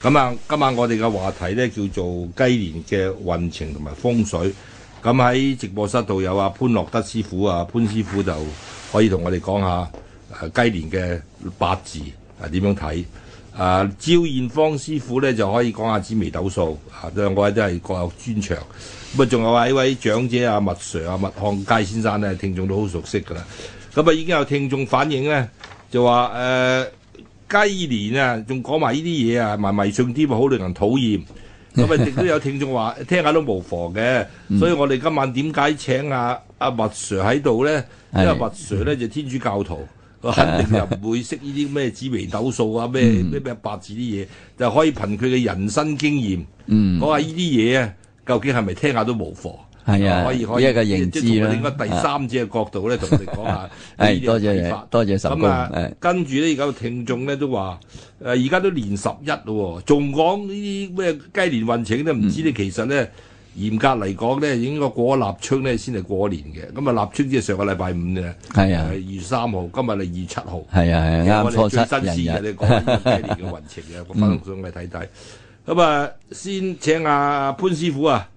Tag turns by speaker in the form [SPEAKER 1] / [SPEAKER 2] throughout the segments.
[SPEAKER 1] 咁啊，今晚我哋嘅話題咧叫做雞年嘅運程同埋風水。咁喺直播室度有阿潘樂德師傅啊，潘師傅就可以同我哋講下誒雞年嘅八字啊點樣睇。啊，招燕芳師傅咧就可以講下紫微斗數啊，兩位都係各有專長。咁啊，仲有啊呢位長者啊麥 Sir 啊麥漢佳先生咧，聽眾都好熟悉㗎啦。咁啊，已經有聽眾反映咧，就話誒。呃雞年啊，仲講埋呢啲嘢啊，埋迷信啲咪好令人討 厭。咁啊，亦都有聽眾話聽下都無妨嘅，
[SPEAKER 2] 嗯
[SPEAKER 1] 所以我哋今晚點解請阿阿麥 Sir 喺度咧？因為
[SPEAKER 2] 係
[SPEAKER 1] 麥 Sir 咧就天主教 徒，佢肯定又唔會識呢啲咩紫微斗數啊、咩
[SPEAKER 2] 嗯
[SPEAKER 1] 咩咩八字啲嘢，就可以憑佢嘅人生經驗
[SPEAKER 2] 嗯
[SPEAKER 1] 講下呢啲嘢啊，究竟係咪聽下都無妨？
[SPEAKER 2] 係啊
[SPEAKER 1] 可以可以
[SPEAKER 2] 一個認
[SPEAKER 1] 即
[SPEAKER 2] 知啦。
[SPEAKER 1] 係從我哋應該第三者嘅角度咧，同我哋講下呢啲
[SPEAKER 2] 係多謝
[SPEAKER 1] 嘅睇
[SPEAKER 2] 你
[SPEAKER 1] 法
[SPEAKER 2] 多謝
[SPEAKER 1] 咁
[SPEAKER 2] 十
[SPEAKER 1] 啊
[SPEAKER 2] 公哎係，
[SPEAKER 1] 跟住咧，而家有聽眾咧都話，誒而家都年十一咯喎，仲講呢啲咩雞年運程咧，唔知
[SPEAKER 2] 嗯
[SPEAKER 1] 咧其實咧嚴格嚟講咧，應該過咗立春咧先係過年嘅。咁啊，立春即係上個禮拜五嘅，呃
[SPEAKER 2] 係啊
[SPEAKER 1] 誒二月三號，今日係二月七號。
[SPEAKER 2] 係啊係啊，啱初七
[SPEAKER 1] 我哋最新鮮嘅，
[SPEAKER 2] 人
[SPEAKER 1] 你
[SPEAKER 2] 日嗯
[SPEAKER 1] 講呢個雞年嘅運程 嘅，啊我翻上嚟睇睇。咁啊，先請阿潘師傅啊，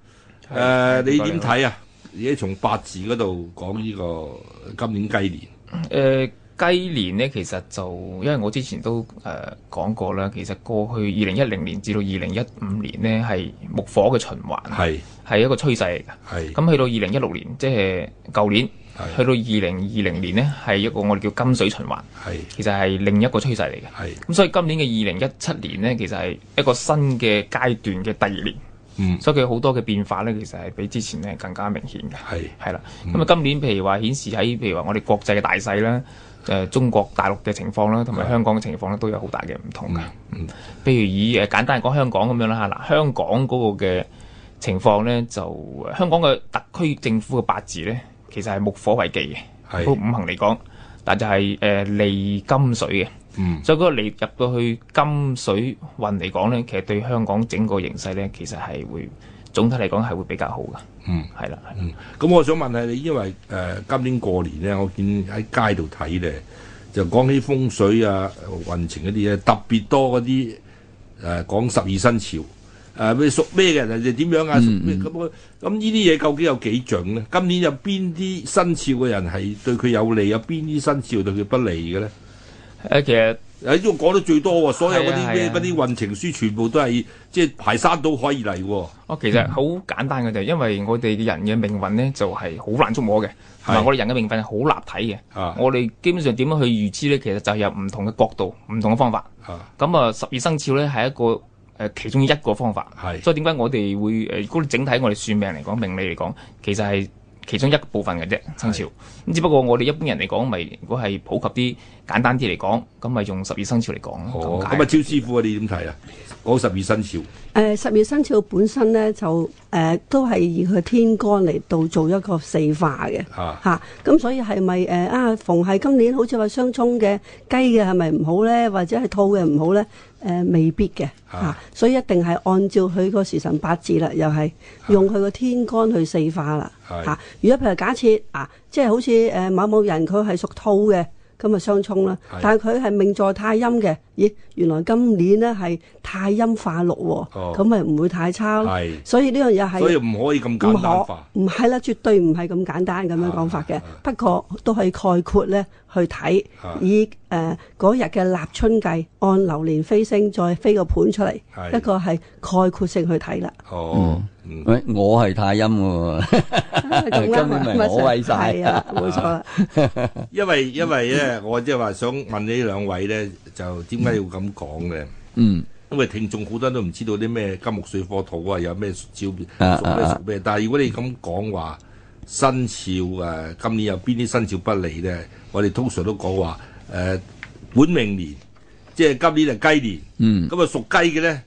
[SPEAKER 1] 誒你點睇啊？而家從八字嗰度講呢個今年雞年。
[SPEAKER 3] 誒、呃雞年呢，其實就因為我之前都誒、呃、講過啦，其實過去二零一零年至到二零一五年呢，係木火嘅循環，
[SPEAKER 1] 係
[SPEAKER 3] 係一個趨勢嚟㗎。
[SPEAKER 1] 係
[SPEAKER 3] 咁去到二零一六年，即係舊年，
[SPEAKER 1] 係
[SPEAKER 3] 去到二零二零年呢，係一個我哋叫金水循環，
[SPEAKER 1] 係
[SPEAKER 3] 其實係另一個趨勢嚟嘅。
[SPEAKER 1] 係
[SPEAKER 3] 咁所以今年嘅二零一七年呢，其實係一個新嘅階段嘅第二年，
[SPEAKER 1] 嗯
[SPEAKER 3] 所以佢好多嘅變化呢，其實係比之前呢更加明顯嘅。
[SPEAKER 1] 係
[SPEAKER 3] 係啦，
[SPEAKER 1] 嗯
[SPEAKER 3] 咁啊今年譬如話顯示喺譬如話我哋國際嘅大勢啦，誒、中國大陸嘅情況啦，
[SPEAKER 1] 嗯
[SPEAKER 3] 同埋香港嘅情況咧都有好大嘅唔同㗎。譬如以誒呃簡單嚟講香港咁樣啦嚇，嗱香港嗰個嘅情況咧就呃香港嘅特區政府嘅八字咧，其實係木火為忌
[SPEAKER 1] 係
[SPEAKER 3] 嘅，都五行嚟講，但就係、誒、利金水嘅。
[SPEAKER 1] 嗯
[SPEAKER 3] 所以嗰個利入到去金水運嚟講咧，其實對香港整個形勢咧，其實係會總體嚟講係會比較好㗎。
[SPEAKER 1] 嗯，
[SPEAKER 3] 係啦，係啦
[SPEAKER 1] 嗯，咁我想問下你，因為誒、呃今年過年咧，我見喺街度睇咧，就講起風水啊、運程嗰啲嘢，特別多嗰啲誒講十二生肖。誒咩屬咩嘅人就點
[SPEAKER 3] 嗯
[SPEAKER 1] 樣啊？屬咩咁啊咁呢啲嘢究竟有幾準咧？今年有邊啲生肖嘅人係對佢有利，有邊啲生肖對佢不利嘅咧？
[SPEAKER 3] 誒，呃其實
[SPEAKER 1] 喺呢度講得最多喎，所有嗰
[SPEAKER 3] 係
[SPEAKER 1] 啲
[SPEAKER 3] 啊
[SPEAKER 1] 咩
[SPEAKER 3] 係啊
[SPEAKER 1] 嗰啲運程書全部都係即係排山倒海而嚟喎。
[SPEAKER 3] 我哦其
[SPEAKER 1] 嗯
[SPEAKER 3] 實好簡單嘅就係，因為我哋嘅人嘅命運咧就係好難捉摸嘅，同埋我哋人嘅命運係好立體嘅。
[SPEAKER 1] 啊
[SPEAKER 3] 我哋基本上點樣去預知咧，其實就係有唔同嘅角度、唔同嘅方法。
[SPEAKER 1] 啊，
[SPEAKER 3] 咁啊，十二生肖咧係一個誒、呃其中一個方法。
[SPEAKER 1] 係
[SPEAKER 3] 所以點解我哋會誒、呃如果整體我哋算命嚟講、命理嚟講，其實係其中一部分嘅啫生肖。咁只不過我哋一般人嚟講，咪如果係普及啲、簡單啲嚟講，咁咪用十二生肖嚟講
[SPEAKER 1] 哦，
[SPEAKER 3] 咯。
[SPEAKER 1] 咁
[SPEAKER 3] 解
[SPEAKER 1] 啊，招師傅啊，你點睇啊？講十二生肖。
[SPEAKER 4] 誒呃十二生肖本身咧就誒、呃都係以佢天干嚟到做一個四化嘅
[SPEAKER 1] 啊
[SPEAKER 4] 嚇，咁、所以係咪誒啊逢係今年好似話相沖嘅雞嘅係咪唔好咧，或者係兔嘅唔好咧？誒、未必嘅嚇、
[SPEAKER 1] 啊
[SPEAKER 4] 所以一定係按照佢個時辰八字啦，又係
[SPEAKER 1] 啊
[SPEAKER 4] 用佢個天干去四化啦
[SPEAKER 1] 係
[SPEAKER 4] 嚇。如果譬如假設啊，即係好似誒某某人佢係屬兔嘅，咁啊相沖啦
[SPEAKER 1] 係。
[SPEAKER 4] 但係佢係命在太陰嘅，咦？原來今年咧係太陰化祿喎、
[SPEAKER 1] 哦
[SPEAKER 4] 咁咪唔會太差咯
[SPEAKER 1] 係。
[SPEAKER 4] 所以呢樣嘢係
[SPEAKER 1] 所以唔可以咁簡單化。
[SPEAKER 4] 唔可唔係啦，絕對唔係咁簡單咁樣講法嘅。不過都可以概括咧去睇
[SPEAKER 1] 啊，
[SPEAKER 4] 以誒嗰日嘅立春計，按流年飛星再飛個盤出嚟
[SPEAKER 1] 係，
[SPEAKER 4] 一個係概括性去睇啦。
[SPEAKER 1] 哦，嗯，
[SPEAKER 2] 喂，我係太陰喎，
[SPEAKER 4] 咁啱啊
[SPEAKER 2] 今年咪我威晒
[SPEAKER 4] 係啊，冇錯啦。
[SPEAKER 1] 因為因為咧，我即係話想問呢兩位咧，就點解要咁講咧？
[SPEAKER 2] 嗯，
[SPEAKER 1] 因為聽眾好多人都唔知道啲咩金木水火土啊，有咩照
[SPEAKER 2] 啊
[SPEAKER 1] 屬咩
[SPEAKER 2] 啊
[SPEAKER 1] 屬咩。但係如果你咁講話生肖誒、呃今年有邊啲生肖不利咧？我哋通常都講話誒本命年，即係今年係雞年。
[SPEAKER 2] 嗯，
[SPEAKER 1] 咁啊屬雞嘅咧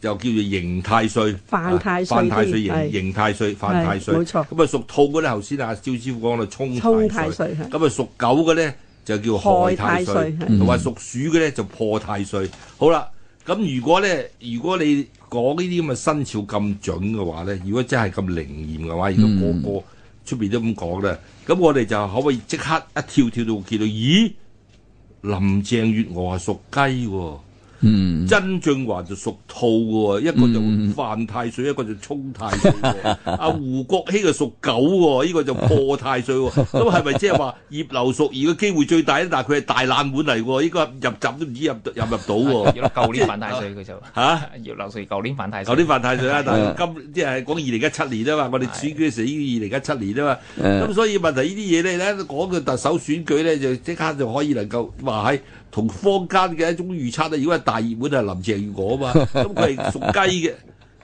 [SPEAKER 1] 就叫做刑太歲、啊
[SPEAKER 4] 犯太歲
[SPEAKER 1] 犯太歲、
[SPEAKER 4] 添係
[SPEAKER 1] 刑刑太歲、犯太歲。
[SPEAKER 4] 係冇錯
[SPEAKER 1] 咁啊屬兔嘅咧，頭先阿招師傅講到沖
[SPEAKER 4] 沖
[SPEAKER 1] 太
[SPEAKER 4] 太
[SPEAKER 1] 歲
[SPEAKER 4] 歲。係
[SPEAKER 1] 咁啊屬狗嘅咧就叫害太歲
[SPEAKER 4] 害太歲，
[SPEAKER 1] 同埋屬鼠嘅咧就破太歲。好啦，咁如果咧，如果你講呢啲咁嘅生肖咁準嘅話咧，如果真係咁靈驗嘅話，如果個個出邊都咁講咧，咁我哋就可唔可以即刻一跳跳到見到，咦？林鄭月娥係屬雞喎，
[SPEAKER 2] 嗯，
[SPEAKER 1] 曾俊華就屬兔嘅喎，一個就犯太歲，一個就沖太歲喎。阿胡國熙就屬狗喎，呢個就破太歲喎。咁係咪即係話葉劉淑儀嘅機會最大咧？但係佢係大冷門嚟喎，呢個入閘都唔知入入唔入 到喎。
[SPEAKER 3] 要舊年反太 歲佢就
[SPEAKER 1] 嚇！
[SPEAKER 3] 葉劉瑞舊年反太歲，
[SPEAKER 1] 舊年犯太歲啦，但係今即係講二零一七年啊嘛，我哋選舉嘅時候已經二零一七年啊嘛，
[SPEAKER 2] 誒
[SPEAKER 1] 咁所以問題呢啲嘢咧，咧講嘅特首選舉咧，就即刻就可以能夠話喺同坊間嘅一種預測咧，如果係大熱門係林鄭月娥啊嘛，咁佢係屬雞嘅。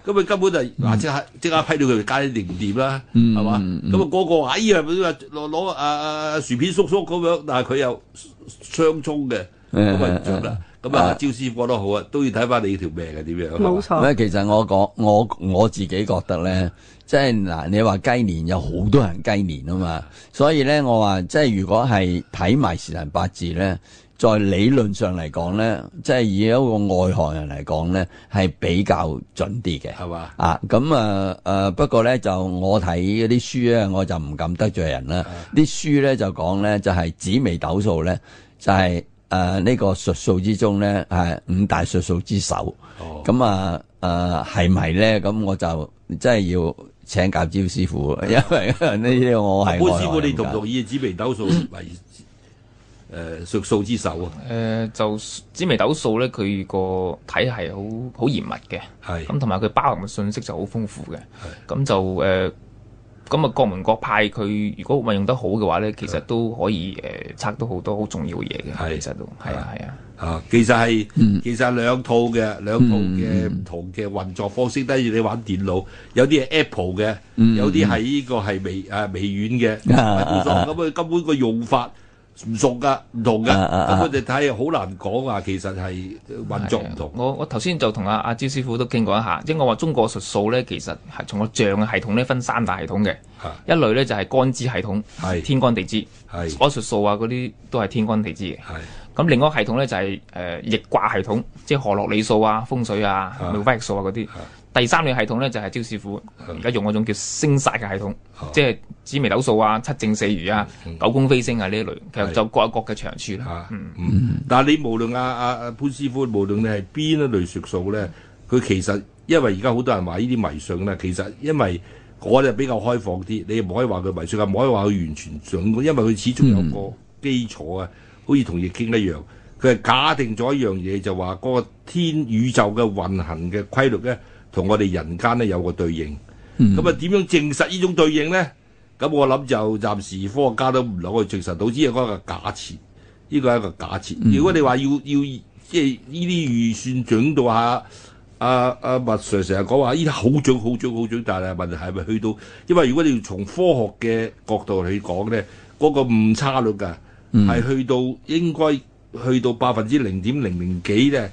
[SPEAKER 1] 咁佢根本就係嗱即刻即刻批到佢家定唔掂啦，係嘛？咁啊個個話哎呀，佢話攞攞啊啊啊薯片叔叔咁樣，但係佢又相沖嘅，咁啊唔準啦。咁啊，招師傅講得好啊，都要睇翻你條命係點樣。係啊嘛
[SPEAKER 4] 冇錯。
[SPEAKER 2] 喂，啊其實我講我我自己覺得咧，即係嗱，你話雞年有好多人雞年啊嘛，所以咧我話即係如果係睇埋時辰八字咧，在理論上嚟講咧，即係以一個外行人嚟講咧，係比較準啲嘅。
[SPEAKER 1] 係嘛？
[SPEAKER 2] 啊，咁啊誒，不過咧就我睇嗰啲書咧，我就唔敢得罪人啦。
[SPEAKER 1] 啊
[SPEAKER 2] 啲書咧就講咧，就係、紫微斗數咧，就係誒呢個術數之中咧，係五大術數之首。
[SPEAKER 1] 哦
[SPEAKER 2] 咁啊誒係咪咧？咁我就真係要請教招師傅，因為呢啲我係
[SPEAKER 1] 潘師傅，
[SPEAKER 2] 外行
[SPEAKER 1] 你同唔
[SPEAKER 2] 㗎
[SPEAKER 1] 同意紫微斗數 為誒術數之首啊？
[SPEAKER 3] 誒、呃就紫微斗數咧，佢個體系好好嚴密嘅，
[SPEAKER 1] 係
[SPEAKER 3] 咁同埋佢包含嘅信息就好豐富嘅，咁就誒，呃咁、啊各門各派佢如果運用得好嘅話咧，其實都可以誒、呃測到好多好重要嘅嘢
[SPEAKER 1] 係
[SPEAKER 3] 嘅，其實都係啊係啊，
[SPEAKER 1] 啊，其實係、
[SPEAKER 2] 嗯
[SPEAKER 1] 其實係兩套嘅兩套嘅唔同嘅運作方式，例如你玩電腦，有啲係 Apple 嘅，有啲係呢個係微啊微軟嘅，
[SPEAKER 2] 嗯啊啊
[SPEAKER 1] 咁啊根本個用法。唔熟噶，唔同噶，
[SPEAKER 2] 啊啊啊
[SPEAKER 1] 咁我哋睇下好難講話，其實係呃運作唔同。
[SPEAKER 3] 我我頭先就同阿阿招師傅都傾過一下，即係我話中國術數咧，其實係從個象嘅系統咧分三大系統嘅，
[SPEAKER 1] 嚇
[SPEAKER 2] 啊
[SPEAKER 3] 一類咧就係干支系統，
[SPEAKER 1] 啊係
[SPEAKER 3] 天干地支，
[SPEAKER 1] 係
[SPEAKER 3] 所有術數啊嗰啲都係天干地支嘅。
[SPEAKER 1] 係
[SPEAKER 3] 咁另外一個系統咧就係、誒易卦系統，即係河洛理數啊、風水啊
[SPEAKER 1] 啊、
[SPEAKER 3] 妙法易數啊嗰啲。第三類系統咧就係、招師傅而家用嗰種叫星煞嘅系統，
[SPEAKER 1] 啊嗯
[SPEAKER 3] 即係紫微斗數啊、七正四餘啊、九宮飛星啊呢一類，其實
[SPEAKER 1] 係
[SPEAKER 3] 就各有各嘅長處啦。
[SPEAKER 1] 啊，嗯，但係你無論阿阿阿啊潘師傅，無論你係邊一類術數咧，佢其實因為而家好多人話呢啲迷信咧，其實因為我哋比較開放啲，你唔可以話佢迷信，又唔可以話佢完全準，因為佢始終有個基礎啊，好似同易經一樣，佢係假定咗一樣嘢，就話嗰個天宇宙嘅運行嘅規律咧，同我哋人間咧有個對應。咁啊點樣證實呢種對應咧？咁我諗就暫時科學家都唔能夠證實到，只係嗰個假設。呢個係一個假設。如果你話要要即係呢啲預算準到啊下，阿阿啊麥 Sir 成日講話呢啲好準好準好準，但係問題係咪去到？因為如果你要從科學嘅角度嚟講咧，嗰、個誤差率㗎係去到應該去到百分之零點零零幾咧，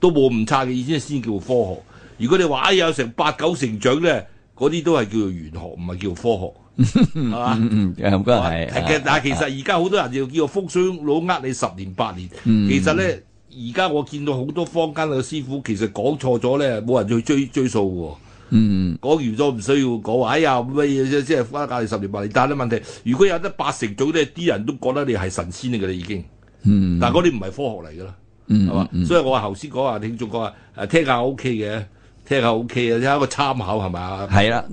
[SPEAKER 1] 都冇誤差嘅，意思先叫科學。如果你話哎有成八九成準咧，嗰啲都係叫做玄學，唔係叫科學，係嘛？
[SPEAKER 2] 嗯嗯，咁嗰係
[SPEAKER 1] 係嘅，但係其實而家好多人要叫個風水佬呃你十年八年，
[SPEAKER 2] 嗯
[SPEAKER 1] 其實咧而家我見到好多坊間嘅師傅其實講錯咗咧，冇人去追追數
[SPEAKER 2] 嗯
[SPEAKER 1] 喎。講完咗唔需要講話，哎呀乜嘢啫，即係翻隔你十年八年。但係咧問題，如果有得八成組咧，啲人都覺得你係神仙嚟㗎啦已經。
[SPEAKER 2] 嗯
[SPEAKER 1] 但係嗰啲唔係科學嚟㗎啦，
[SPEAKER 2] 嗯
[SPEAKER 1] 係嘛？所以我話頭先講話聽眾講話誒聽下 O K 嘅，聽下 O K 嘅，一個參考係咪啊？
[SPEAKER 2] 係啦，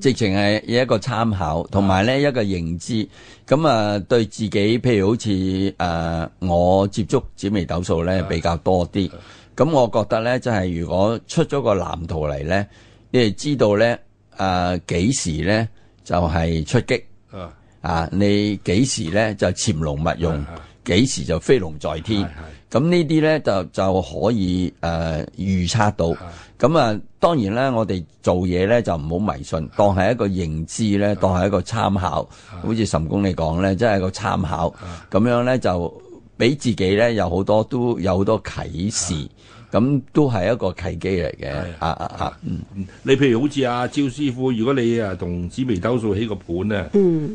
[SPEAKER 2] 直情係一個參考，同埋咧一個認知。咁啊，對自己譬如好似誒、呃我接觸紫微斗數咧比較多啲。咁我覺得咧，就係、如果出咗個藍圖嚟咧，你哋知道呃咧誒幾時咧就係、出擊
[SPEAKER 1] 啊，
[SPEAKER 2] 啊！你幾時咧就潛龍勿用，幾時就飛龍在天
[SPEAKER 1] 係。
[SPEAKER 2] 咁呢啲咧就就可以誒、呃、預測到。咁啊，當然咧，我哋做嘢咧就唔好迷信，當係一個認知咧，當係一個參考。好似岑公你講咧，即係一個參考。咁樣咧就俾自己咧有好多都有好多啟示，咁都係一個契機嚟嘅。啊啊啊！嗯
[SPEAKER 1] 你譬如好似阿招師傅，如果你啊同紫微斗數起個盤咧，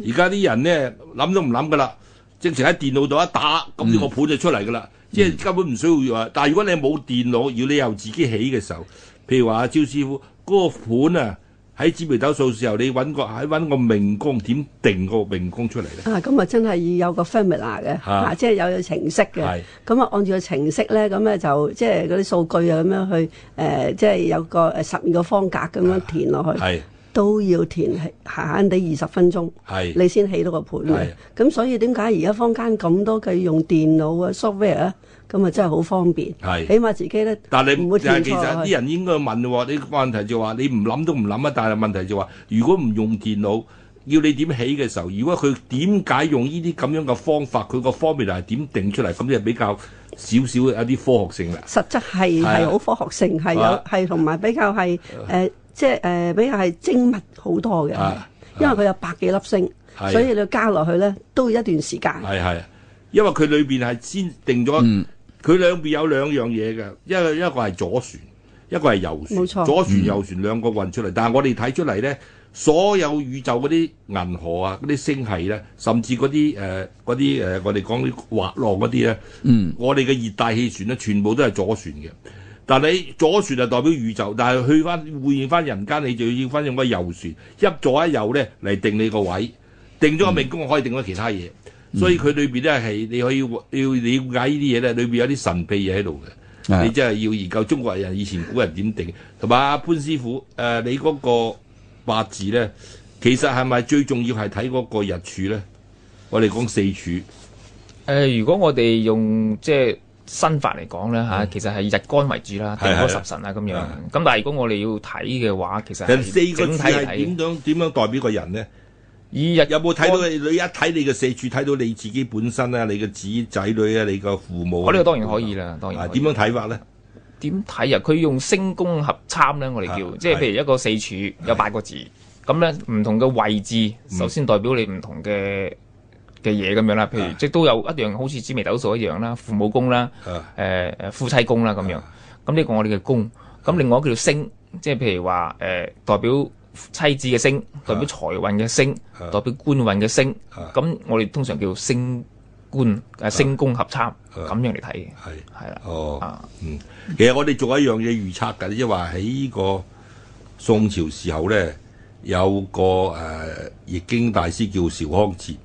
[SPEAKER 1] 而家啲人咧諗都唔諗噶啦，直情喺電腦度一打，咁呢個盤就出嚟噶啦，即係根本唔需要話。但係如果你冇電腦，要你又自己起嘅時候，譬如話阿招師傅嗰、個盤啊，喺紫微斗數時候，你揾個喺揾個命宮點定個命宮出嚟咧？
[SPEAKER 4] 啊，咁啊真係要有個 formula 嘅，
[SPEAKER 1] 嚇
[SPEAKER 4] 啊，即係有個程式嘅
[SPEAKER 1] 係。
[SPEAKER 4] 咁啊，按照個程式咧，咁咧就即係嗰啲數據啊，咁樣去誒、呃即係有個誒十二個方格咁樣填落去，
[SPEAKER 1] 啊係
[SPEAKER 4] 都要填係閒閒地二十分鐘。
[SPEAKER 1] 係
[SPEAKER 4] 你先起到個盤嘅
[SPEAKER 1] 係。
[SPEAKER 4] 咁所以點解而家坊間咁多嘅用電腦啊 software 啊，咁啊真係好方便。
[SPEAKER 1] 係。
[SPEAKER 4] 起碼自己咧，
[SPEAKER 1] 但你
[SPEAKER 4] 唔會
[SPEAKER 1] 但係
[SPEAKER 4] 填
[SPEAKER 1] 其實
[SPEAKER 4] 錯啊落
[SPEAKER 1] 啲啊
[SPEAKER 4] 去。
[SPEAKER 1] 人應該問喎，呢個問題就話你唔諗都唔諗啊！但係問題就話，如果唔用電腦，要你點起嘅時候，如果佢點解用呢啲咁樣嘅方法，佢個 formula 係點定出嚟，咁就比較少少有啲科學性啦。
[SPEAKER 4] 實質
[SPEAKER 1] 係
[SPEAKER 4] 係係
[SPEAKER 1] 啊
[SPEAKER 4] 好科學性，係有
[SPEAKER 1] 啊
[SPEAKER 4] 係同埋比較係誒、呃即係誒、呃比較係精密好多嘅，
[SPEAKER 1] 啊
[SPEAKER 4] 因為佢有百幾粒星，
[SPEAKER 1] 係
[SPEAKER 4] 所以你要加落去咧都要一段時間。
[SPEAKER 1] 係係，因為佢裏邊係先定咗，
[SPEAKER 4] 嗯
[SPEAKER 1] 佢兩邊有兩樣嘢嘅，一個一個係左旋，一個係右旋。
[SPEAKER 4] 冇錯嗯
[SPEAKER 1] 左旋右旋兩個運出嚟，但係我哋睇出嚟咧，所有宇宙嗰啲銀河啊，嗰啲星系咧，甚至嗰啲誒嗰啲誒，我哋講啲滑浪嗰啲咧，嗯，我哋嘅熱帶氣旋咧，全部都係左旋嘅。但係你左旋就代表宇宙，但係去翻換現翻人間，你就要翻用個右旋，一左一右咧嚟定你個位，定咗個
[SPEAKER 3] 嗯
[SPEAKER 1] 命宮可以定咗其他嘢，所以佢裏邊咧係你可以要了解呢啲嘢咧，裏邊有啲神秘嘢喺度嘅。
[SPEAKER 2] 係
[SPEAKER 1] 你真係要研究中國人以前古人點定，同埋阿潘師傅誒、呃你嗰個八字咧，其實係咪最重要係睇嗰個日柱咧？我哋講四柱
[SPEAKER 3] 誒、如果我哋用即係身法嚟講咧嚇，其實係日干為主啦，定
[SPEAKER 1] 嗯係
[SPEAKER 3] 嗰
[SPEAKER 1] 係
[SPEAKER 3] 十神啊咁樣。
[SPEAKER 1] 係
[SPEAKER 3] 咁但係如果我哋要睇嘅話，其實
[SPEAKER 1] 其實四
[SPEAKER 3] 係
[SPEAKER 1] 個
[SPEAKER 3] 整
[SPEAKER 1] 字
[SPEAKER 3] 體
[SPEAKER 1] 係
[SPEAKER 3] 嚟
[SPEAKER 1] 點
[SPEAKER 3] 睇。
[SPEAKER 1] 樣點樣代表個人咧？
[SPEAKER 3] 以日
[SPEAKER 1] 有冇睇
[SPEAKER 3] 干
[SPEAKER 1] 到你你一睇你嘅四柱，睇到你自己本身啊，你嘅子仔女啊，你個父母啊？
[SPEAKER 3] 哦我呢個當然可以啦，當
[SPEAKER 1] 啊，
[SPEAKER 3] 然可以
[SPEAKER 1] 點樣睇法咧？
[SPEAKER 3] 點睇啊？佢用星宮合參咧，我哋
[SPEAKER 1] 係
[SPEAKER 3] 叫即
[SPEAKER 1] 啊
[SPEAKER 3] 係
[SPEAKER 1] 係嗯
[SPEAKER 3] 譬如一個四柱有八個字，咁咧唔同嘅位置，首先代表你唔同嘅嘅嘢咁樣啦。譬如
[SPEAKER 1] 係
[SPEAKER 3] 即係都有一樣好似紫微斗數一樣啦，父母宮啦，誒、
[SPEAKER 1] 啊啊，
[SPEAKER 3] 誒夫妻宮啦咁樣。咁呢個我哋嘅宮，咁另外一個叫星，即係譬如話誒、代表妻子嘅星，
[SPEAKER 1] 啊
[SPEAKER 3] 代表財運嘅星，
[SPEAKER 1] 係
[SPEAKER 3] 代表官運嘅星。
[SPEAKER 1] 係
[SPEAKER 3] 咁我哋通常叫星官
[SPEAKER 1] 啊
[SPEAKER 3] 誒星宮合參
[SPEAKER 1] 係
[SPEAKER 3] 咁樣嚟睇嘅，
[SPEAKER 1] 係
[SPEAKER 3] 係啦。
[SPEAKER 1] 哦。
[SPEAKER 3] 啊。
[SPEAKER 1] 嗯，其實我哋做一樣嘢預測㗎，即係話喺呢個宋朝時候咧，有個誒、呃易經大師叫邵康節，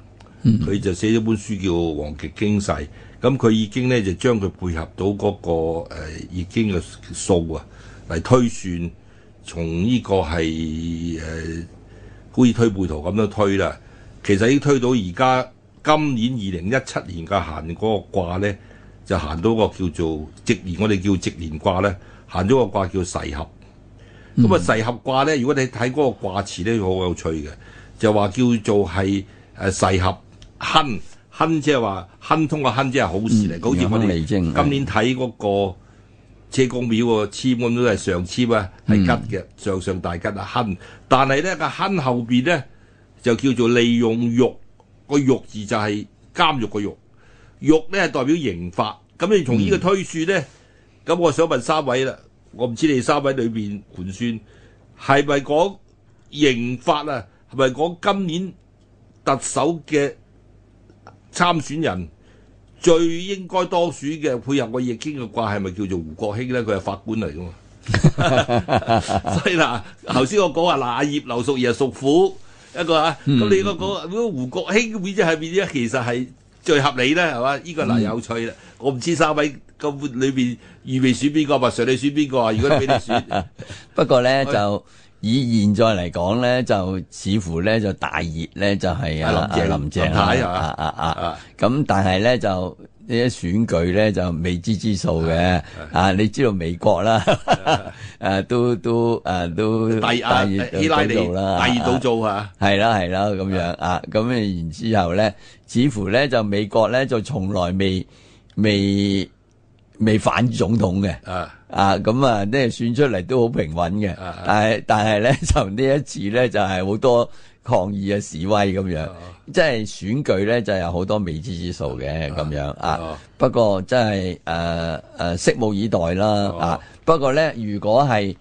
[SPEAKER 1] 佢、就寫咗本書叫《黃極經世》。咁佢已經咧就將佢配合到嗰、個誒、呃、易經嘅數啊嚟推算，從呢個係誒、呃好似推背圖咁樣推啦。其實已經推到而家今年二零一七年嘅行嗰個卦咧。就行到個叫做直連，我哋叫直連卦咧，行咗個卦叫噬合。
[SPEAKER 2] 嗯
[SPEAKER 1] 咁啊、噬合卦咧，如果你睇嗰個卦詞咧，好有趣嘅，就話叫做係誒噬合亨亨，即係話亨通個亨，即係好事嚟。
[SPEAKER 2] 嗯
[SPEAKER 1] 好似我
[SPEAKER 2] 陽亨利
[SPEAKER 1] 哋
[SPEAKER 2] 貞
[SPEAKER 1] 今年睇嗰個車公廟個簽咁都係上簽啊，
[SPEAKER 2] 嗯
[SPEAKER 1] 係吉嘅，上上大吉啊亨。但係咧個亨後邊咧就叫做利用獄，個獄字就係監獄個獄。獄咧係代表刑法，咁你從
[SPEAKER 2] 嗯
[SPEAKER 1] 呢個推算咧，咁、我想問三位啦，我唔知你三位裏邊盤算係咪講刑法啊？係咪講今年特首嘅參選人最應該當選嘅配合個易經嘅卦係咪叫做胡國興咧？佢係法官嚟噶嘛？ 所以嗱，頭先我講話嗱，阿葉劉淑儀係屬虎一個啊，咁你嗰個如果胡國興變咗係變咗，其實係最合理咧，係嘛？呢個嗱有趣啦，我唔知三位咁裏邊預備選邊個，麥 Sir 你選邊個啊？如果你俾你 選，
[SPEAKER 2] 不過咧
[SPEAKER 1] 係
[SPEAKER 2] 就以現在嚟講咧，就似乎咧就大熱咧就係啊
[SPEAKER 1] 阿林鄭
[SPEAKER 2] 啊林鄭
[SPEAKER 1] 林太係
[SPEAKER 2] 啊
[SPEAKER 1] 嘛
[SPEAKER 2] 啊啊啊
[SPEAKER 1] 啊！
[SPEAKER 2] 咁但係咧就呢啲選舉咧就未知之數嘅啊！你知道美 國啦，誒都都誒都
[SPEAKER 1] 第阿希拉里
[SPEAKER 2] 到
[SPEAKER 1] 第
[SPEAKER 2] 啦，
[SPEAKER 1] 二度
[SPEAKER 2] 啊
[SPEAKER 1] 做啊，
[SPEAKER 2] 係啦係啦咁樣啊，咁然之後咧，似乎咧就美國咧就從來未未未反總統嘅。
[SPEAKER 1] 啊
[SPEAKER 2] 啊，咁啊，即係選出嚟都好平穩嘅
[SPEAKER 1] 啊啊，
[SPEAKER 2] 但係但係咧就呢一次咧就係好多抗議啊示威咁樣，即係選舉咧就有好多未知之數嘅咁樣
[SPEAKER 1] 哦
[SPEAKER 2] 啊。不過真係誒誒，拭目以待啦
[SPEAKER 1] 哦
[SPEAKER 2] 啊！不過咧，如果係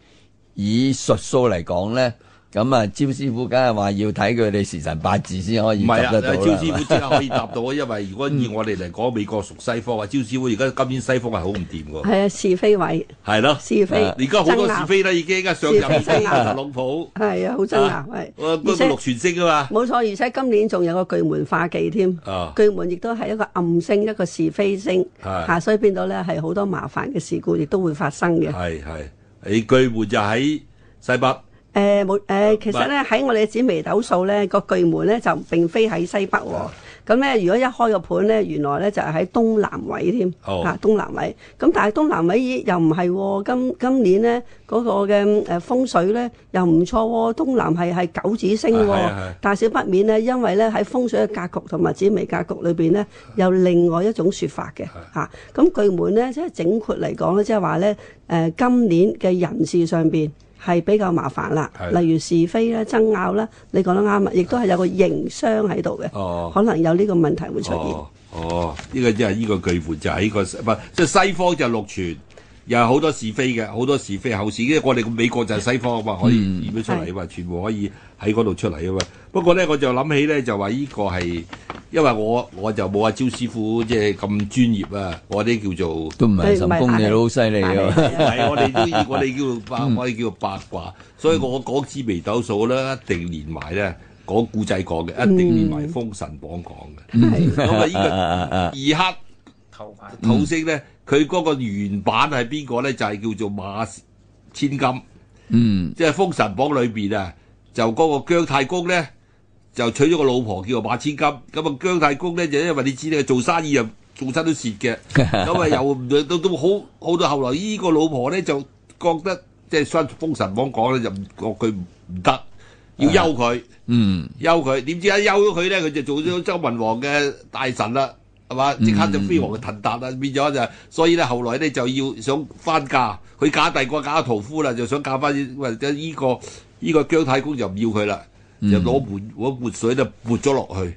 [SPEAKER 2] 以術數嚟講咧，咁啊，招師傅梗係話要睇佢哋時辰八字先可以
[SPEAKER 1] 唔係
[SPEAKER 2] 執
[SPEAKER 1] 啊，
[SPEAKER 2] 得到
[SPEAKER 1] 招
[SPEAKER 2] 啦。
[SPEAKER 1] 師傅即刻可以答到啊，因為如果以我哋嚟講，美國屬西方啊，招師傅而家今年西方係好唔掂㗎，
[SPEAKER 4] 係啊，是非位，
[SPEAKER 1] 係咯，
[SPEAKER 4] 是非
[SPEAKER 1] 而家好多
[SPEAKER 4] 爭拗
[SPEAKER 1] 是非啦，已經啊上任已經
[SPEAKER 4] 是非爭拗
[SPEAKER 1] 特朗普，
[SPEAKER 4] 係啊，好爭
[SPEAKER 1] 啊
[SPEAKER 4] 拗係。
[SPEAKER 1] 嗰
[SPEAKER 4] 而
[SPEAKER 1] 個
[SPEAKER 4] 且
[SPEAKER 1] 六全星啊
[SPEAKER 4] 冇錯，而且今年仲有個巨門化忌添。
[SPEAKER 1] 嘛，啊，
[SPEAKER 4] 巨門亦都係一個暗星，一個是非星，
[SPEAKER 1] 係
[SPEAKER 4] 嚇，所以變到咧係好多麻煩嘅事故，亦都會發生嘅。
[SPEAKER 1] 係係，你巨門就喺西北，
[SPEAKER 4] 誒冇誒，其實咧喺我哋紫微斗數咧個巨門咧就並非喺西北喎。咁咧，如果一開個盤咧，原來咧就係喺東南位添，
[SPEAKER 1] 哦
[SPEAKER 4] 啊東南位。咁但係東南位咦又唔係喎，今今年咧嗰、個嘅誒、呃、風水咧又唔錯喎、東南係係九紫星
[SPEAKER 1] 係
[SPEAKER 4] 喎、
[SPEAKER 1] 係係
[SPEAKER 4] 大小不免咧，因為咧喺風水嘅格局同埋紫微格局裏邊咧，
[SPEAKER 1] 嗯
[SPEAKER 4] 有另外一種説法嘅嚇。咁、巨門咧，即係整括嚟講咧，即係話咧誒，呃今年嘅人事上邊係比較麻煩啦
[SPEAKER 1] 係，
[SPEAKER 4] 例如是非啦、爭拗啦，你講得啱啊，亦都係有個營商喺度嘅，
[SPEAKER 1] 哦
[SPEAKER 4] 可能有呢個問題會出現。
[SPEAKER 1] 哦哦，呢個即係呢個巨門就喺個西北，即係西方就六全。又係好多是非嘅，好多是非後事，因為我哋美國就係西方啊嘛，可以演咗出嚟啊嘛，全部可以喺嗰度出嚟啊嘛。不過咧，我就諗起咧，就話呢個係因為我我就冇阿招師傅即係咁專業啊，我啲叫做
[SPEAKER 2] 都唔係神功，你都好犀利
[SPEAKER 4] 係
[SPEAKER 2] 啊！
[SPEAKER 4] 係係
[SPEAKER 1] 係我哋都我哋叫做八，我哋叫做八卦，所以我講紫微斗數咧，一定連埋咧講古仔講嘅，一定連埋封神榜講嘅。
[SPEAKER 4] 係
[SPEAKER 1] 咁啊，
[SPEAKER 2] 啊啊
[SPEAKER 1] 呢
[SPEAKER 2] 啊啊！
[SPEAKER 1] 個二黑。
[SPEAKER 3] 頭髮
[SPEAKER 1] 土星咧，佢嗰個原版係邊個咧？就係、叫做馬千金，
[SPEAKER 2] 嗯，
[SPEAKER 1] 即係《封神榜》裏邊啊，就嗰個姜太公咧，就娶咗個老婆叫做馬千金。咁啊，姜太公咧就因為你知咧，做生意又做親都蝕嘅，咁啊又到到好好到後來，呢個老婆咧就覺得即係《新封神榜》講咧就唔覺佢唔得，要休佢。
[SPEAKER 2] 嗯，
[SPEAKER 1] 休佢，點知一休咗佢咧，佢就做咗周文王嘅大臣啦，係嘛？即刻就飛黃騰達啦，變咗就，所以咧後來咧就要想翻嫁，佢嫁第二個嫁咗屠夫啦，就想嫁翻或者依個依、個姜太公就唔要佢啦，就攞盆攞盆水就潑咗落去，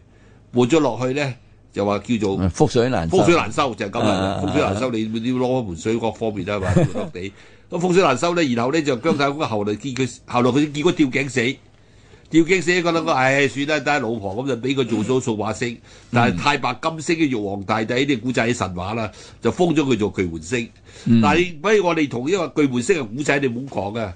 [SPEAKER 1] 潑咗落去咧就話叫做。
[SPEAKER 2] 覆水難收
[SPEAKER 1] 風水難收就係咁啦
[SPEAKER 2] 啊，嗯
[SPEAKER 1] 風水難收你要攞一盆水各方面啦嘛，落落地。咁風水難收咧，然後咧就姜太公後來見佢，後來佢結果吊頸死，吊頸死覺得我唉算啦，等下老婆咁就俾佢做咗數碼
[SPEAKER 2] 嗯
[SPEAKER 1] 星，但係太白金星嘅玉皇大帝呢啲古仔係神話啦，就封咗佢做巨門星。
[SPEAKER 2] 嗯
[SPEAKER 1] 但係不如我哋同因為巨門星嘅古仔你唔好講啊。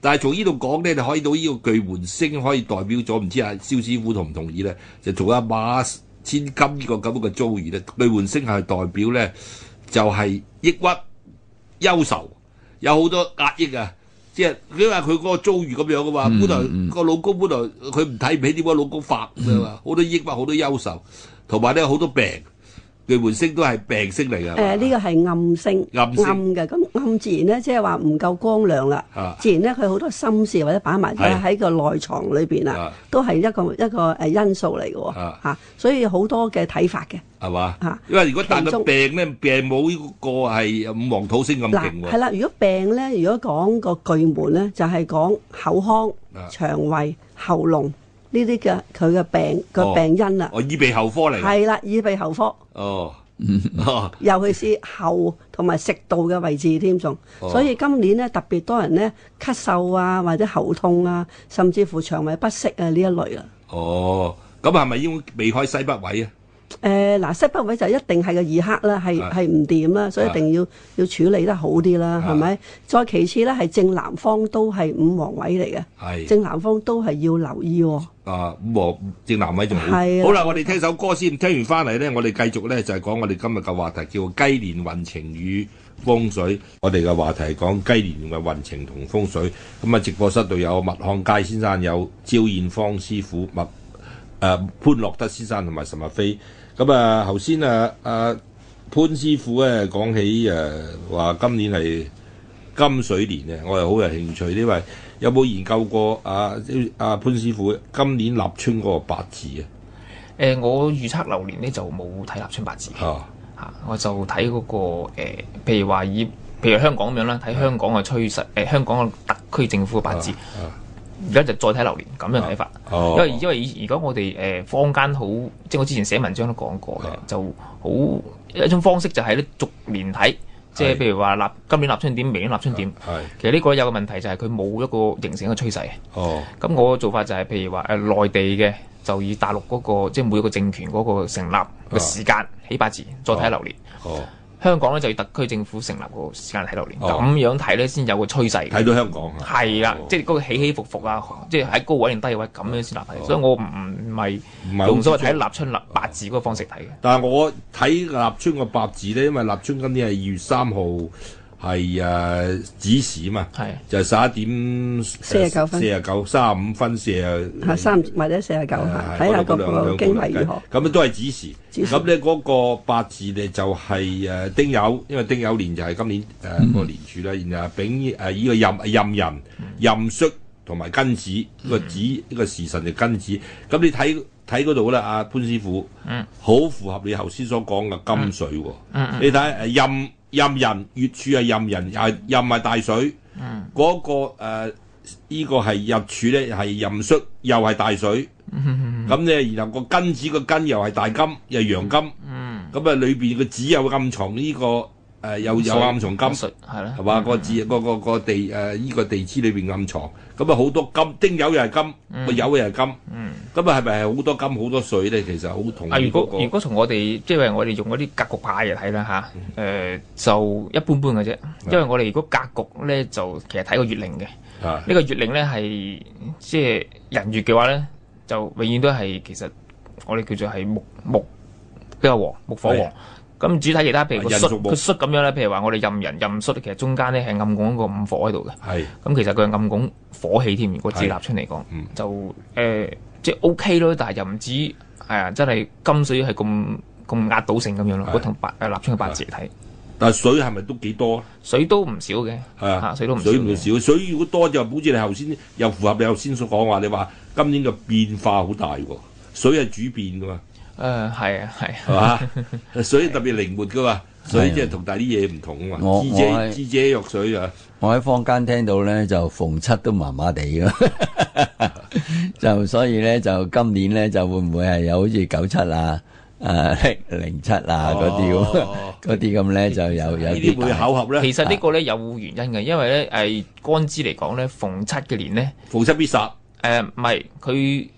[SPEAKER 1] 但係從呢度講咧，你可以到呢個巨門星可以代表咗，唔知阿蕭師傅同唔同意咧？就做阿馬千金呢個咁樣嘅遭遇咧，巨門星係代表咧就係、抑鬱、憂愁，有好多壓抑啊！即係因為佢嗰個遭遇咁樣噶嘛，本來個老公本來佢唔睇唔起，點解老公發㗎嘛？好多抑鬱，好多憂愁，同埋咧好多病，巨門星都係病星嚟㗎。
[SPEAKER 4] 呃誒呢個係暗星，
[SPEAKER 1] 暗星
[SPEAKER 4] 嘅咁暗自然咧，即係話唔夠光亮啦
[SPEAKER 1] 啊。
[SPEAKER 4] 自然咧，佢好多心事或者擺埋咗
[SPEAKER 1] 係
[SPEAKER 4] 喺個內藏裏邊啦
[SPEAKER 1] 啊，
[SPEAKER 4] 都係一個一個誒因素嚟嘅
[SPEAKER 1] 啊
[SPEAKER 4] 喎嚇所以好多嘅睇法嘅。
[SPEAKER 1] 係嘛
[SPEAKER 4] 啊？
[SPEAKER 1] 因為如果但
[SPEAKER 4] 其
[SPEAKER 1] 個
[SPEAKER 4] 中
[SPEAKER 1] 病咧，病冇呢個係五黃土星咁勁
[SPEAKER 4] 嗱，係
[SPEAKER 1] 喎。
[SPEAKER 4] 啦，如果病咧，如果講個巨門咧，就係、講口
[SPEAKER 1] 啊
[SPEAKER 4] 腔、腸胃、喉嚨呢啲嘅佢嘅病個
[SPEAKER 1] 哦啊
[SPEAKER 4] 病因啦，
[SPEAKER 1] 我耳鼻喉科嚟㗎。
[SPEAKER 4] 係啦、耳鼻喉科，
[SPEAKER 1] 哦，哦
[SPEAKER 4] 尤其是喉同埋食道嘅位置添仲，
[SPEAKER 1] 哦
[SPEAKER 4] 所以今年咧特別多人咧咳嗽啊，或者喉痛啊，甚至乎腸胃不適啊呢一類啊。
[SPEAKER 1] 哦，咁係咪應該避開西北位啊？
[SPEAKER 4] 誒嗱、西北位就一定係個二黑啦，係
[SPEAKER 1] 係
[SPEAKER 4] 係唔掂啦，所以
[SPEAKER 1] 係
[SPEAKER 4] 一定要要處理得好啲啦，
[SPEAKER 1] 係
[SPEAKER 4] 係咪？再其次咧，係正南方都係五黃位嚟嘅。
[SPEAKER 1] 係
[SPEAKER 4] 正南方都係要留意喎、
[SPEAKER 1] 啊，五黃正南位仲好。
[SPEAKER 4] 係啊
[SPEAKER 1] 好啦，我哋聽首歌先，聽完翻嚟咧，我哋繼續咧就係講我哋今日嘅話題，叫做雞年運程與風水。我哋嘅話題係講雞年嘅運程同風水。咁啊，直播室度有麥漢佳先生，有招燕芳師傅，麥誒、潘樂德先生同埋岑日飛。咁啊，頭先啊啊潘師傅咧講起誒話、今年係金水年嘅，我係好有興趣，因為有冇研究過啊啊潘師傅今年立春嗰個八字
[SPEAKER 3] 誒，呃我預測流年呢就冇睇立春八字嘅
[SPEAKER 1] 啊？啊，
[SPEAKER 3] 嚇，我就睇嗰、個、誒譬如話以譬如香港咁樣啦，睇香港嘅趨勢，誒、呃香港嘅特區政府嘅八字，而家、就再睇流年咁樣睇法。
[SPEAKER 1] 哦
[SPEAKER 3] 因為因為而家我哋誒、呃坊間好，即係我之前寫文章都講過嘅，就好一種方式就係咧逐年睇，即係譬如話立今年立春點，明年立春點。
[SPEAKER 1] 係
[SPEAKER 3] 其實呢個有個問題就係佢冇一個形成一個趨勢。
[SPEAKER 1] 哦，
[SPEAKER 3] 咁我嘅做法就係、譬如話誒、內地嘅，就以大陸嗰、個即係每一個政權嗰個成立
[SPEAKER 1] 啊
[SPEAKER 3] 嘅時間起八字，再睇流年。
[SPEAKER 1] 哦，
[SPEAKER 3] 香港咧就以特區政府成立個時間睇流年，
[SPEAKER 1] 哦
[SPEAKER 3] 咁、樣睇咧先有個趨勢。
[SPEAKER 1] 睇到香港啊，
[SPEAKER 3] 係啦
[SPEAKER 1] 哦，
[SPEAKER 3] 即係嗰個起起伏伏啊，即係喺高位定低位咁樣先立體，所以我唔唔係
[SPEAKER 1] 唔係好
[SPEAKER 3] 用所謂睇立春立八字嗰個方式睇嘅。
[SPEAKER 1] 但係我睇立春個八字咧，因為立春今年係二月三號係誒子時嘛，
[SPEAKER 3] 係
[SPEAKER 1] 就係十一點呃
[SPEAKER 4] 49分
[SPEAKER 1] 四十九、三十五分、四
[SPEAKER 4] 嚇
[SPEAKER 1] 啊
[SPEAKER 4] 三或者四十九嚇，睇下個個經緯如何。
[SPEAKER 1] 咁啊都係子時。
[SPEAKER 4] 子時
[SPEAKER 1] 咁咧嗰個八字咧就係誒丁酉，因為丁酉年就係今年誒個年柱啦，然後丙誒依個壬壬人、壬戌同埋庚子，呢
[SPEAKER 4] 嗯
[SPEAKER 1] 個子呢個時辰就庚子。咁你睇睇嗰度啦，阿潘師傅，好符合你頭先所講嘅金水喎。你睇誒壬壬人月柱係壬人，又係壬係大水。嗰個呃誒依個係入柱咧係壬戌，又係大水。咁咧，然後個金子個金又係大金，又係陽金，咁啊裏邊個子有暗藏呢、個誒、又有暗藏金，
[SPEAKER 3] 水係啦
[SPEAKER 1] 係。嘛？個字個個個地誒依、個地支裏邊暗藏，咁啊好多金，丁酉又係金，個酉又係金，咁啊係咪係好多金好多水咧？其實好同
[SPEAKER 3] 啊！如
[SPEAKER 1] 嗰
[SPEAKER 3] 果
[SPEAKER 1] 個
[SPEAKER 3] 如果從我哋即係話我哋用嗰啲格局派嚟睇啦吓，誒、就一般般嘅啫，因為我哋如果格局咧就其實睇個月令嘅，呢、
[SPEAKER 1] 啊
[SPEAKER 3] 個月令咧係即係人月嘅話咧，就永遠都係其實我哋叫做係木木比較旺，木火
[SPEAKER 1] 係
[SPEAKER 3] 旺。咁主體其他譬如個
[SPEAKER 1] 人
[SPEAKER 3] 戌
[SPEAKER 1] 屬木
[SPEAKER 3] 個戌咁樣咧，譬如話我哋任人任戌，其實中間咧係暗拱一個五火喺度嘅。
[SPEAKER 1] 係
[SPEAKER 3] 咁其實佢係暗拱火氣添，如果自立出嚟講，
[SPEAKER 1] 嗯
[SPEAKER 3] 就誒、呃即係 O K 咯，但係又唔止係啊，真係金水係咁咁壓倒性咁樣咯。
[SPEAKER 1] 係
[SPEAKER 3] 我同八誒立春嘅八字嚟睇，
[SPEAKER 1] 但係水係咪都幾多啊？
[SPEAKER 3] 水都唔少嘅，
[SPEAKER 1] 係啊，
[SPEAKER 3] 嚇水都唔少
[SPEAKER 1] 水唔
[SPEAKER 3] 嘅。
[SPEAKER 1] 少，水如果多就好似你頭先又符合你頭先所講話，你話今年嘅變化好大喎，水係主變噶嘛。
[SPEAKER 3] 誒係啊係啊，
[SPEAKER 1] 係嘛？ 水特別靈活噶嘛，水即係同大啲嘢唔同啊嘛
[SPEAKER 2] 我。
[SPEAKER 1] 知
[SPEAKER 2] 我
[SPEAKER 1] 者
[SPEAKER 2] 係
[SPEAKER 1] 知者若水啊，
[SPEAKER 2] 我喺坊間聽到咧，就逢七都麻麻地嘅， 就所以咧就今年咧就會唔會係有好似九七啊、 誒零七啊嗰啲咁
[SPEAKER 1] 哦
[SPEAKER 2] 嗰啲咁咧就有有
[SPEAKER 1] 呢啲會
[SPEAKER 2] 啲大
[SPEAKER 1] 巧合咧。
[SPEAKER 3] 其實呢個咧有原因嘅，因為咧誒干支嚟講咧，逢七嘅年咧
[SPEAKER 1] 逢七必殺
[SPEAKER 3] 誒唔係佢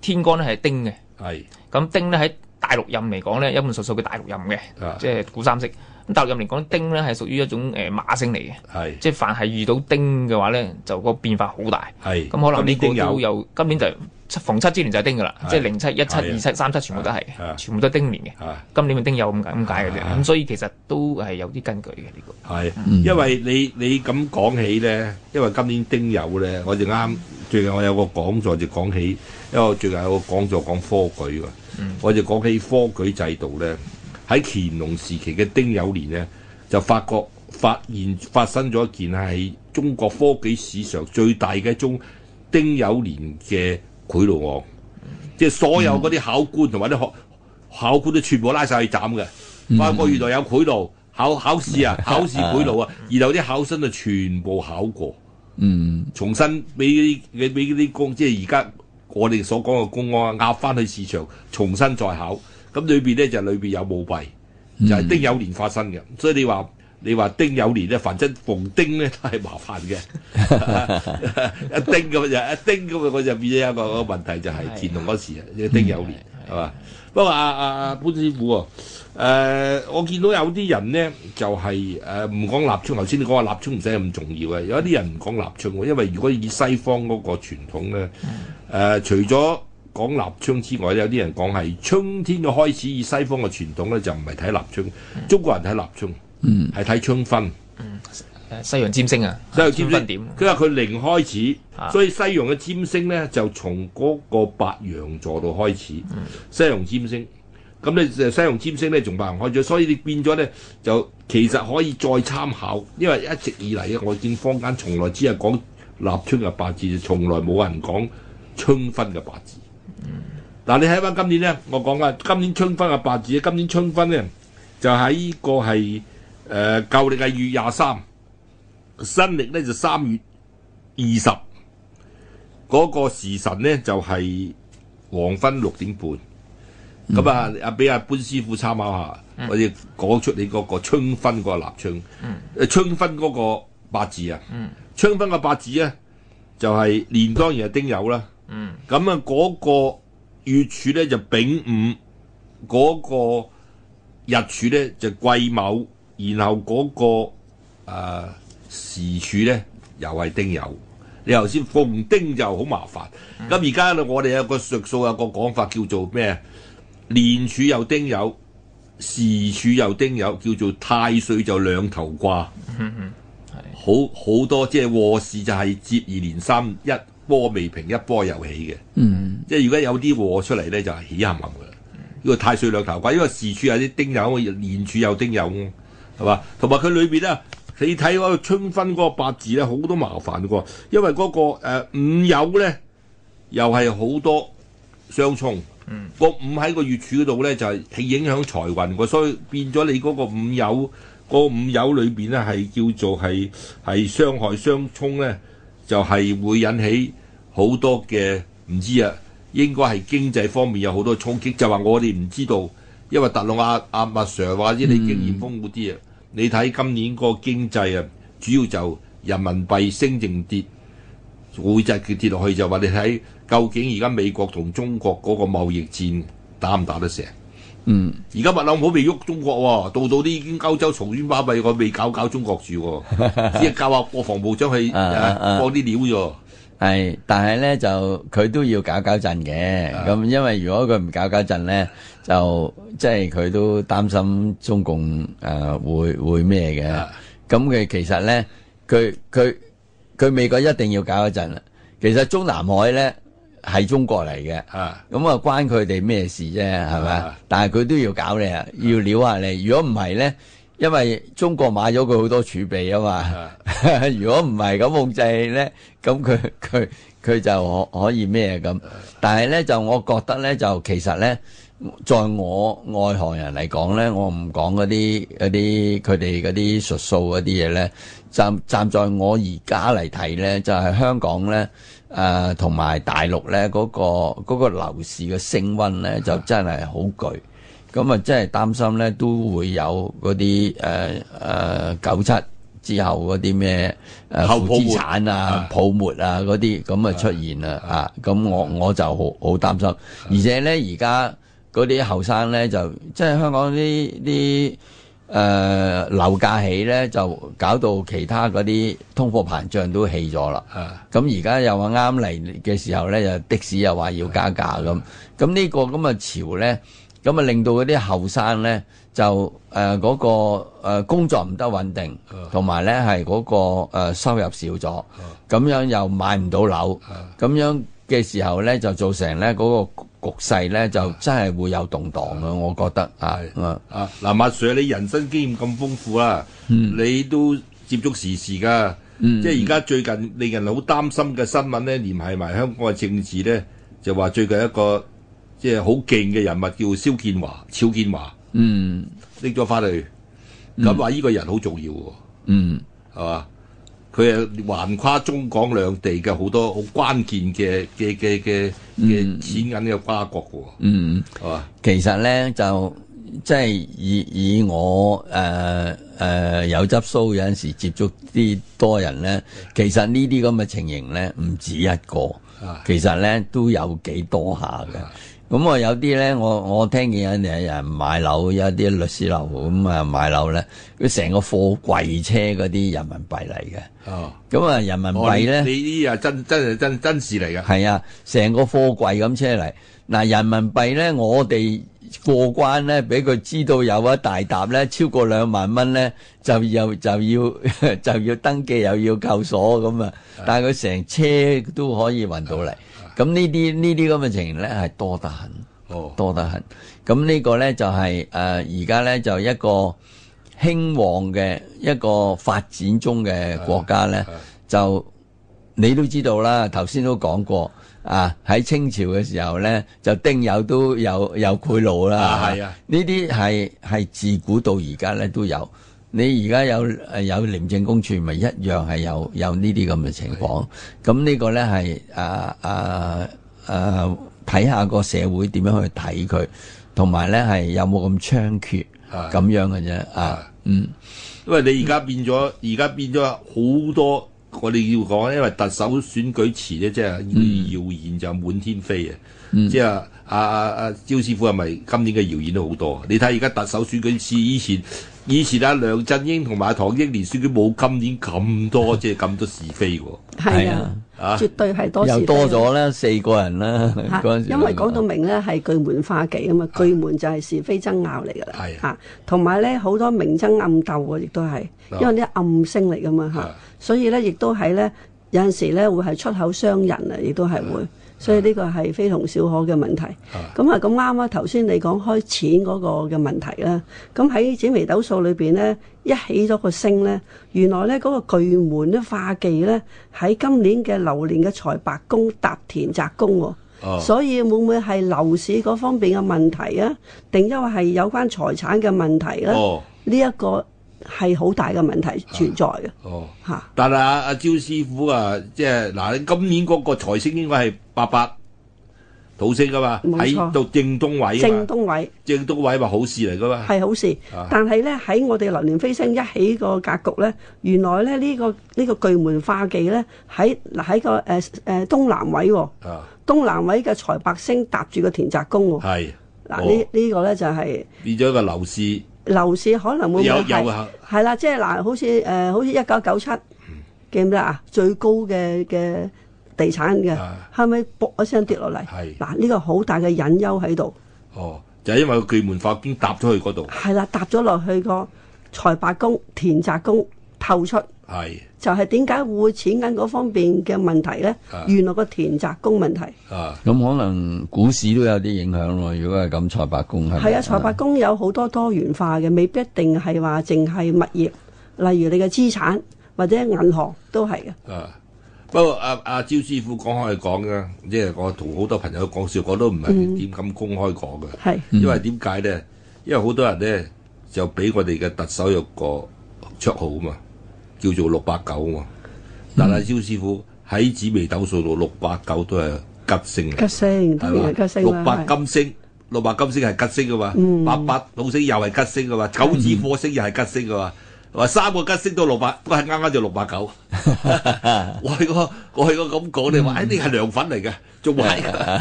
[SPEAKER 3] 天干咧係丁嘅，
[SPEAKER 1] 係
[SPEAKER 3] 咁丁咧喺大陸任嚟講咧，一本屬屬嘅大陸任嘅，
[SPEAKER 1] 啊
[SPEAKER 3] 即係古三式。咁大陸任嚟講，丁咧係屬於一種誒馬星嚟嘅。
[SPEAKER 1] 係
[SPEAKER 3] 即係凡係遇到丁嘅話咧，就個變化好大。
[SPEAKER 1] 係。
[SPEAKER 3] 咁可能呢
[SPEAKER 1] 今
[SPEAKER 3] 個
[SPEAKER 1] 年
[SPEAKER 3] 都
[SPEAKER 1] 丁酉
[SPEAKER 3] 有，今年就七逢七之年就係丁噶啦，
[SPEAKER 1] 係
[SPEAKER 3] 即係零七、一七、
[SPEAKER 1] 係啊
[SPEAKER 3] 二七、三七全部都係
[SPEAKER 1] 係啊，
[SPEAKER 3] 全部都係丁年嘅。
[SPEAKER 1] 啊，
[SPEAKER 3] 今年嘅丁有咁解咁解嘅啫，
[SPEAKER 1] 係啊
[SPEAKER 3] 咁所以其實都係有啲根據嘅呢個。
[SPEAKER 1] 係，因為你你咁講起咧，因為今年丁酉咧，我就啱最近我有個講座就講起，因為我最近有個講座講科舉喎，我就講起科舉制度咧，喺乾隆時期嘅丁酉年咧，就發覺發現發生咗一件係中國科舉史上最大嘅一宗丁酉年嘅賄賂案，即係所有嗰啲考官同埋啲學考官都全部拉晒去斬嘅，發覺原來有賄賂。考考試啊，考試賄賂啊，然後啲考生就全部考過，
[SPEAKER 2] 嗯
[SPEAKER 1] 重新俾啲俾俾啲公，即係而家我哋所講嘅公安押翻去市場，重新再考。咁裏邊咧就裏邊有舞弊，就係、丁酉年發生嘅。所以你話你話丁酉年咧，凡真逢丁咧都係麻煩 嘅。一丁咁就一丁咁，我就變咗一個個問題就係乾隆嗰時啊，一丁酉年係嘛？不過阿阿阿潘師傅喎，誒呃我見到有啲人咧就係誒唔講立春，頭先你講話立春唔使咁重要嘅，有啲人唔講立春喎，因為如果以西方嗰個傳統咧，誒、除咗講立春之外，有啲人講係春天嘅開始，以西方嘅傳統咧就唔係睇立春，中國人睇立春，
[SPEAKER 2] 嗯
[SPEAKER 1] 係睇春分。
[SPEAKER 3] 誒西洋占星啊，
[SPEAKER 1] 西洋占星
[SPEAKER 3] 分點
[SPEAKER 1] 佢話佢零開始，
[SPEAKER 3] 啊
[SPEAKER 1] 所以西洋嘅占星咧就從嗰個白羊座度開始，
[SPEAKER 3] 嗯
[SPEAKER 1] 西洋占星。咁咧就西洋占星咧從白羊開始，所以你變咗咧就其實可以再參考，因為一直以嚟啊咧我見坊間從來只係講立春嘅八字，就從來冇人講春分嘅八字。嗱、你睇翻今年咧，我講啊，今年春分嘅八字，今年春分咧就喺呢個係誒舊歷係二月廿三。新歷咧就三月二十，嗰個時辰咧就係、黃昏六點半。咁啊，啊俾阿潘師傅參考下，我哋講出你嗰個春分嗰個立春，誒春分嗰個八字啊，春分個八字咧就係年當然係丁酉啦，咁啊嗰個月柱咧就丙午，嗰個日柱咧就癸卯，然後嗰個誒時柱咧又係丁酉。你頭先逢丁就好麻煩，咁而家咧我哋有個術數有個講法叫做咩？啊年柱又丁酉，時柱又丁酉，叫做太歲就兩頭掛。好好多即係禍事就係接二連三，一波未平一波又起嘅。
[SPEAKER 2] 嗯，
[SPEAKER 1] 即係而家有啲禍出嚟咧，就係起冚冚噶啦。呢個太歲兩頭掛，因為時柱有啲丁酉，年柱有丁酉，係嘛？同埋佢裏邊咧，你睇嗰個春分嗰個八字咧，好多麻煩嘅，因為嗰、個、呃、五酉咧，又係好多相沖。個五喺個月柱嗰度咧，就係、影響財運喎，所以變咗你嗰個五酉，嗰、個五酉裏邊咧係叫做係係傷害相沖咧，就係、會引起好多嘅唔知啊，應該係經濟方面有好多衝擊，就話我哋唔知道，因為特朗阿阿麥 Sir 或者你經驗豐富啲啊，你睇今年個經濟啊，主要就人民幣升定跌。會就係跌落去，就話你睇究竟而家美國同中國嗰個貿易戰打唔打得成？
[SPEAKER 2] 嗯，
[SPEAKER 1] 而家特朗普未喐中國喎，到到啲已經歐洲嘈冤巴閉，我未搞搞中國住 喎，只係教下國防部長去誒
[SPEAKER 2] 啊啊啊
[SPEAKER 1] 放啲料啫喎。
[SPEAKER 2] 系，但系咧就佢都要搞搞震嘅，
[SPEAKER 1] 啊
[SPEAKER 2] 咁因為如果佢唔搞搞震咧，就即係佢都擔心中共诶、呃、会会咩嘅，
[SPEAKER 1] 啊
[SPEAKER 2] 咁佢其實咧，佢佢佢美國一定要搞搞震啦。其實中南海咧係中國嚟嘅，
[SPEAKER 1] 啊
[SPEAKER 2] 咁啊關佢哋咩事啫，係咪
[SPEAKER 1] 啊
[SPEAKER 2] 啊？但係佢都要搞你啊，要撩下你。如果唔係咧，因為中國買咗佢好多儲備啊嘛。 如果唔係咁控制咧，咁佢佢佢就可可以咩咁？但係咧就我覺得咧就其實咧，在我外行人嚟講咧，我唔講嗰啲嗰啲佢哋嗰啲術數嗰啲嘢咧，站站在我而家嚟睇咧，就係、香港咧。誒同埋大陸咧嗰、個嗰、個樓市嘅升温咧就真係好巨，咁啊真係擔心咧都會有嗰啲誒誒九七之後嗰啲咩誒
[SPEAKER 1] 後
[SPEAKER 2] 負
[SPEAKER 1] 泡沫
[SPEAKER 2] 資產啊
[SPEAKER 1] 啊、
[SPEAKER 2] 泡沫啊嗰啲咁啊出現啦啊，咁我我就好好擔心，而且咧而家嗰啲後生咧就即係香港啲啲。誒、樓價起咧，就搞到其他嗰啲通貨膨脹都起咗啦。
[SPEAKER 1] 啊
[SPEAKER 2] 咁而家又話啱嚟嘅時候咧，就的士又話要加價咁。咁呢個咁嘅潮咧，咁啊令到嗰啲後生咧就誒嗰、個、呃、工作唔得穩定，同埋咧係嗰個、呃、收入少咗，咁樣又買唔到樓，咁樣嘅時候咧就造成咧嗰、個局勢咧就真係會有動盪嘅，我覺得啊
[SPEAKER 1] 係
[SPEAKER 2] 啊
[SPEAKER 1] 啊！嗱，麥 Sir，你人生經驗咁豐富啦，
[SPEAKER 2] 嗯
[SPEAKER 1] 你都接觸時事㗎，即係而家最近令人好擔心嘅新聞咧，連係埋香港嘅政治咧，就話最近一個即係好勁嘅人物叫蕭建華，肖建華
[SPEAKER 2] 嗯
[SPEAKER 1] 拎咗翻去，咁話呢個人好重要喎，
[SPEAKER 2] 嗯
[SPEAKER 1] 係嘛？佢係橫跨中港兩地嘅好多好關鍵嘅嘅嘅嘅嘅錢銀嘅瓜葛㗎
[SPEAKER 2] 嗯。
[SPEAKER 1] 喎，係嘛？
[SPEAKER 2] 其實咧就即係以以我誒誒、呃呃有執蘇有陣時接觸啲多人咧，其實呢啲咁嘅情形咧唔止一個
[SPEAKER 1] 啊，
[SPEAKER 2] 其實咧都有幾多下嘅。咁我有啲咧，我我聽見有人有人買樓，有啲律師樓咁啊買樓咧，佢成個貨櫃車嗰啲人民幣嚟嘅。
[SPEAKER 1] 哦，
[SPEAKER 2] 咁啊人民
[SPEAKER 1] 哦
[SPEAKER 2] 幣
[SPEAKER 1] 你
[SPEAKER 2] 咧。
[SPEAKER 1] 你呢啲啊真真係真真事嚟㗎。
[SPEAKER 2] 係啊，成個貨櫃咁車嚟。嗱，人民幣咧，我哋過關咧，俾佢知道有一大沓咧，超過兩萬蚊咧，就又就要 就要登記，又要扣鎖咁啊。但係佢成車都可以運到嚟。咁呢啲呢啲咁嘅情形咧，係多得很。
[SPEAKER 1] 哦，
[SPEAKER 2] 多得很。咁呢個呢，就係誒而家呢，就一個興旺嘅一個發展中嘅國家呢，
[SPEAKER 1] 啊
[SPEAKER 2] 就你都知道啦，頭先都講過啊，喺清朝嘅時候呢，就丁酉都有有賄賂啦，
[SPEAKER 1] 啊係啊
[SPEAKER 2] 呢啲係係自古到而家咧都有。你而家有誒有廉政公署，咪一樣係有有呢啲咁嘅情況。咁呢啊個咧啊係誒誒誒睇下個社會點樣去睇佢。同埋咧係有冇咁猖獗
[SPEAKER 1] 啊
[SPEAKER 2] 咁樣嘅啫啊，嗯，
[SPEAKER 1] 因為你而家變咗，而家變咗好多，我哋要講，因為特首選舉前咧，即係
[SPEAKER 4] 嗯
[SPEAKER 1] 謠言就滿天飛啊！啊即係阿阿阿招師傅係咪今年嘅謠言都好多？你睇而家特首選舉似以前，以前阿梁振英同埋唐英年選舉冇今年咁 多，即係咁多是非喎。
[SPEAKER 4] 係
[SPEAKER 2] 係
[SPEAKER 4] 啊
[SPEAKER 2] 啊，
[SPEAKER 1] 啊
[SPEAKER 4] 絕對係多
[SPEAKER 2] 又
[SPEAKER 4] 是非
[SPEAKER 2] 多咗啦，四個人啦，
[SPEAKER 4] 嚇
[SPEAKER 2] 嗰陣時
[SPEAKER 4] 啊因為講到明咧係巨門化忌啊嘛，巨門就係是非爭拗嚟噶啦
[SPEAKER 1] 係啊，
[SPEAKER 4] 嚇，同埋咧好多明爭暗鬥啊，亦都係，
[SPEAKER 1] 啊
[SPEAKER 4] 因為啲暗星嚟噶嘛
[SPEAKER 1] 啊
[SPEAKER 4] 嚇，所以咧亦都係咧有陣時咧會係出口傷人啊，亦都係會，所以呢個係非同小可嘅問題。咁啊咁啱啊，頭先你講開錢嗰個嘅問題啦，咁喺紫微斗數裏邊咧，一起咗個星咧，原來咧嗰個巨門咧化忌咧喺今年嘅流年嘅財帛宮搭田宅宮喎。
[SPEAKER 1] 哦
[SPEAKER 4] 所以會唔會係樓市嗰方面嘅問題啊？定因為係有關財產嘅問題咧？
[SPEAKER 1] 哦
[SPEAKER 4] 呢一個係好大嘅問題存在嘅
[SPEAKER 1] 哦，
[SPEAKER 4] 嚇。
[SPEAKER 1] 但係阿阿招師傅啊，即係嗱，今年嗰個財星應該係八八土星噶嘛，
[SPEAKER 4] 冇錯
[SPEAKER 1] 喺到正東位啊嘛
[SPEAKER 4] 正東位
[SPEAKER 1] 正東位咪好事嚟噶嘛？
[SPEAKER 4] 係好事
[SPEAKER 1] 啊，
[SPEAKER 4] 但係咧喺我哋流年飛星一起個格局咧，原來咧呢、個呢、個巨門化忌咧喺嗱喺個誒誒、呃、東南位喎、
[SPEAKER 1] 啊，
[SPEAKER 4] 東南位嘅財帛星搭住個田宅宮喎、
[SPEAKER 1] 係
[SPEAKER 4] 嗱
[SPEAKER 1] 哦
[SPEAKER 4] 呢呢個咧就係、
[SPEAKER 1] 變咗一個樓市
[SPEAKER 4] 樓市可能會唔會
[SPEAKER 1] 有
[SPEAKER 4] 係
[SPEAKER 1] 有啊
[SPEAKER 4] 係啦，即係嗱，好似誒、呃好似一九九七
[SPEAKER 1] 嗯
[SPEAKER 4] 記唔記得啊？最高嘅嘅地產嘅
[SPEAKER 1] 啊，
[SPEAKER 4] 後尾卜一聲跌落嚟，
[SPEAKER 1] 係
[SPEAKER 4] 嗱呢個好大嘅隱憂喺度，
[SPEAKER 1] 哦，就係因為個巨門化已經搭咗去嗰度，
[SPEAKER 4] 係啦，搭咗落去個財帛宮、田宅宮透出，
[SPEAKER 1] 係
[SPEAKER 4] 就係點解會錢銀嗰方面嘅問題咧？
[SPEAKER 1] 啊
[SPEAKER 4] 原來個田宅宮問題
[SPEAKER 1] 啊
[SPEAKER 2] 咁可能股市都有啲影響咯。如果係咁，財白宮係咪
[SPEAKER 4] 係啊，財帛宮有好多多元化嘅，未必一定係話淨係物業，例如你嘅資產或者銀行都係嘅。
[SPEAKER 1] 啊。不過阿阿招師傅講開講嘅，即係我同好多朋友講笑，我都唔係點敢公開講嘅，
[SPEAKER 4] 係
[SPEAKER 1] 因為點解咧？因為好多人咧就俾我哋嘅特首有個绰號啊嘛，叫做六八九啊嘛。但係招師傅喺紫微斗數度六八九都係吉星嚟
[SPEAKER 4] 吉。星，當然係吉星
[SPEAKER 1] 六
[SPEAKER 4] 啦。
[SPEAKER 1] 白
[SPEAKER 4] 係嗯
[SPEAKER 1] 金星，六白金星係吉星噶嘛，八白土星又係吉星噶嘛，九紫火星又係吉星噶嘛，話三個吉星都六百，都係啱啱就六百 九。我係個我係個咁講，你
[SPEAKER 4] 嗯
[SPEAKER 1] 話誒你係涼粉嚟嘅，仲壞㗎，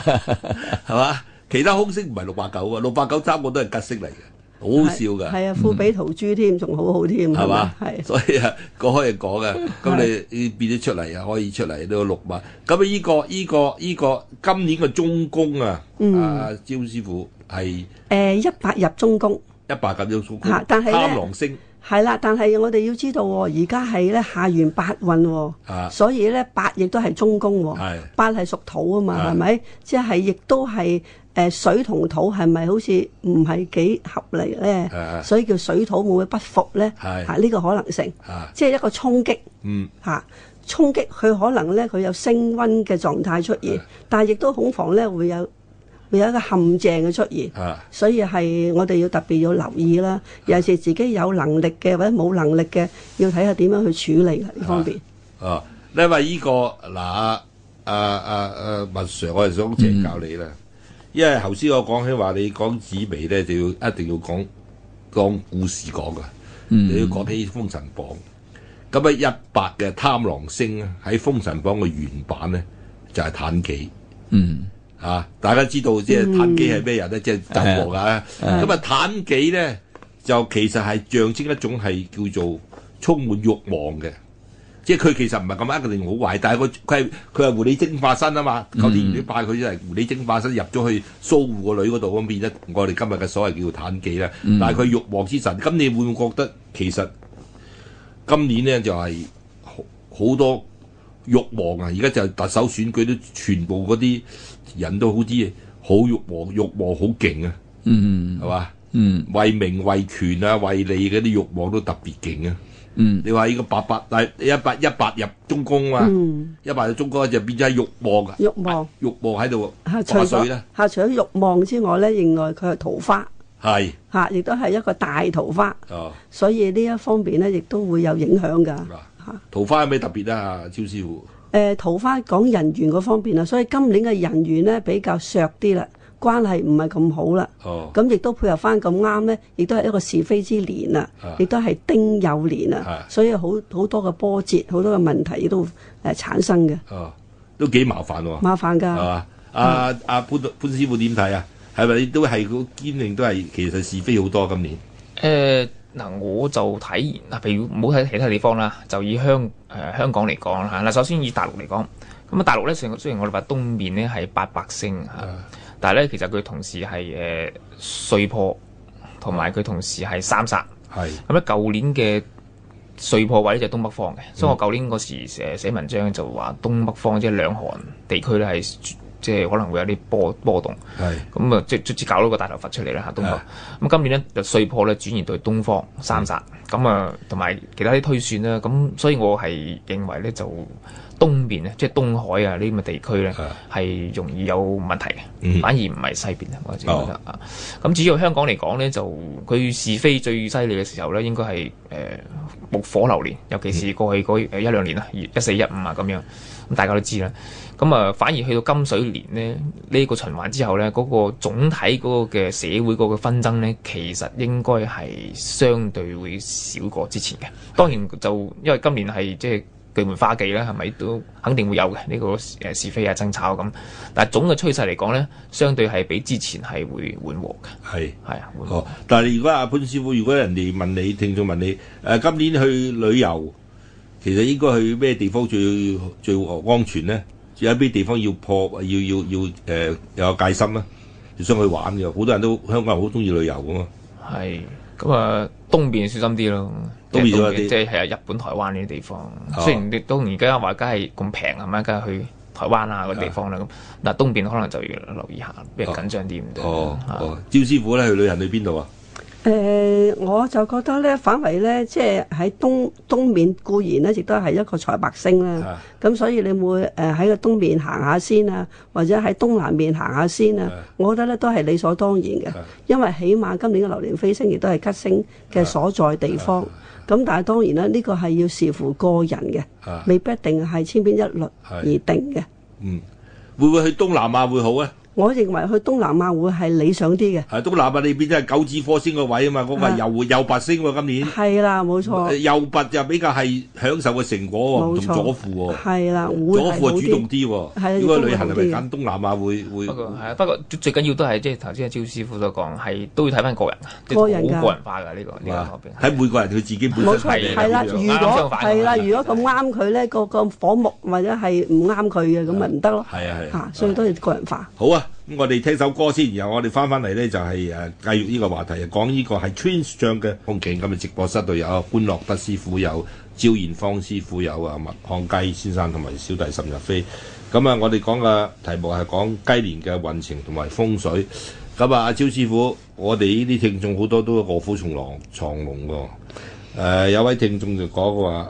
[SPEAKER 1] 係嘛？其他空星唔係六百九啊，六百九三個都係吉星嚟嘅，好笑㗎。嗯
[SPEAKER 4] 係啊，富比圖珠添，仲好好添，
[SPEAKER 1] 係嘛？
[SPEAKER 4] 係
[SPEAKER 1] 所以啊，個可以講 啊，咁你變咗出嚟啊，可以出嚟都六萬。咁呢、個呢、個呢、個今年嘅中工啊，
[SPEAKER 4] 嗯
[SPEAKER 1] 啊招師傅係一
[SPEAKER 4] 誒一百入中宮
[SPEAKER 1] 百咁樣中工，
[SPEAKER 4] 嚇但係呢
[SPEAKER 1] 貪狼星
[SPEAKER 4] 係啦，但係我哋要知道喎，而家係咧下元八運
[SPEAKER 1] 啊
[SPEAKER 4] 喎，所以咧八亦都係中宮
[SPEAKER 1] 係
[SPEAKER 4] 喎，八係屬土啊嘛，
[SPEAKER 1] 係
[SPEAKER 4] 係咪？即係亦都係誒水同土係咪好似唔係幾合理咧
[SPEAKER 1] 係？
[SPEAKER 4] 所以叫水土會唔會不服咧？
[SPEAKER 1] 係
[SPEAKER 4] 啊呢個可能性，
[SPEAKER 1] 啊，
[SPEAKER 4] 即係一個衝擊。
[SPEAKER 1] 嗯
[SPEAKER 4] 嚇、衝擊佢可能咧佢有升温嘅狀態出現，但係亦都恐防咧會有會有一個陷阱嘅出現，
[SPEAKER 1] 啊
[SPEAKER 4] 所以係我哋要特別要留意啦。尤其是自己有能力嘅或者冇能力嘅，要睇下點樣去處理啦呢方面。
[SPEAKER 1] 啊，因為呢、個嗱啊啊啊啊麥 Sir，我係想請教你啦，因為頭先我講起話你講紫薇咧，就要一定要講講故事講噶。你要講起《封神榜》，咁啊一白嘅貪狼星咧喺《封神榜》嘅原版咧就係、坦忌
[SPEAKER 2] 嗯
[SPEAKER 1] 啊！大家知道即係坦忌係咩人咧？即係紂王啊！咁啊坦忌咧就其實係象徵一種係叫做充滿慾望嘅。即係佢其實唔係咁啊一定好壞，但係佢佢係佢係狐狸精化身啊嘛！舊年你拜佢就係狐狸精化身入咗去蘇護個女嗰度咁變咗，我哋今日嘅所謂叫坦忌啦。但係佢慾望之神，咁你會唔會覺得其實今年咧就係、好好多慾望啊！而家就係特首選舉都全部嗰啲人都好啲好慾望，慾望好勁啊，
[SPEAKER 2] 嗯
[SPEAKER 1] 係嘛？
[SPEAKER 2] 嗯
[SPEAKER 1] 為名為權啊，為利嗰啲慾望都特別勁啊！
[SPEAKER 2] 嗯
[SPEAKER 1] 你話呢個八百，但係一百一百入中宮啊嘛，
[SPEAKER 4] 嗯，
[SPEAKER 1] 一百入中宮就變咗係慾望啊，
[SPEAKER 4] 慾望啊
[SPEAKER 1] 慾望喺度
[SPEAKER 4] 嚇，除
[SPEAKER 1] 掛水
[SPEAKER 4] 咗
[SPEAKER 1] 啦，
[SPEAKER 4] 嚇除咗慾望之外咧，另外佢係桃花
[SPEAKER 1] 係
[SPEAKER 4] 嚇，亦都係一個大桃花，
[SPEAKER 1] 哦
[SPEAKER 4] 所以呢一方面咧，亦都會有影響㗎。
[SPEAKER 1] 嗱，桃花有咩特別啊？招師傅
[SPEAKER 4] 呃啊誒、桃花講人緣嗰方面啦，所以今年嘅人緣咧比較削啲啦，關係唔係咁好啦。
[SPEAKER 1] 哦，
[SPEAKER 4] 咁亦都配合翻咁啱咧，亦都係一個是非之年啊
[SPEAKER 1] 啊，
[SPEAKER 4] 亦都係丁酉年啊
[SPEAKER 1] 啊，
[SPEAKER 4] 所以好好多嘅波折，好多嘅問題亦都誒、呃、產生嘅，
[SPEAKER 1] 哦，都幾麻煩喎，
[SPEAKER 4] 麻煩
[SPEAKER 1] 係
[SPEAKER 4] 㗎。
[SPEAKER 1] 嘛？阿阿潘潘師傅點睇啊？係咪都係個堅定都係其實是非好多今年？
[SPEAKER 3] 誒呃嗱、我就睇嗱，譬如唔好睇其他地方啦，就以香誒、香港嚟講啦嚇。嗱，首先以大陸嚟講，咁啊大陸咧，雖然雖然我哋話東面咧係八百星嚇，但係咧其實佢同時係誒碎破，同埋佢同時係三殺。
[SPEAKER 1] 係
[SPEAKER 3] 咁咧舊年嘅碎破位咧就東北方嘅，所以我舊年嗰時誒寫文章就話東北方即係兩韓地區咧係即係可能會有啲波波動。
[SPEAKER 1] 係
[SPEAKER 3] 咁啊，即即至搞到個大頭佛出嚟啦嚇，東北。咁今年咧就碎破咧轉移到東方三殺，咁啊同埋其他啲推算啦，咁所以我係認為咧就東邊咧，即係東海啊呢啲咁嘅地區咧
[SPEAKER 1] 啊
[SPEAKER 3] 係容易有問題嘅，
[SPEAKER 1] 嗯
[SPEAKER 3] 反而唔係西邊啊，我自己覺得啊。咁至於香港嚟講咧，就佢是非最犀利嘅時候咧，應該係誒木火流年，尤其是過去嗰呃誒一兩年啦，二一四一五啊咁樣，咁大家都知啦。咁啊，反而去到金水年呢，呢、個循環之後呢，嗰、個總體嗰個嘅社會嗰個紛爭呢，其實應該係相對會少過之前嘅。當然就因為今年係即係巨門花忌啦，係咪都肯定會有嘅呢、個誒是非啊爭吵咁。但係總嘅趨勢嚟講呢，相對係比之前係會緩和嘅，
[SPEAKER 1] 係。
[SPEAKER 3] 係啊，緩和。
[SPEAKER 1] 哦，但係如果阿潘師傅，如果人哋問你，聽眾問你，誒、今年去旅遊，其實應該去咩地方最最安全咧？有邊地方要破，要要要誒、有戒心啊？要想去玩嘅，好多人都香港人好中意旅遊噶嘛。
[SPEAKER 3] 係咁啊，東邊小心啲咯，
[SPEAKER 1] 東邊小心啲
[SPEAKER 3] 即係係啊，日本、台灣呢啲地方。
[SPEAKER 1] 哦
[SPEAKER 3] 雖然你當然而家話梗係咁平係咪？梗係去台灣啊嗰啲地方啦。咁嗱，東邊可能就要留意下，比較緊張啲咁多。
[SPEAKER 1] 哦
[SPEAKER 3] 啊
[SPEAKER 1] 哦，招師傅咧去旅行去邊度啊？
[SPEAKER 4] 誒、呃我就覺得咧，反為咧，即係喺東東面固然咧，亦都係一個財帛星啦
[SPEAKER 1] 啊。
[SPEAKER 4] 咁所以你會誒喺個東面行下先啊，或者喺東南面行下先啊
[SPEAKER 1] 啊。
[SPEAKER 4] 我覺得咧都係理所當然嘅
[SPEAKER 1] 啊，
[SPEAKER 4] 因為起碼今年嘅流年飛星亦都係吉星嘅所在地方。咁但係當然啦，呢、個係要視乎個人嘅
[SPEAKER 1] 啊，
[SPEAKER 4] 未必一定係千篇一律而定嘅。
[SPEAKER 1] 嗯，會唔會去東南亞會好啊？
[SPEAKER 4] 我認為去東南亞會係理想啲嘅。
[SPEAKER 1] 啊，東南亞你邊真係九指科星個位啊嘛，嗰、個
[SPEAKER 4] 啊
[SPEAKER 1] 右右拔星喎、今年。呃
[SPEAKER 4] 係啦，冇錯，
[SPEAKER 1] 右拔就比較係享受嘅成果喎，唔
[SPEAKER 4] 冇
[SPEAKER 1] 同左
[SPEAKER 4] 錯
[SPEAKER 1] 副喎。，
[SPEAKER 4] 係啦，會
[SPEAKER 1] 左
[SPEAKER 4] 係
[SPEAKER 1] 副啊
[SPEAKER 4] 好
[SPEAKER 1] 係主
[SPEAKER 4] 啲
[SPEAKER 1] 動。啲喎，
[SPEAKER 4] 係啊
[SPEAKER 1] 如果旅行係
[SPEAKER 4] 主動
[SPEAKER 1] 咪
[SPEAKER 4] 啲
[SPEAKER 1] 揀東南亞會會
[SPEAKER 3] 不過係啊，不過最最緊要都係即係頭先阿招師傅所講，係都要睇翻個人，即係
[SPEAKER 4] 個人㗎
[SPEAKER 3] 好個人化㗎呢個呢
[SPEAKER 1] 哇
[SPEAKER 3] 個嗰邊。
[SPEAKER 1] 睇每個人佢自己本身係
[SPEAKER 4] 冇錯，
[SPEAKER 1] 咩啊
[SPEAKER 4] 係啦。
[SPEAKER 1] 咁
[SPEAKER 4] 如
[SPEAKER 1] 樣
[SPEAKER 3] 啱啱相
[SPEAKER 4] 果
[SPEAKER 3] 反
[SPEAKER 4] 係啦，
[SPEAKER 3] 咁樣
[SPEAKER 4] 如果咁啱佢咧，個個火木或者係唔啱佢嘅，咁咪唔得咯。
[SPEAKER 1] 係啊係啊
[SPEAKER 4] 嚇，所以都要個人化。
[SPEAKER 1] 好啊，咁我哋聽首歌先，然後我哋翻翻嚟咧就係誒繼續呢個話題，啊講呢個係 Twins 唱嘅風景。咁啊，直播室度有潘樂德師傅，有趙賢芳師傅，有啊麥漢雞先生同埋小弟岑日飛。咁啊，我哋講嘅題目係講雞年嘅運程同埋風水。咁啊，阿招師傅，我哋呢啲聽眾好多都卧虎藏龍，藏龍喎。誒、有位聽眾就講話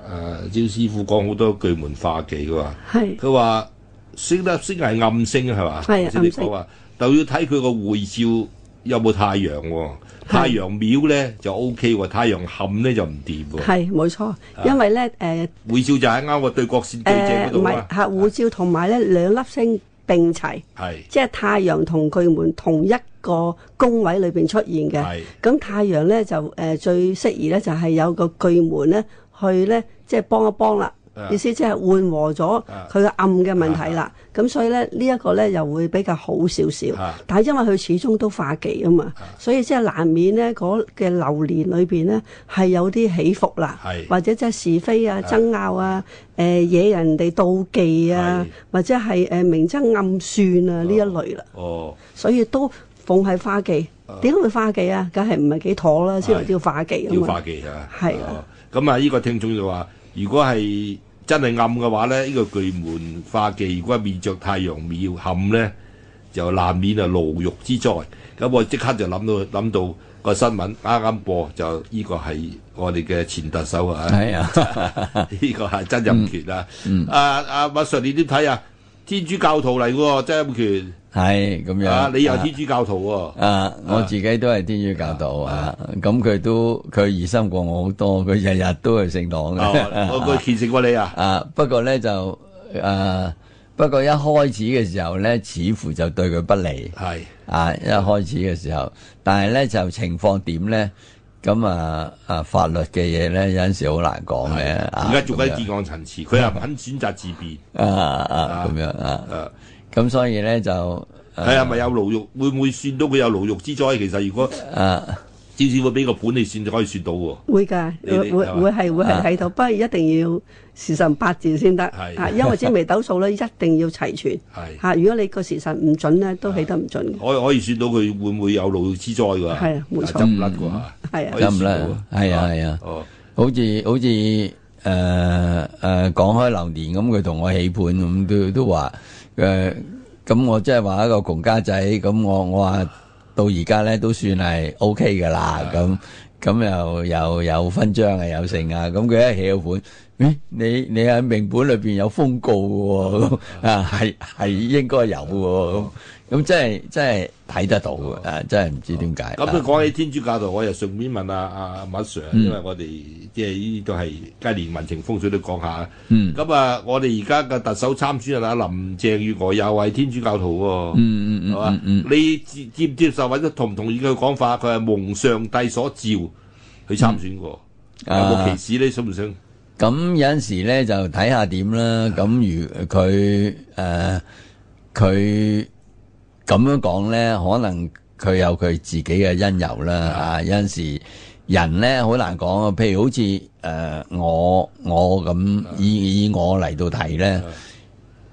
[SPEAKER 1] 誒，招師傅講好多巨門化忌嘅話。
[SPEAKER 4] 係
[SPEAKER 1] 佢話星粒星係暗星係嘛？
[SPEAKER 4] 係啊
[SPEAKER 1] 即係你
[SPEAKER 4] 暗星
[SPEAKER 1] 講話，就要睇佢個會照有冇太陽喎、太陽廟咧就 O K 喎，太陽冚咧就唔掂喎。
[SPEAKER 4] 係冇
[SPEAKER 1] 啊
[SPEAKER 4] 錯，因為咧誒
[SPEAKER 1] 會照就喺啱個對角線對正嗰
[SPEAKER 4] 誒唔
[SPEAKER 1] 度
[SPEAKER 4] 係
[SPEAKER 1] 啊。
[SPEAKER 4] 嚇護照同埋咧兩粒星並齊，
[SPEAKER 1] 係
[SPEAKER 4] 即係太陽同巨門同一個宮位裏邊出現嘅
[SPEAKER 1] 係。
[SPEAKER 4] 咁太陽咧就誒最適宜咧就係有個巨門咧去咧即係幫一幫啦
[SPEAKER 1] 啊。
[SPEAKER 4] 意思即係緩和咗佢嘅暗嘅問題啦，咁所以咧呢一個咧又會比較好少少
[SPEAKER 1] 啊，
[SPEAKER 4] 但係因為佢始終都化忌啊嘛，所以即係難免咧嗰嘅流年裏邊咧係有啲起伏啦
[SPEAKER 1] 係，
[SPEAKER 4] 或者即係是非啊、爭拗啊、誒惹人哋妒忌啊
[SPEAKER 1] 係，
[SPEAKER 4] 或者係誒明爭暗算啊呢一類啦，
[SPEAKER 1] 哦，
[SPEAKER 4] 所以都逢係化忌，點解會化忌啊？梗係唔係幾妥啦，先嚟叫化忌啊
[SPEAKER 1] 要化
[SPEAKER 4] 嘛，
[SPEAKER 1] 忌啊。
[SPEAKER 4] 係
[SPEAKER 1] 哦
[SPEAKER 4] 啊
[SPEAKER 1] 咁啊，呢個聽眾就話：如果係真係暗嘅話咧，呢、個巨門化忌，如果係面着太陽廟冚咧，就難免啊牢獄之災。咁我即刻就諗到諗到個新聞啱啱播，就呢個係我哋嘅前特首啊， 呢
[SPEAKER 2] 系嗯啊，
[SPEAKER 1] 個係曾蔭權啊。啊啊，麥 Sir 你點睇啊？天主教徒嚟喎，曾蔭
[SPEAKER 2] 系咁
[SPEAKER 1] 權
[SPEAKER 2] 样。
[SPEAKER 1] 啊，你又天主教徒喎、
[SPEAKER 2] 啊！我自己都係天主教徒啊，咁佢都佢疑心過我好多，佢日日都去聖堂
[SPEAKER 1] 哦
[SPEAKER 2] 嘅。
[SPEAKER 1] 我佢虔誠過你啊，
[SPEAKER 2] 啊，不過咧就誒、啊不過一開始嘅時候咧，似乎就對佢不利
[SPEAKER 1] 係
[SPEAKER 2] 啊！一開始嘅時候，但係咧就情況點咧？咁啊啊法律嘅嘢咧，有陣時好難講嘅。啊
[SPEAKER 1] 而家做
[SPEAKER 2] 咁
[SPEAKER 1] 緊
[SPEAKER 2] 樣
[SPEAKER 1] 結案陳詞，佢又唔肯選擇自辯。
[SPEAKER 2] 啊啊咁樣啊，咁所以咧就
[SPEAKER 1] 睇下咪有牢獄，會唔會算到佢有牢獄之災？其實如果
[SPEAKER 2] 啊
[SPEAKER 1] 至少會俾個本你算，就可以算到喎。
[SPEAKER 4] 會㗎，
[SPEAKER 1] 你
[SPEAKER 4] 會
[SPEAKER 1] 哋
[SPEAKER 4] 會
[SPEAKER 1] 係嘛啊
[SPEAKER 4] 會係會係喺度，不過一定要時辰八字先得
[SPEAKER 1] 係
[SPEAKER 4] 啊，因為啲微斗數咧一定要齊全啊
[SPEAKER 1] 係
[SPEAKER 4] 嚇。如果你個時辰唔準咧，都起得唔準嘅，
[SPEAKER 1] 可以可以算到佢會唔會有牢獄之災㗎？
[SPEAKER 4] 係啊冇錯
[SPEAKER 1] 執唔甩
[SPEAKER 2] 嗯
[SPEAKER 1] 㗎嚇。
[SPEAKER 4] 係啊
[SPEAKER 1] 可以
[SPEAKER 2] 得唔
[SPEAKER 1] 算
[SPEAKER 2] 啦
[SPEAKER 1] 到喎，
[SPEAKER 2] 係啊係啊，
[SPEAKER 1] 哦，
[SPEAKER 2] 好似好似誒誒講開流年咁，佢同我起盤咁都都話誒，咁、我即係話一個窮家仔，咁我我話到而家咧都算係 O K 噶啦，咁咁又又有勳章啊，有成啊，咁佢一起個盤。咦，你你喺名本裏邊有封告嘅喎，咁啊係係應該有嘅喎，咁咁真係真係睇得到嘅，啊真係唔知點解。
[SPEAKER 1] 哦
[SPEAKER 2] 啊
[SPEAKER 1] 咁佢講起天主教徒，我又順便問阿阿麥 Sir，因
[SPEAKER 2] 嗯
[SPEAKER 1] 為我哋即係呢啲都係皆連民情風水都講下。
[SPEAKER 2] 嗯
[SPEAKER 1] 咁啊，我哋而家嘅特首參選人阿林鄭月娥又係天主教徒喎。
[SPEAKER 2] 嗯嗯
[SPEAKER 1] 係嘛
[SPEAKER 2] 嗯嗯？
[SPEAKER 1] 你接接唔接受或者同唔同意佢嘅講法？佢係蒙上帝所召去參選喎，有
[SPEAKER 2] 嗯啊
[SPEAKER 1] 冇歧視你信唔信？
[SPEAKER 2] 咁有陣時咧就睇下點啦。咁如佢誒佢咁樣講咧，可能佢有佢自己嘅因由啦。啊，有陣時人咧好難講啊。譬如好似誒、呃我我咁以以我嚟到睇咧，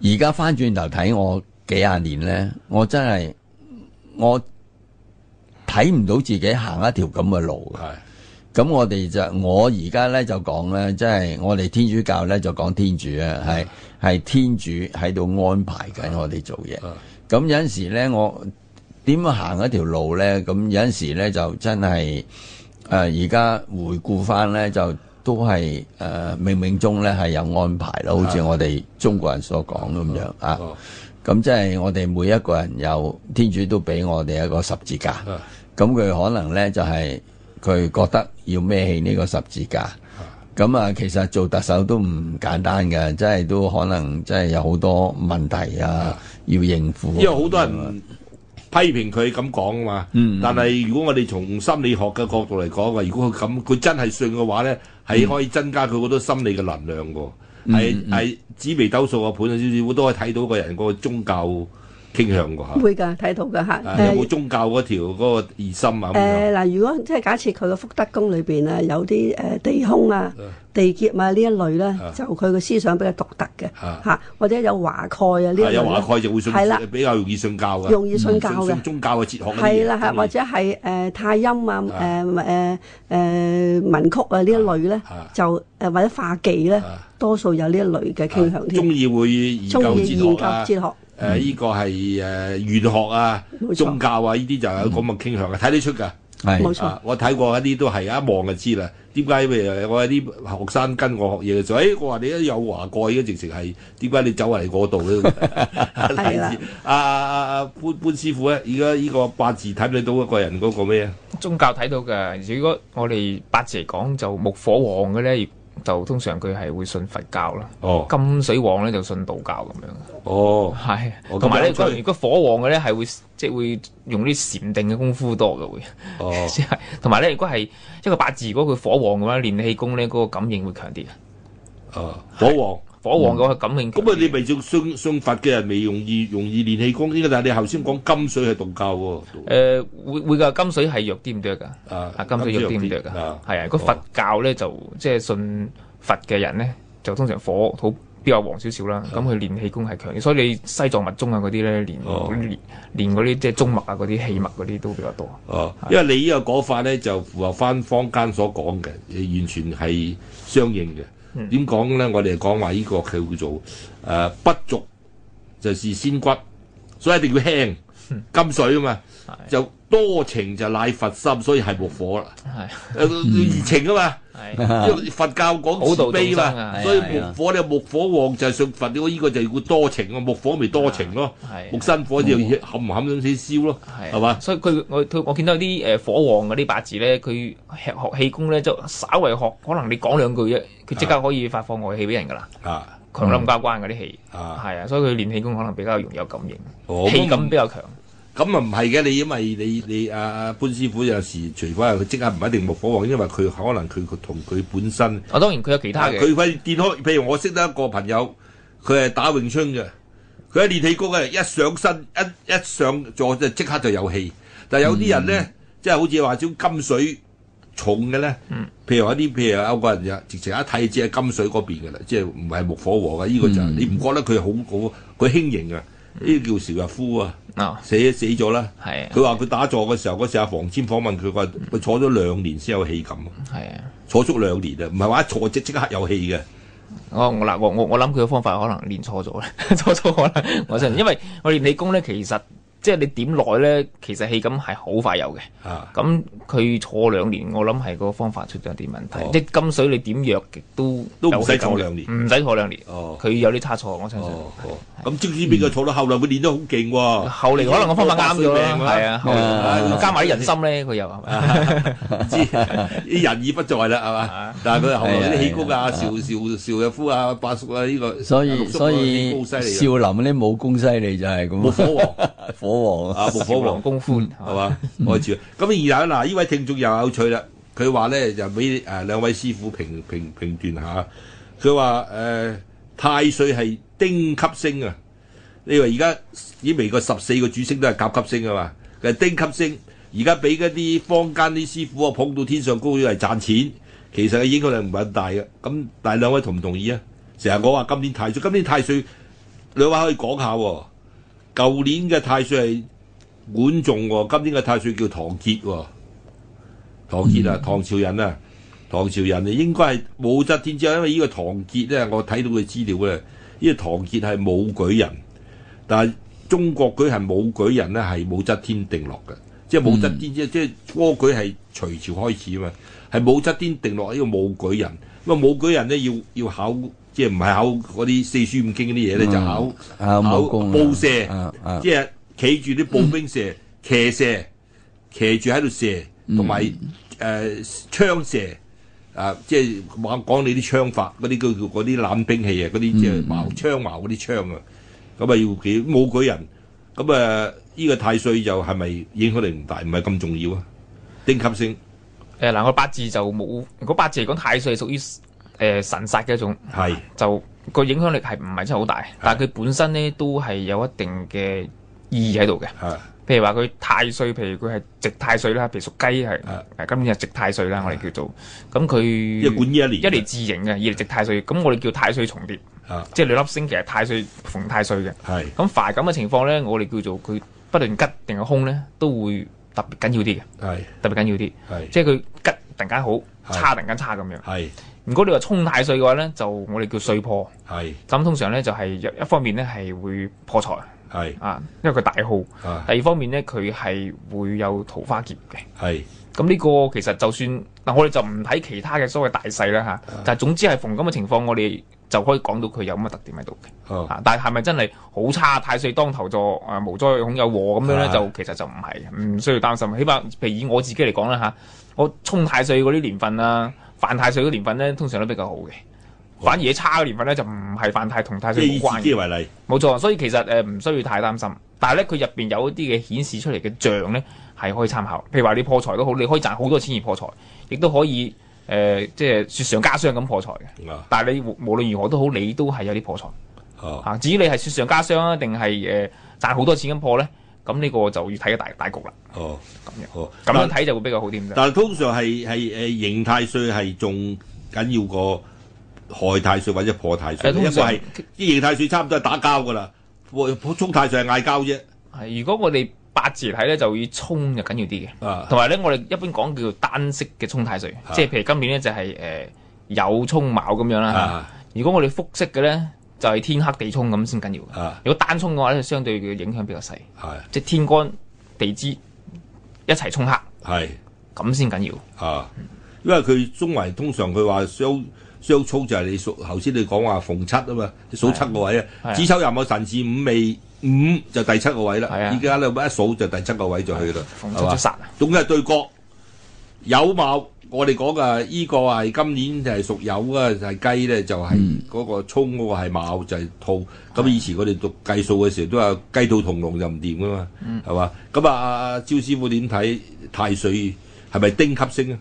[SPEAKER 2] 而家翻轉頭睇我幾廿年咧，我真係我睇唔到自己行一條咁嘅路嘅。
[SPEAKER 1] 係
[SPEAKER 2] 咁我哋就我而家咧就講咧，即係我哋天主教咧就講天主啊，係係天主喺度安排緊我哋做嘢。咁有陣時咧，我點樣行一條路咧？咁有陣時咧就真係誒，呃而、家回顧翻咧就都係誒、呃冥冥中咧係有安排啦，好似我哋中國人所講咁樣啊。
[SPEAKER 1] 啊哦
[SPEAKER 2] 咁即係我哋每一個人有天主都俾我哋一個十字架，
[SPEAKER 1] 啊
[SPEAKER 2] 咁佢可能咧就係、佢覺得要孭起呢個十字架，咁啊其實做特首都唔簡單嘅，即係都可能即係有好多問題啊要應付。
[SPEAKER 1] 因為好多人批評佢咁講啊嘛。但係如果我哋從心理學嘅角度嚟講啊，如果佢咁佢真係信嘅話咧，係可以增加佢好多心理嘅能量嘅喎。係係紫微斗數啊，盤啊，少少都可以睇到個人個宗教傾向㗎嚇。
[SPEAKER 4] 會㗎，睇到㗎嚇。
[SPEAKER 1] 啊有冇
[SPEAKER 4] 誒
[SPEAKER 1] 宗教嗰條嗰個疑心啊？咁樣
[SPEAKER 4] 誒嗱，如果即係假設佢個福德宮裏邊啊有啲誒地空啊、地劫啊呢一類咧，就佢個思想比較獨特嘅
[SPEAKER 1] 啊
[SPEAKER 4] 嚇，或者有華蓋啊呢一類
[SPEAKER 1] 係有華
[SPEAKER 4] 呢
[SPEAKER 1] 蓋就會信
[SPEAKER 4] 係啦，
[SPEAKER 1] 比較容易信教嘅，
[SPEAKER 4] 容易信教嘅
[SPEAKER 1] 信宗教嘅哲學嗰啲嘢
[SPEAKER 4] 係啦，係
[SPEAKER 1] 中意
[SPEAKER 4] 或者係誒、呃太陰啊、誒誒誒文曲啊呢一類咧
[SPEAKER 1] 啊，
[SPEAKER 4] 就誒、或者化忌咧
[SPEAKER 1] 啊，
[SPEAKER 4] 多數有呢一類嘅傾向
[SPEAKER 1] 中
[SPEAKER 4] 添。
[SPEAKER 1] 意會研究
[SPEAKER 4] 中
[SPEAKER 1] 哲
[SPEAKER 4] 意研究
[SPEAKER 1] 學
[SPEAKER 4] 哲
[SPEAKER 1] 啊。
[SPEAKER 4] 學，
[SPEAKER 1] 誒呢個係誒玄學啊
[SPEAKER 4] 嗯冇、錯
[SPEAKER 1] 宗教啊呢啲就有咁嘅傾向嘅，睇得出㗎。
[SPEAKER 2] 係
[SPEAKER 4] 冇錯
[SPEAKER 1] 啊，我睇過一啲都係一望就知啦。點解譬如我有啲學生跟我學嘢嘅時候，誒我話你一有華蓋嘅，直情係點解你走嚟我度咧？
[SPEAKER 4] 係啦
[SPEAKER 1] 例子啊啊啊潘潘師傅咧，而家呢個八字睇唔睇到一個人嗰個咩啊？
[SPEAKER 3] 宗教睇到嘅，如果我哋八字嚟講，就木火旺嘅咧，就通常佢係會信佛教啦；
[SPEAKER 1] 哦
[SPEAKER 3] 金水旺咧就信道教咁樣。
[SPEAKER 1] 哦。
[SPEAKER 3] 係，
[SPEAKER 1] 哦
[SPEAKER 3] 同埋
[SPEAKER 1] 咁
[SPEAKER 3] 咧，
[SPEAKER 1] 有趣
[SPEAKER 3] 佢如果火旺嘅咧，係會即係會用啲禪定嘅功夫多嘅會，
[SPEAKER 1] 哦，
[SPEAKER 3] 即係同埋咧，如果係一個八字，如果佢火旺嘅話，練氣功咧嗰個感應會強啲嘅。
[SPEAKER 1] 哦，火王。
[SPEAKER 3] 火旺嘅話，感應強
[SPEAKER 1] 咁啊，你
[SPEAKER 3] 啲
[SPEAKER 1] 咪做信信佛嘅人，咪容易容易練氣功。呢個但係你頭先講金水係道教喎。
[SPEAKER 3] 誒會會㗎，金水係弱啲唔對㗎，
[SPEAKER 1] 啊
[SPEAKER 3] 啊金水弱啲唔對㗎，
[SPEAKER 1] 金水弱啲啊
[SPEAKER 3] 係啊，如果佛教咧就即係信佛嘅人咧，就通常火土比較旺少少啦，咁佢練氣功係強啲，所以你西藏密宗啊嗰啲咧練
[SPEAKER 1] 哦
[SPEAKER 3] 練練嗰啲即係中脈啊嗰啲氣脈嗰啲都比較多，
[SPEAKER 1] 哦，因為你呢個講法咧就符合翻坊間所講嘅，完全係相應
[SPEAKER 3] 嗯
[SPEAKER 1] 嘅。點講咧？我哋講話呢個佢叫做誒、呃不俗，就是先骨，所以一定要輕
[SPEAKER 3] 嗯
[SPEAKER 1] 金水啊嘛。就多情就乃佛心，所以係木火 啦。
[SPEAKER 3] 係
[SPEAKER 1] 誒熱情啊嘛。
[SPEAKER 3] 係
[SPEAKER 1] 因為佛教講慈悲
[SPEAKER 3] 普度眾生啊
[SPEAKER 1] 嘛，所以
[SPEAKER 2] 係啊
[SPEAKER 1] 木火咧木火旺就係信佛，呢個呢個就叫多情啊，木火咪多情咯
[SPEAKER 3] 係啊，
[SPEAKER 1] 木生火就冚唔冚咁先燒咯，
[SPEAKER 3] 係
[SPEAKER 1] 係嘛？
[SPEAKER 3] 所以佢我佢我見到有啲誒火旺嗰啲八字咧，佢學學氣功咧就稍為學，可能你講兩句啫，佢即刻可以發放外氣俾人㗎啦。
[SPEAKER 1] 啊，
[SPEAKER 3] 強冧交關嗰啲氣，
[SPEAKER 1] 啊
[SPEAKER 3] 係啊，所以佢練氣功可能比較容易有感應，
[SPEAKER 1] 哦
[SPEAKER 3] 氣
[SPEAKER 1] 咁
[SPEAKER 3] 感比較強。
[SPEAKER 1] 咁啊唔係嘅，你因為你你阿、啊、潘師傅有時除翻佢即刻唔一定木火旺，因為佢可能佢佢同佢本身。啊
[SPEAKER 3] 我啊當然佢有其他嘅，
[SPEAKER 1] 佢佢電開，譬如我識得一個朋友，佢係打詠春嘅，佢喺練氣功嘅，一上身一一上座就即刻就有氣。但係有啲人咧，
[SPEAKER 3] 嗯
[SPEAKER 1] 即係好似話少金水重嘅咧，
[SPEAKER 3] 嗯
[SPEAKER 1] 譬如話啲譬如有個人就直情一睇只係金水嗰邊嘅啦，即係唔係木火和嘅，呢、個就係
[SPEAKER 3] 嗯
[SPEAKER 1] 你唔覺得佢好好佢輕盈啊？呢、個叫邵逸夫啊，
[SPEAKER 3] 啊，
[SPEAKER 1] 死死咗啦。
[SPEAKER 3] 係啊，
[SPEAKER 1] 佢話佢打坐嘅時候，嗰時阿黃霑訪問佢佢話，佢坐咗兩年先有氣感，
[SPEAKER 3] 係啊。
[SPEAKER 1] 坐足兩年啊，唔係話一坐即即刻有氣嘅。
[SPEAKER 3] 我我嗱我我我諗佢嘅方法可能練錯咗咧， 錯咗可能我真係，因為我練氣功咧，其實即係你點耐咧，其實氣感係好快有嘅。
[SPEAKER 1] 啊，
[SPEAKER 3] 咁佢坐兩年，我諗係個方法出咗啲問題。
[SPEAKER 1] 哦
[SPEAKER 3] 即係金水你點弱極都
[SPEAKER 1] 都唔
[SPEAKER 3] 有
[SPEAKER 1] 使
[SPEAKER 3] 氣感
[SPEAKER 1] 坐
[SPEAKER 3] 嘅
[SPEAKER 1] 兩年
[SPEAKER 3] 唔使坐兩年。
[SPEAKER 1] 哦，
[SPEAKER 3] 佢有啲差錯，我相信。
[SPEAKER 1] 哦，哦，咁即使俾佢坐到後嚟，佢練得好勁喎。
[SPEAKER 3] 嗯後嚟可能個方法啱咗啦，係啊，後
[SPEAKER 1] 啊
[SPEAKER 3] 嚟加埋啲人心咧，佢又係咪？
[SPEAKER 1] 唔知啲人已不在啦，係嘛
[SPEAKER 3] 啊？
[SPEAKER 1] 但係佢後來啲氣功啊，
[SPEAKER 2] 係啊
[SPEAKER 1] 邵邵邵逸夫啊、八叔啊，呢個
[SPEAKER 2] 所
[SPEAKER 1] 啊
[SPEAKER 2] 以
[SPEAKER 1] 六叔啊
[SPEAKER 2] 所
[SPEAKER 1] 啲
[SPEAKER 2] 以
[SPEAKER 1] 功
[SPEAKER 2] 少
[SPEAKER 1] 好
[SPEAKER 2] 林
[SPEAKER 1] 犀利啊
[SPEAKER 2] 啲武功犀利就係
[SPEAKER 1] 木
[SPEAKER 2] 咁啊
[SPEAKER 1] 火王
[SPEAKER 2] 火王啊，
[SPEAKER 1] 啊，木火王
[SPEAKER 3] 王功夫
[SPEAKER 1] 係嘛？愛住咁然後嗱，呢位聽眾又有趣啦，佢話咧就俾誒兩位師傅評評評斷下，佢話誒太歲係丁級星啊，你話而家以美國十四個主星都係甲級星啊嘛，佢係丁級星，而家俾嗰啲坊間啲師傅啊捧到天上高要嚟賺錢，其實嘅影響力唔係咁大嘅，咁但係兩位同唔同意啊？成日我話今年太歲，今年太歲兩位可以講下喎、舊年嘅太歲係管仲喎、今年嘅太歲叫唐傑喎、唐傑啊，唐朝人啊，唐朝人啊，應該係武則天之後，因為呢個唐傑咧，我睇到佢資料咧，呢、個唐傑係武舉人，但係中國舉行武舉人咧係武則天定落嘅，即係武則天即係即係科舉係隋朝開始啊嘛，係武則天定落呢個武舉人，咁啊武舉人咧要要考。即係唔係考嗰啲四書五經嗰啲嘢咧，就考
[SPEAKER 2] 啊武功啊
[SPEAKER 1] 步射，
[SPEAKER 2] 啊啊
[SPEAKER 1] 即係企住啲步兵射、騎射、騎住喺度射，同埋誒槍射。啊！即係講講你啲槍法，嗰啲叫做嗰啲冷兵器啊，嗰啲即係矛槍矛嗰啲槍啊，咁啊要幾武舉人，咁啊呢個太歲又係咪影響力唔大，唔係咁重要啊？丁級星
[SPEAKER 3] 誒嗱，我八字就冇，嗰八字嚟講太歲係屬於誒神煞嘅一種。
[SPEAKER 1] 係
[SPEAKER 3] 就個影響力係唔係真係好大，但係佢本身咧都係有一定嘅意義喺度嘅。
[SPEAKER 1] 啊
[SPEAKER 3] 譬如話佢太歲，譬如佢係值太歲啦，譬如屬雞係
[SPEAKER 1] 啊
[SPEAKER 3] 誒今年係值太歲啦，我哋叫做咁
[SPEAKER 1] 即係
[SPEAKER 3] 佢
[SPEAKER 1] 管呢一年
[SPEAKER 3] 一嚟自刑嘅，二嚟值太歲，咁我哋叫太歲重疊，
[SPEAKER 1] 啊
[SPEAKER 3] 即係兩粒星其實太歲逢太歲嘅。
[SPEAKER 1] 係
[SPEAKER 3] 咁凡係咁嘅情況咧，我哋叫做佢不論吉定係凶咧，都會特別緊要啲嘅，
[SPEAKER 1] 係
[SPEAKER 3] 特別緊要啲，
[SPEAKER 1] 係
[SPEAKER 3] 即係佢吉突然間好，差突然間差咁樣。
[SPEAKER 1] 係
[SPEAKER 3] 如果你話沖太歲嘅話咧，就我哋叫歲破。
[SPEAKER 1] 係
[SPEAKER 3] 咁通常咧就係一一方面咧係會破財
[SPEAKER 1] 係
[SPEAKER 3] 啊，因為佢大耗；
[SPEAKER 1] 啊
[SPEAKER 3] 第二方面咧佢係會有桃花劫嘅。
[SPEAKER 1] 係
[SPEAKER 3] 咁呢個其實就算嗱，我哋就唔睇其他嘅所謂大勢啦嚇，
[SPEAKER 1] 啊
[SPEAKER 3] 但係總之係逢咁嘅情況，我哋就可以講到佢有乜特點喺度嘅
[SPEAKER 1] 哦
[SPEAKER 3] 嚇。但係係咪真係好差太歲當頭坐啊無災恐有禍咁樣咧？
[SPEAKER 1] 啊
[SPEAKER 3] 就其實就唔係嘅，唔需要擔心。起碼譬如以我自己嚟講啦嚇，我沖太歲嗰啲年份啊，犯太歲嗰啲年份咧，通常都比較好嘅。反而差嘅年份咧，就唔係犯太同太
[SPEAKER 1] 即係
[SPEAKER 3] 歲
[SPEAKER 1] 以
[SPEAKER 3] 冇關
[SPEAKER 1] 自
[SPEAKER 3] 嘅
[SPEAKER 1] 己。為例
[SPEAKER 3] 冇錯，所以其實呃誒唔需要太擔心，但係咧佢入邊有一啲嘅顯示出嚟嘅像咧係可以參考，譬如話你破財都好，你可以賺好多錢而破財，亦都可以誒、呃即係雪上加霜咁破財嘅。
[SPEAKER 1] 啊
[SPEAKER 3] 但係你無無論如何都好，你都係有啲破財
[SPEAKER 1] 哦
[SPEAKER 3] 啊。至於你係雪上加霜啊，定係誒賺好多錢咁破咧，咁呢個就要睇個大大局啦。
[SPEAKER 1] 哦
[SPEAKER 3] 咁樣
[SPEAKER 1] 哦
[SPEAKER 3] 咁樣睇就會比較好啲咁啫。
[SPEAKER 1] 但係通常係係誒形態税係仲緊要過害太歲或者破太歲，
[SPEAKER 3] 誒
[SPEAKER 1] 因為
[SPEAKER 3] 通常
[SPEAKER 1] 係啲形態税差唔多係打交噶啦，破破沖太歲係嗌交啫。
[SPEAKER 3] 係如果我哋八字嚟睇咧，就要衝就緊要啲嘅。
[SPEAKER 1] 啊
[SPEAKER 3] 同埋咧，我哋一般講叫單式嘅沖太歲，
[SPEAKER 1] 啊
[SPEAKER 3] 即係譬如今年咧就係誒有沖卯咁樣啦。
[SPEAKER 1] 啊
[SPEAKER 3] 如果我哋複式嘅咧，就係天黑地沖咁先緊要嘅。
[SPEAKER 1] 啊
[SPEAKER 3] 如果單沖嘅話咧，相對嘅影響比較細，
[SPEAKER 1] 係
[SPEAKER 3] 即係天干地支一齊沖黑
[SPEAKER 1] 係
[SPEAKER 3] 咁先緊要。
[SPEAKER 1] 啊，因為佢中圍通常佢話相相沖就係你數頭先你講話逢七啊嘛，你數七個位
[SPEAKER 3] 係
[SPEAKER 1] 啊，
[SPEAKER 3] 啊
[SPEAKER 1] 子丑寅卯辰巳午未五就第七個位啦。
[SPEAKER 3] 係啊
[SPEAKER 1] 而家你一數就第七個位就去啦，
[SPEAKER 3] 逢七
[SPEAKER 1] 係嘛
[SPEAKER 3] 出殺，
[SPEAKER 1] 總之係對角有貌我哋講嘅依個係今年就係屬有啊，就係雞咧就係嗰個葱嗰個係卯就係兔。咁以前我哋讀計數嘅時候都話雞兔同籠就唔掂噶嘛，係嘛？咁啊，阿招師傅點睇太歲係咪丁級星啊？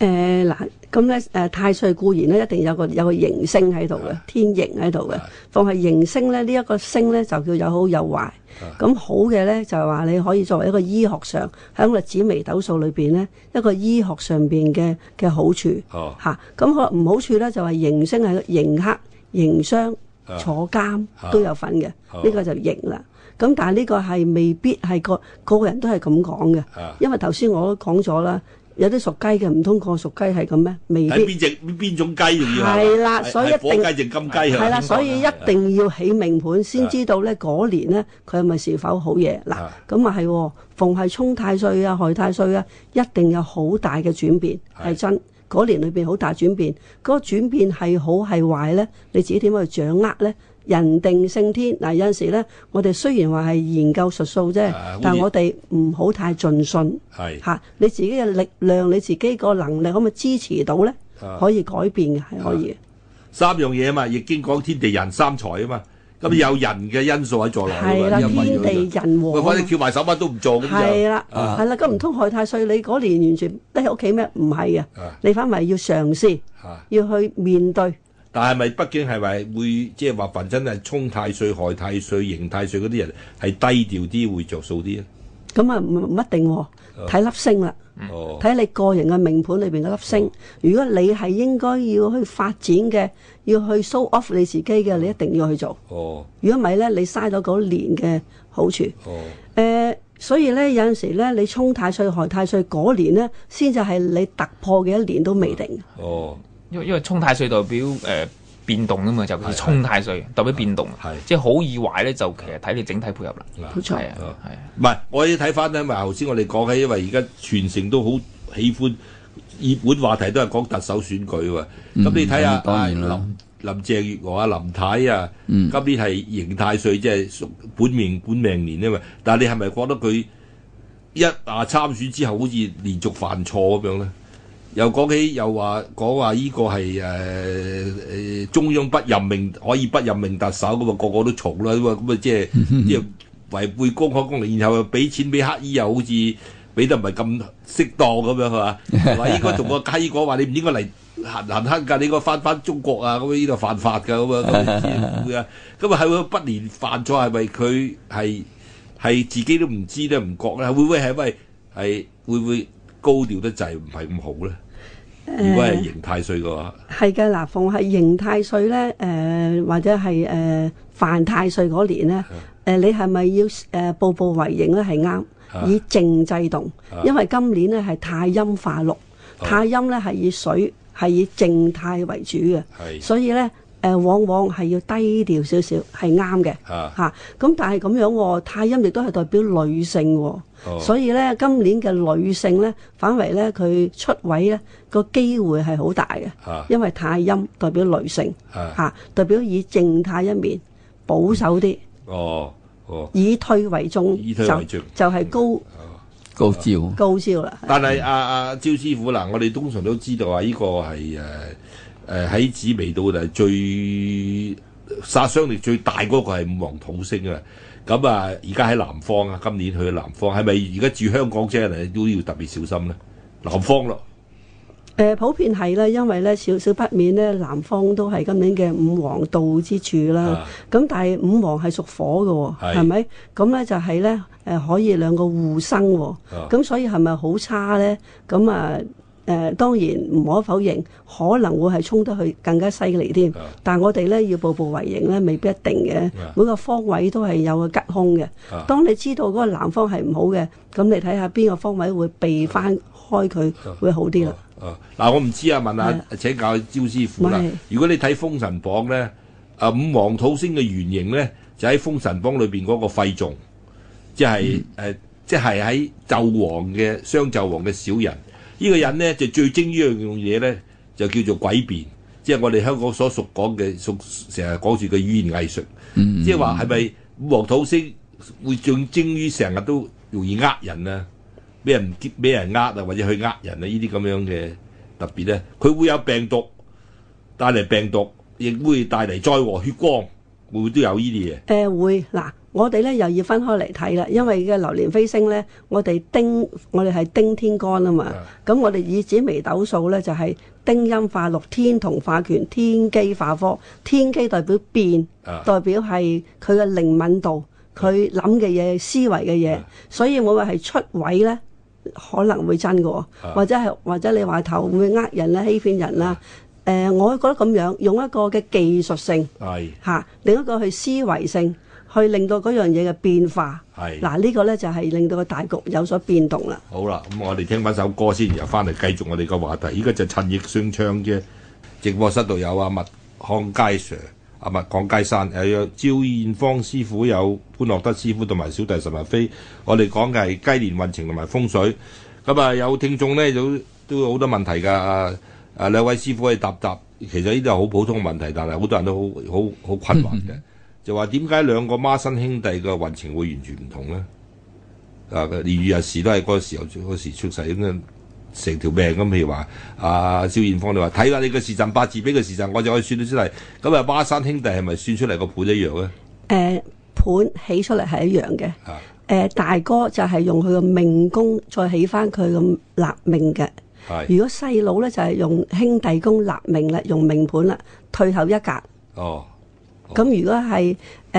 [SPEAKER 4] 誒呃嗱，咁咧誒太歲固然咧一定有個有個刑星喺度嘅，天刑喺度嘅。放係刑星咧，呢、一個星咧就叫有好有壞。咁好嘅咧就係話你可以作為一個醫學上喺我哋紫微斗數裏邊咧一個醫學上邊嘅嘅好處
[SPEAKER 1] 哦
[SPEAKER 4] 嚇。咁可能唔好處咧就係刑星係刑克、刑傷、
[SPEAKER 1] 啊
[SPEAKER 4] 坐監都有份嘅，
[SPEAKER 1] 哦
[SPEAKER 4] 呢個就刑啦。咁但係呢個係未必係個個個人都係咁講嘅。
[SPEAKER 1] 啊，
[SPEAKER 4] 因為頭先我都講咗啦，有啲屬雞嘅，唔通個屬雞係咁咩？未
[SPEAKER 1] 睇
[SPEAKER 4] 必
[SPEAKER 1] 邊只邊邊種雞仲要嘛
[SPEAKER 4] 係啦
[SPEAKER 1] 係
[SPEAKER 4] 所以一
[SPEAKER 1] 係火
[SPEAKER 4] 定
[SPEAKER 1] 雞定金雞係嘛
[SPEAKER 4] 係啦，
[SPEAKER 3] 點講
[SPEAKER 4] 所以一定要起命盤先知道咧嗰年咧佢係咪是否好嘢嗱
[SPEAKER 1] 啊？
[SPEAKER 4] 咁啊係喎，逢係沖太歲啊、害太歲啊，一定有好大嘅轉變，
[SPEAKER 1] 係
[SPEAKER 4] 係真。嗰年裏邊好大轉變，嗰、個轉變係好係壞咧，你自己點去掌握咧？人定勝天嗱，有陣時咧，我哋雖然話係研究術數啫，
[SPEAKER 1] 啊
[SPEAKER 4] 但
[SPEAKER 1] 好似
[SPEAKER 4] 我哋唔好太盡信。
[SPEAKER 1] 係
[SPEAKER 4] 嚇、你自己嘅力量，你自己個能力可唔可以支持到咧？
[SPEAKER 1] 啊
[SPEAKER 4] 可以改變嘅，係可以嘅。
[SPEAKER 1] 三樣嘢啊嘛，易經講天地人三才啊嘛，咁有人嘅因素喺在內啊嘛
[SPEAKER 4] 係啦，
[SPEAKER 1] 因為
[SPEAKER 4] 天地人
[SPEAKER 1] 喂，
[SPEAKER 4] 和
[SPEAKER 1] 反正
[SPEAKER 4] 啊嘛。
[SPEAKER 1] 翹埋手乜都唔做咁
[SPEAKER 4] 係
[SPEAKER 1] 就啊
[SPEAKER 4] 啦，係啦，咁唔通害太歲？你嗰年完全匿喺屋企咩？唔係
[SPEAKER 1] 啊
[SPEAKER 4] 啊，你反為要嘗試，
[SPEAKER 1] 嚇。
[SPEAKER 4] 要去面對。
[SPEAKER 1] 但係咪畢竟係咪會即係話凡真係衝太歲、害太歲、刑太歲嗰啲人係低調啲會着數啲咧？
[SPEAKER 4] 咁啊，唔唔一定喎，睇粒星啦。
[SPEAKER 1] 啊哦，
[SPEAKER 4] 睇你個人嘅命盤裏邊嗰粒星，如果你係應該要去發展嘅，要去 show off 你自己嘅，你一定要去做。
[SPEAKER 1] 哦，
[SPEAKER 4] 如果唔係咧，你嘥咗嗰年嘅好處。
[SPEAKER 1] 哦，
[SPEAKER 4] 誒、所以咧有陣時咧，你衝太歲、害太歲嗰年咧，先至係你突破嘅一年都未定。
[SPEAKER 1] 哦，
[SPEAKER 3] 因為因為沖太歲代表誒、呃、變動啊嘛，尤其是沖太歲代表變動，
[SPEAKER 1] 係
[SPEAKER 3] 即係好與壞咧，就其實睇你整體配合啦。
[SPEAKER 4] 冇錯
[SPEAKER 3] 係啊，係啊。
[SPEAKER 1] 唔係，我要睇翻咧，咪頭先我哋講起，因為而家全城都好喜歡熱門話題都係講特首選舉喎。咁、你睇下
[SPEAKER 2] 嗯咁當
[SPEAKER 1] 啊
[SPEAKER 2] 然啦嗯
[SPEAKER 1] 林林鄭月娥啊、林太啊，今年係刑太歲，即係屬本命本命年啊嘛。但係你係咪覺得佢一啊參選之後，好似連續犯錯咁樣咧？又講起又話講話呢個係誒誒中央不任命可以不任命特首咁啊，個個都嘈啦咁啊，咁啊即係即係違背公開公理，然後又俾錢俾黑衣，又好似俾得唔係咁適當咁樣係嘛？話應該同個黑衣講話，你唔應該嚟行行黑㗎，你應該翻翻中國啊，咁呢度犯法㗎咁啊，咁你知會啊，咁啊係咪不連犯錯係咪佢係係自己都唔知咧唔覺咧？會唔會係因為係會唔會高調得滯唔係咁好咧？如果係刑太歲嘅話，
[SPEAKER 4] 係嘅，嗱，逢係刑太歲咧，誒、或者係誒、犯太歲嗰年咧，誒、
[SPEAKER 3] 啊
[SPEAKER 4] 你係咪要誒、步步為營咧？係啱，
[SPEAKER 3] 啊
[SPEAKER 4] 以靜制動，因為今年咧係太陰化六，
[SPEAKER 3] 哦
[SPEAKER 4] 太陰咧係以水係以靜態為主嘅。
[SPEAKER 1] 係
[SPEAKER 4] 所以咧誒、往往係要低調少少係啱嘅
[SPEAKER 1] 啊
[SPEAKER 4] 嚇。咁、但係咁樣喎、太陰亦都係代表女性喎、
[SPEAKER 1] 哦
[SPEAKER 4] 所以咧今年嘅女性咧，反為咧佢出位咧個機會係好大嘅，
[SPEAKER 1] 啊
[SPEAKER 4] 因為太陰代表女性嚇、
[SPEAKER 1] 啊
[SPEAKER 4] 代表以靜態一面保守啲，
[SPEAKER 1] 哦哦，
[SPEAKER 4] 以退為進，
[SPEAKER 1] 以退為進
[SPEAKER 4] 就就係高
[SPEAKER 2] 高招。
[SPEAKER 4] 高招啦。
[SPEAKER 1] 但係阿阿招師傅嗱，我哋通常都知道啊，呢個係誒誒喺紫微度就係最殺傷力最大嗰個係五黃土星啊。咁啊，而家喺南方啊，今年去南方係咪而家住香港啫？人都要特別小心咧，南方咯，
[SPEAKER 4] 誒、呃普遍係啦，因為咧少少不免咧，南方都係今年嘅五黃道之處啦
[SPEAKER 1] 啊。
[SPEAKER 4] 咁、但係五黃係屬火嘅
[SPEAKER 1] 係
[SPEAKER 4] 喎，係咪？咁咧就係咧誒，可以兩個互生喎。
[SPEAKER 1] 啊
[SPEAKER 4] 咁、所以係咪好差咧？咁啊誒，當然唔可否認，可能會係衝得去更加犀利添。但係我哋咧要步步為營咧，未必一定嘅。
[SPEAKER 1] 啊
[SPEAKER 4] 每個方位都係有個吉凶嘅。
[SPEAKER 1] 啊
[SPEAKER 4] 當你知道嗰個南方係唔好嘅，咁你睇下邊個方位會避翻開佢，會好啲啦。
[SPEAKER 1] 啊嗱，我唔知啊，問
[SPEAKER 4] 係
[SPEAKER 1] 下請教招師傅啦
[SPEAKER 4] 喂。
[SPEAKER 1] 如果你睇《封神榜》咧，啊五黃土星嘅原型咧，就喺《封神榜》裏邊嗰個費仲，即係誒、呃即係喺紂王嘅商紂王嘅小人。呢、個人咧就最精於一樣嘢咧，就叫做詭辯，即係我哋香港所熟講嘅，熟成日講住嘅語言藝術。即係話係咪五黃土星會最精於成日都容易呃人啊？俾人唔俾人呃啊，或者去呃人啊？呢啲咁樣嘅特別咧，佢會有病毒帶嚟病毒，亦會帶嚟災禍、血光，會唔會都有呢啲嘢？
[SPEAKER 4] 誒、會呃嗱，我哋咧又要分開嚟睇啦，因為嘅榴蓮飛升咧，我哋丁我哋係丁天干啊嘛，咁我哋以紫微斗數咧就係、丁陰化六，天同化權，天機化科，天機代表變，
[SPEAKER 1] 啊
[SPEAKER 4] 代表係佢嘅靈敏度，佢諗嘅嘢、思維嘅嘢，所以我話係出位咧。可能會真嘅喎，或者係或者你話頭會呃人啦、欺騙人啦。誒、我覺得咁樣用一個嘅技術性。
[SPEAKER 1] 係
[SPEAKER 4] 嚇、另一個去思維性，去令到嗰樣嘢嘅變化。
[SPEAKER 1] 係。
[SPEAKER 4] 嗱，呢個呢就係、令到個大局有所變動啦。
[SPEAKER 1] 好啦，咁我哋聽翻首歌先，然後翻嚟繼續我哋個話題。依家就陳奕迅唱嘅直播室度有阿麥康佳 Sir、阿麥康佳山，又有趙燕芳師傅、有潘樂德師傅同埋小弟岑日飛。我哋講嘅係雞年運程同埋風水。咁啊，有聽眾咧都都有好多問題㗎。啊啊，兩位師傅可以答答。其實呢啲係好普通問題，但係好多人都好好好困惑嘅，就話點解兩個孖生兄弟嘅運程會完全唔同咧？啊，年月日時都係嗰時候嗰時出世咁樣，成條命咁。譬如話啊，蕭燕芳你話睇下你個時辰八字，俾個時辰我就可以算得出嚟。咁啊，孖生兄弟係咪算出嚟個盤一樣咧？
[SPEAKER 4] 誒、盤起出嚟係一樣嘅。誒、
[SPEAKER 1] 啊
[SPEAKER 4] 大哥就係用佢嘅命宮再起翻佢嘅立命嘅。
[SPEAKER 1] 係
[SPEAKER 4] 如果細佬呢，就係用兄弟宮立命啦，用命盤啦，退後一格。
[SPEAKER 1] 哦，
[SPEAKER 4] 咁如果係誒、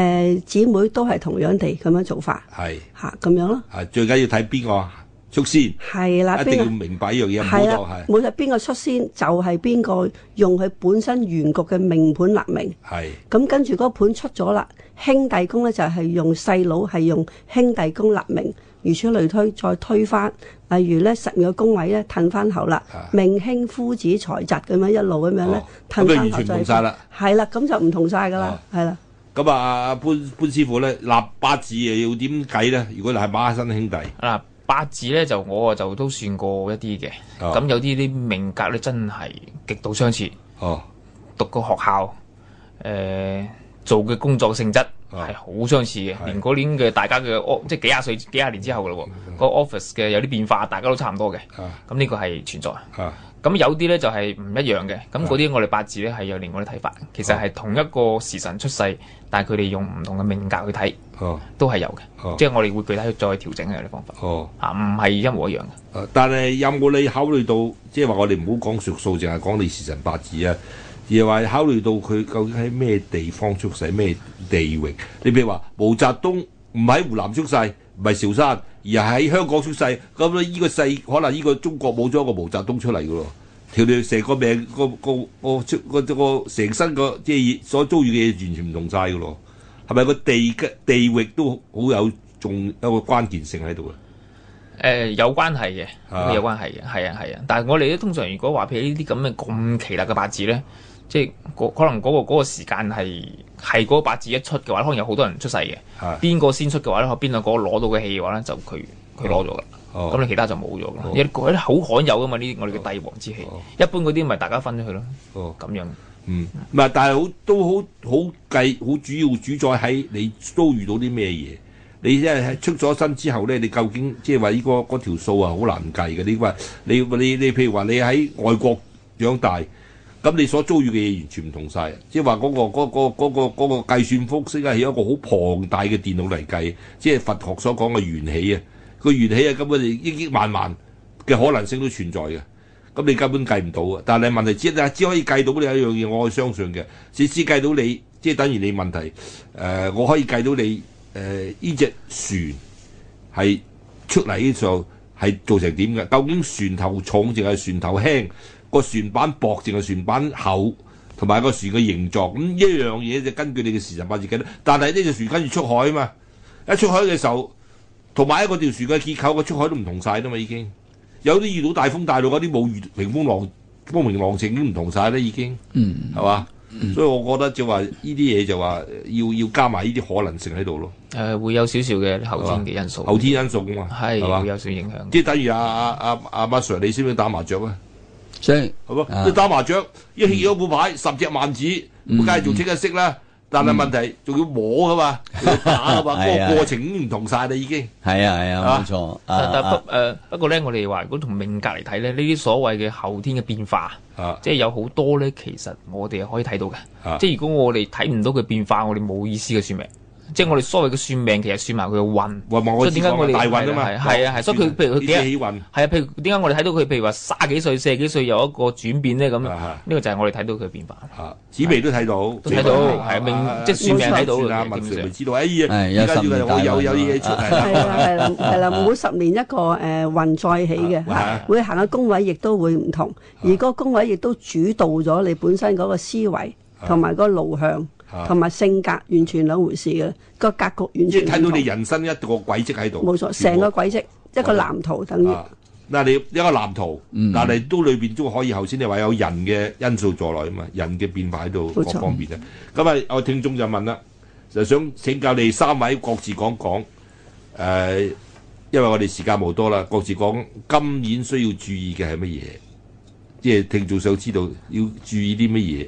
[SPEAKER 4] 姊妹都係同樣地咁樣做法
[SPEAKER 1] 係
[SPEAKER 4] 嚇，咁、樣咯。
[SPEAKER 1] 啊，最緊要睇邊個出先，一
[SPEAKER 4] 係啦，
[SPEAKER 1] 定
[SPEAKER 4] 邊
[SPEAKER 1] 要
[SPEAKER 4] 個
[SPEAKER 1] 明白呢樣嘢，唔好
[SPEAKER 4] 係
[SPEAKER 1] 就
[SPEAKER 4] 啦
[SPEAKER 1] 係，
[SPEAKER 4] 每日邊個率先就係邊個用佢本身原局嘅命盤立名，
[SPEAKER 1] 係
[SPEAKER 4] 咁跟住嗰個盤出咗啦，兄弟宮咧就係用細佬係用兄弟宮立名，如此類推，再推翻，例如咧十二個宮位咧褪翻後啦
[SPEAKER 1] 啊，
[SPEAKER 4] 命輕夫子財疾咁樣一路咁樣咧
[SPEAKER 1] 哦
[SPEAKER 4] 褪
[SPEAKER 1] 咁就
[SPEAKER 4] 翻
[SPEAKER 1] 完
[SPEAKER 4] 後
[SPEAKER 1] 全唔
[SPEAKER 4] 再
[SPEAKER 1] 同晒啦。哦
[SPEAKER 4] 係啦，咁就唔同晒噶啦，係啦，
[SPEAKER 1] 咁啊，潘潘師傅咧，立八字又要點計咧？如果你係孖生兄弟，
[SPEAKER 3] 嗱，八字咧就我就都算過一啲嘅，
[SPEAKER 1] 哦
[SPEAKER 3] 咁、有啲啲命格咧真係極度相似，
[SPEAKER 1] 哦，
[SPEAKER 3] 讀個學校，誒、做嘅工作性質
[SPEAKER 1] 哦
[SPEAKER 3] 係好相似嘅，
[SPEAKER 1] 係
[SPEAKER 3] 連嗰年嘅大家嘅 o- 即係幾廿歲、幾廿年之後嘅咯喎，個 office 嘅有啲變化，大家都差唔多嘅，
[SPEAKER 1] 啊
[SPEAKER 3] 咁呢個係存在。
[SPEAKER 1] 啊
[SPEAKER 3] 咁有啲咧就係唔一樣嘅，咁嗰啲我哋八字咧係有連我哋睇法，其實係同一個時辰出世，但係佢哋用唔同嘅命格去睇，
[SPEAKER 1] 哦
[SPEAKER 3] 都係有嘅，
[SPEAKER 1] 哦
[SPEAKER 3] 即係我哋會具體去再調整嘅有啲方法，
[SPEAKER 1] 哦。
[SPEAKER 3] 啊唔係一模一樣嘅。
[SPEAKER 1] 啊但係有冇你考慮到，即係話我哋唔好講術數，淨係啊講你時辰八字啊，而係話考慮到佢究竟喺咩地方出世，咩地域？你譬如話毛澤東唔喺湖南出世，唔係韶山，而係喺香港出世，咁咧呢個世可能呢個中國冇咗一個毛澤東出嚟嘅咯。條條成個命個個個出個個成身個即係所遭遇嘅嘢完全唔同晒嘅咯，係咪個地嘅地域都好有重一個關鍵性喺度啊？
[SPEAKER 3] 誒、呃有關係嘅，
[SPEAKER 1] 啊
[SPEAKER 3] 有關係嘅，係啊係啊。但係我哋咧通常如果話譬如呢啲咁嘅咁奇特嘅八字咧，即係個可能嗰、個嗰、個時間係係嗰個八字一出嘅話，可能有好多人出世嘅
[SPEAKER 1] 係，
[SPEAKER 3] 邊個先出嘅話咧，邊兩個攞到嘅氣嘅話咧，就佢佢攞咗啦。
[SPEAKER 1] 哦
[SPEAKER 3] 咁你其他就冇咗啦，一個一啲好罕有噶嘛呢啲我哋嘅帝王之氣，一般嗰啲咪大家分咗佢咯，
[SPEAKER 1] 哦。
[SPEAKER 3] 咁樣
[SPEAKER 1] 嗯，唔係，但係好都好好計，好主要主宰喺你都遇到啲咩嘢。你即係出咗身之後咧，你究竟即係話呢個嗰條數啊，好難計嘅。你話你你你譬如話你喺外國養大，咁你所遭遇嘅嘢完全唔同晒。即係話嗰個嗰、個嗰、個嗰、個計算方式啊，係一個好龐大嘅電腦嚟計，即係佛學所講嘅緣起啊。個緣起啊，根本就億億萬萬嘅可能性都存在嘅。咁你根本計唔到啊！但係問題只只可以計到你有一樣嘢，我係相信嘅，只只計到你，即係等於你問題誒、呃我可以計到你誒呢只船係出嚟呢度係做成點嘅？究竟船頭重定係船頭輕？個船板薄定係船板厚？同埋個船嘅形狀，咁一樣嘢就根據你嘅時辰八字計啦。但係呢隻船跟住出海啊嘛，一出海嘅時候，同埋一個條船嘅結構，個出海都唔同晒啦嘛已經。有啲遇到大風大浪嗰啲冇遇平風浪風平浪靜已經唔同晒咧，已經，嗯，係嘛？所以我覺得就話呢啲嘢就話要要加埋呢啲可能性喺度咯，
[SPEAKER 3] 誒、會有少少嘅後天嘅因素，
[SPEAKER 1] 後天因素噶嘛，
[SPEAKER 3] 係
[SPEAKER 1] 係嘛
[SPEAKER 3] 會？有少少影響嘅。
[SPEAKER 1] 即係等於阿阿阿阿馬 Sir，你識唔識打麻雀啊？
[SPEAKER 2] 所以
[SPEAKER 1] 係咯，
[SPEAKER 2] 啊
[SPEAKER 3] 嗯
[SPEAKER 1] 你打麻雀一起咗副牌十隻萬子，咁梗係做清一色啦。但係問題仲要摸噶嘛，仲要打噶 嘛，
[SPEAKER 2] 係啊
[SPEAKER 1] 嗰個過程已經唔同晒啦，已經
[SPEAKER 2] 係啊係啊，冇錯。啊
[SPEAKER 3] 但但
[SPEAKER 2] 啊
[SPEAKER 3] 不誒不過咧，我哋話如果從命格嚟睇咧，呢啲所謂嘅後天嘅變化，
[SPEAKER 1] 啊
[SPEAKER 3] 即係有好多咧，其實我哋可以睇到嘅。
[SPEAKER 1] 啊
[SPEAKER 3] 即係如果我哋睇唔到佢變化，我哋冇意思嘅算命。即係我哋所謂嘅算命，其實算埋佢嘅運。
[SPEAKER 1] 運運我
[SPEAKER 3] 所以點解我哋
[SPEAKER 1] 大運啊嘛
[SPEAKER 3] 係係啊係，所以佢譬如佢
[SPEAKER 1] 呢啲
[SPEAKER 3] 幾日
[SPEAKER 1] 起運
[SPEAKER 3] 係啊，譬如點解我哋睇到佢譬如話卅幾歲、四十幾歲有一個轉變咧咁？
[SPEAKER 1] 啊
[SPEAKER 3] 呢
[SPEAKER 1] 啊
[SPEAKER 3] 個就係我哋睇到佢嘅變化。
[SPEAKER 1] 啊，紫薇都睇到，啊
[SPEAKER 3] 都睇到係啊明即係算命睇到嘅
[SPEAKER 1] 啦，
[SPEAKER 3] 基
[SPEAKER 1] 文
[SPEAKER 3] 本上
[SPEAKER 1] 成咪知道，哎呀，
[SPEAKER 2] 係有
[SPEAKER 1] 而家
[SPEAKER 2] 十
[SPEAKER 1] 要
[SPEAKER 2] 年
[SPEAKER 1] 係我
[SPEAKER 2] 大
[SPEAKER 1] 有
[SPEAKER 2] 運
[SPEAKER 1] 有啲嘢出
[SPEAKER 2] 啊
[SPEAKER 1] 嚟
[SPEAKER 4] 係
[SPEAKER 1] 啦，
[SPEAKER 4] 啦，係啦，係啦，每十年一個誒運再起嘅，
[SPEAKER 1] 啊
[SPEAKER 4] 嚇每行嘅工位亦都會唔同，而嗰個工位亦都主導咗你本身嗰個思維同埋嗰個路向
[SPEAKER 1] 啊
[SPEAKER 4] 同埋性格，完全兩回事嘅，個格局完
[SPEAKER 1] 即係
[SPEAKER 4] 全
[SPEAKER 1] 睇
[SPEAKER 4] 唔
[SPEAKER 1] 到你
[SPEAKER 4] 同。
[SPEAKER 1] 人生一個軌跡喺度，
[SPEAKER 4] 冇錯，
[SPEAKER 1] 全
[SPEAKER 4] 成
[SPEAKER 1] 部
[SPEAKER 4] 個軌跡一個藍圖等於
[SPEAKER 1] 啊，嗱你一個藍圖，
[SPEAKER 4] 嗯
[SPEAKER 1] 但係都裏邊都可以頭先你話有人嘅因素在內啊嘛，人嘅變化喺度各
[SPEAKER 4] 冇錯
[SPEAKER 1] 方面啊。咁啊，我聽眾就問啦，就想請教你三位各自講講，誒、因為我哋時間無多啦，各自講今年需要注意嘅係乜嘢？即係聽眾想知道要注意啲乜嘢？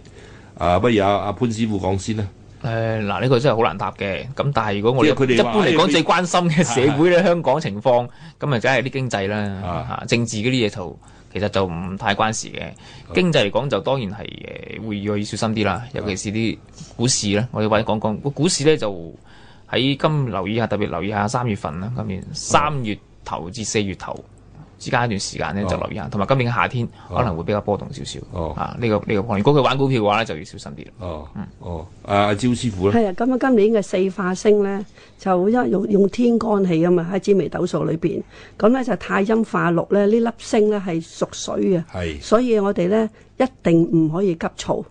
[SPEAKER 1] 啊，不如阿、阿潘師傅講先啦。
[SPEAKER 3] 誒嗱，呢個真係好難答嘅。咁但係如果我
[SPEAKER 1] 即係佢
[SPEAKER 3] 哋
[SPEAKER 1] 哋
[SPEAKER 3] 一般
[SPEAKER 1] 話
[SPEAKER 3] 嚟
[SPEAKER 1] 哎
[SPEAKER 3] 講
[SPEAKER 1] 你
[SPEAKER 3] 最關心嘅社會咧，香港情況咁啊咪梗係啲經濟啦，
[SPEAKER 1] 啊
[SPEAKER 3] 嚇政治嗰啲嘢就其實就唔太關事嘅。經濟嚟講就當然係誒會要小心啲啦，尤其是啲股市啦。我哋或者講講個股市咧就喺今留意下，特別留意下三月份啦。今
[SPEAKER 1] 哦
[SPEAKER 3] 年三月頭至四月頭之間一段時間咧
[SPEAKER 1] 哦
[SPEAKER 3] 就留意下，同埋今年嘅夏天可能會比較波動少少
[SPEAKER 1] 哦。
[SPEAKER 3] 啊，呢個呢個部分如果佢玩股票嘅話咧，就要小心啲啦。
[SPEAKER 1] 哦，
[SPEAKER 4] 嗯
[SPEAKER 1] 哦，阿、阿招師傅咧，
[SPEAKER 4] 係啊，咁啊，今年嘅四化星咧，就因為用用天干氣啊嘛，喺紫微斗數裏邊，咁咧就太陰化禄咧，呢粒星咧係屬水嘅，
[SPEAKER 1] 係
[SPEAKER 4] 所以我哋咧一定唔可以急躁，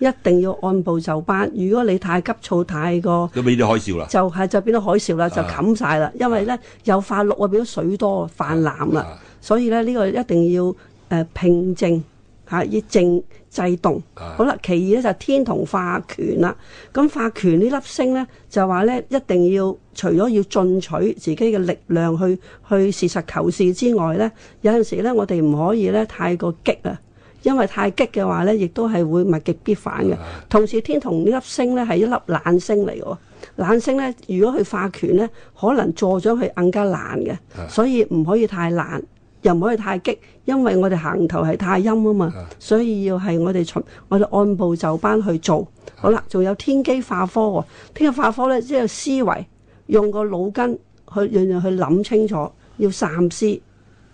[SPEAKER 4] 一定要按部就班。如果你太急躁，太過
[SPEAKER 1] 都俾你開笑啦。
[SPEAKER 4] 就係就變咗海嘯啦，就
[SPEAKER 1] 啊
[SPEAKER 4] 冚晒啦，因為咧有化禄啊，變咗水多泛濫啦，
[SPEAKER 1] 啊
[SPEAKER 4] 所以咧呢、個一定要誒、呃平靜嚇、以靜制動。
[SPEAKER 1] 啊
[SPEAKER 4] 好啦，其二咧就天同化權啦。咁化權呢粒星咧就話咧一定要除咗要進取自己嘅力量去去事實求是之外咧，有陣時咧我哋唔可以咧太過激啊。因為太激嘅話咧，亦都係會物極必反嘅。同時，天同呢粒星咧係一粒冷星嚟嘅喎，冷星咧如果佢化權咧，可能助長佢更加難嘅，所以唔可以太難，又唔可以太激，因為我哋行頭係太陰啊嘛，所以要係我哋從我哋按部就班去做。好啦，仲有天機化科喎，天機化科咧即係思維，用個腦筋去樣樣去諗清楚，要三思。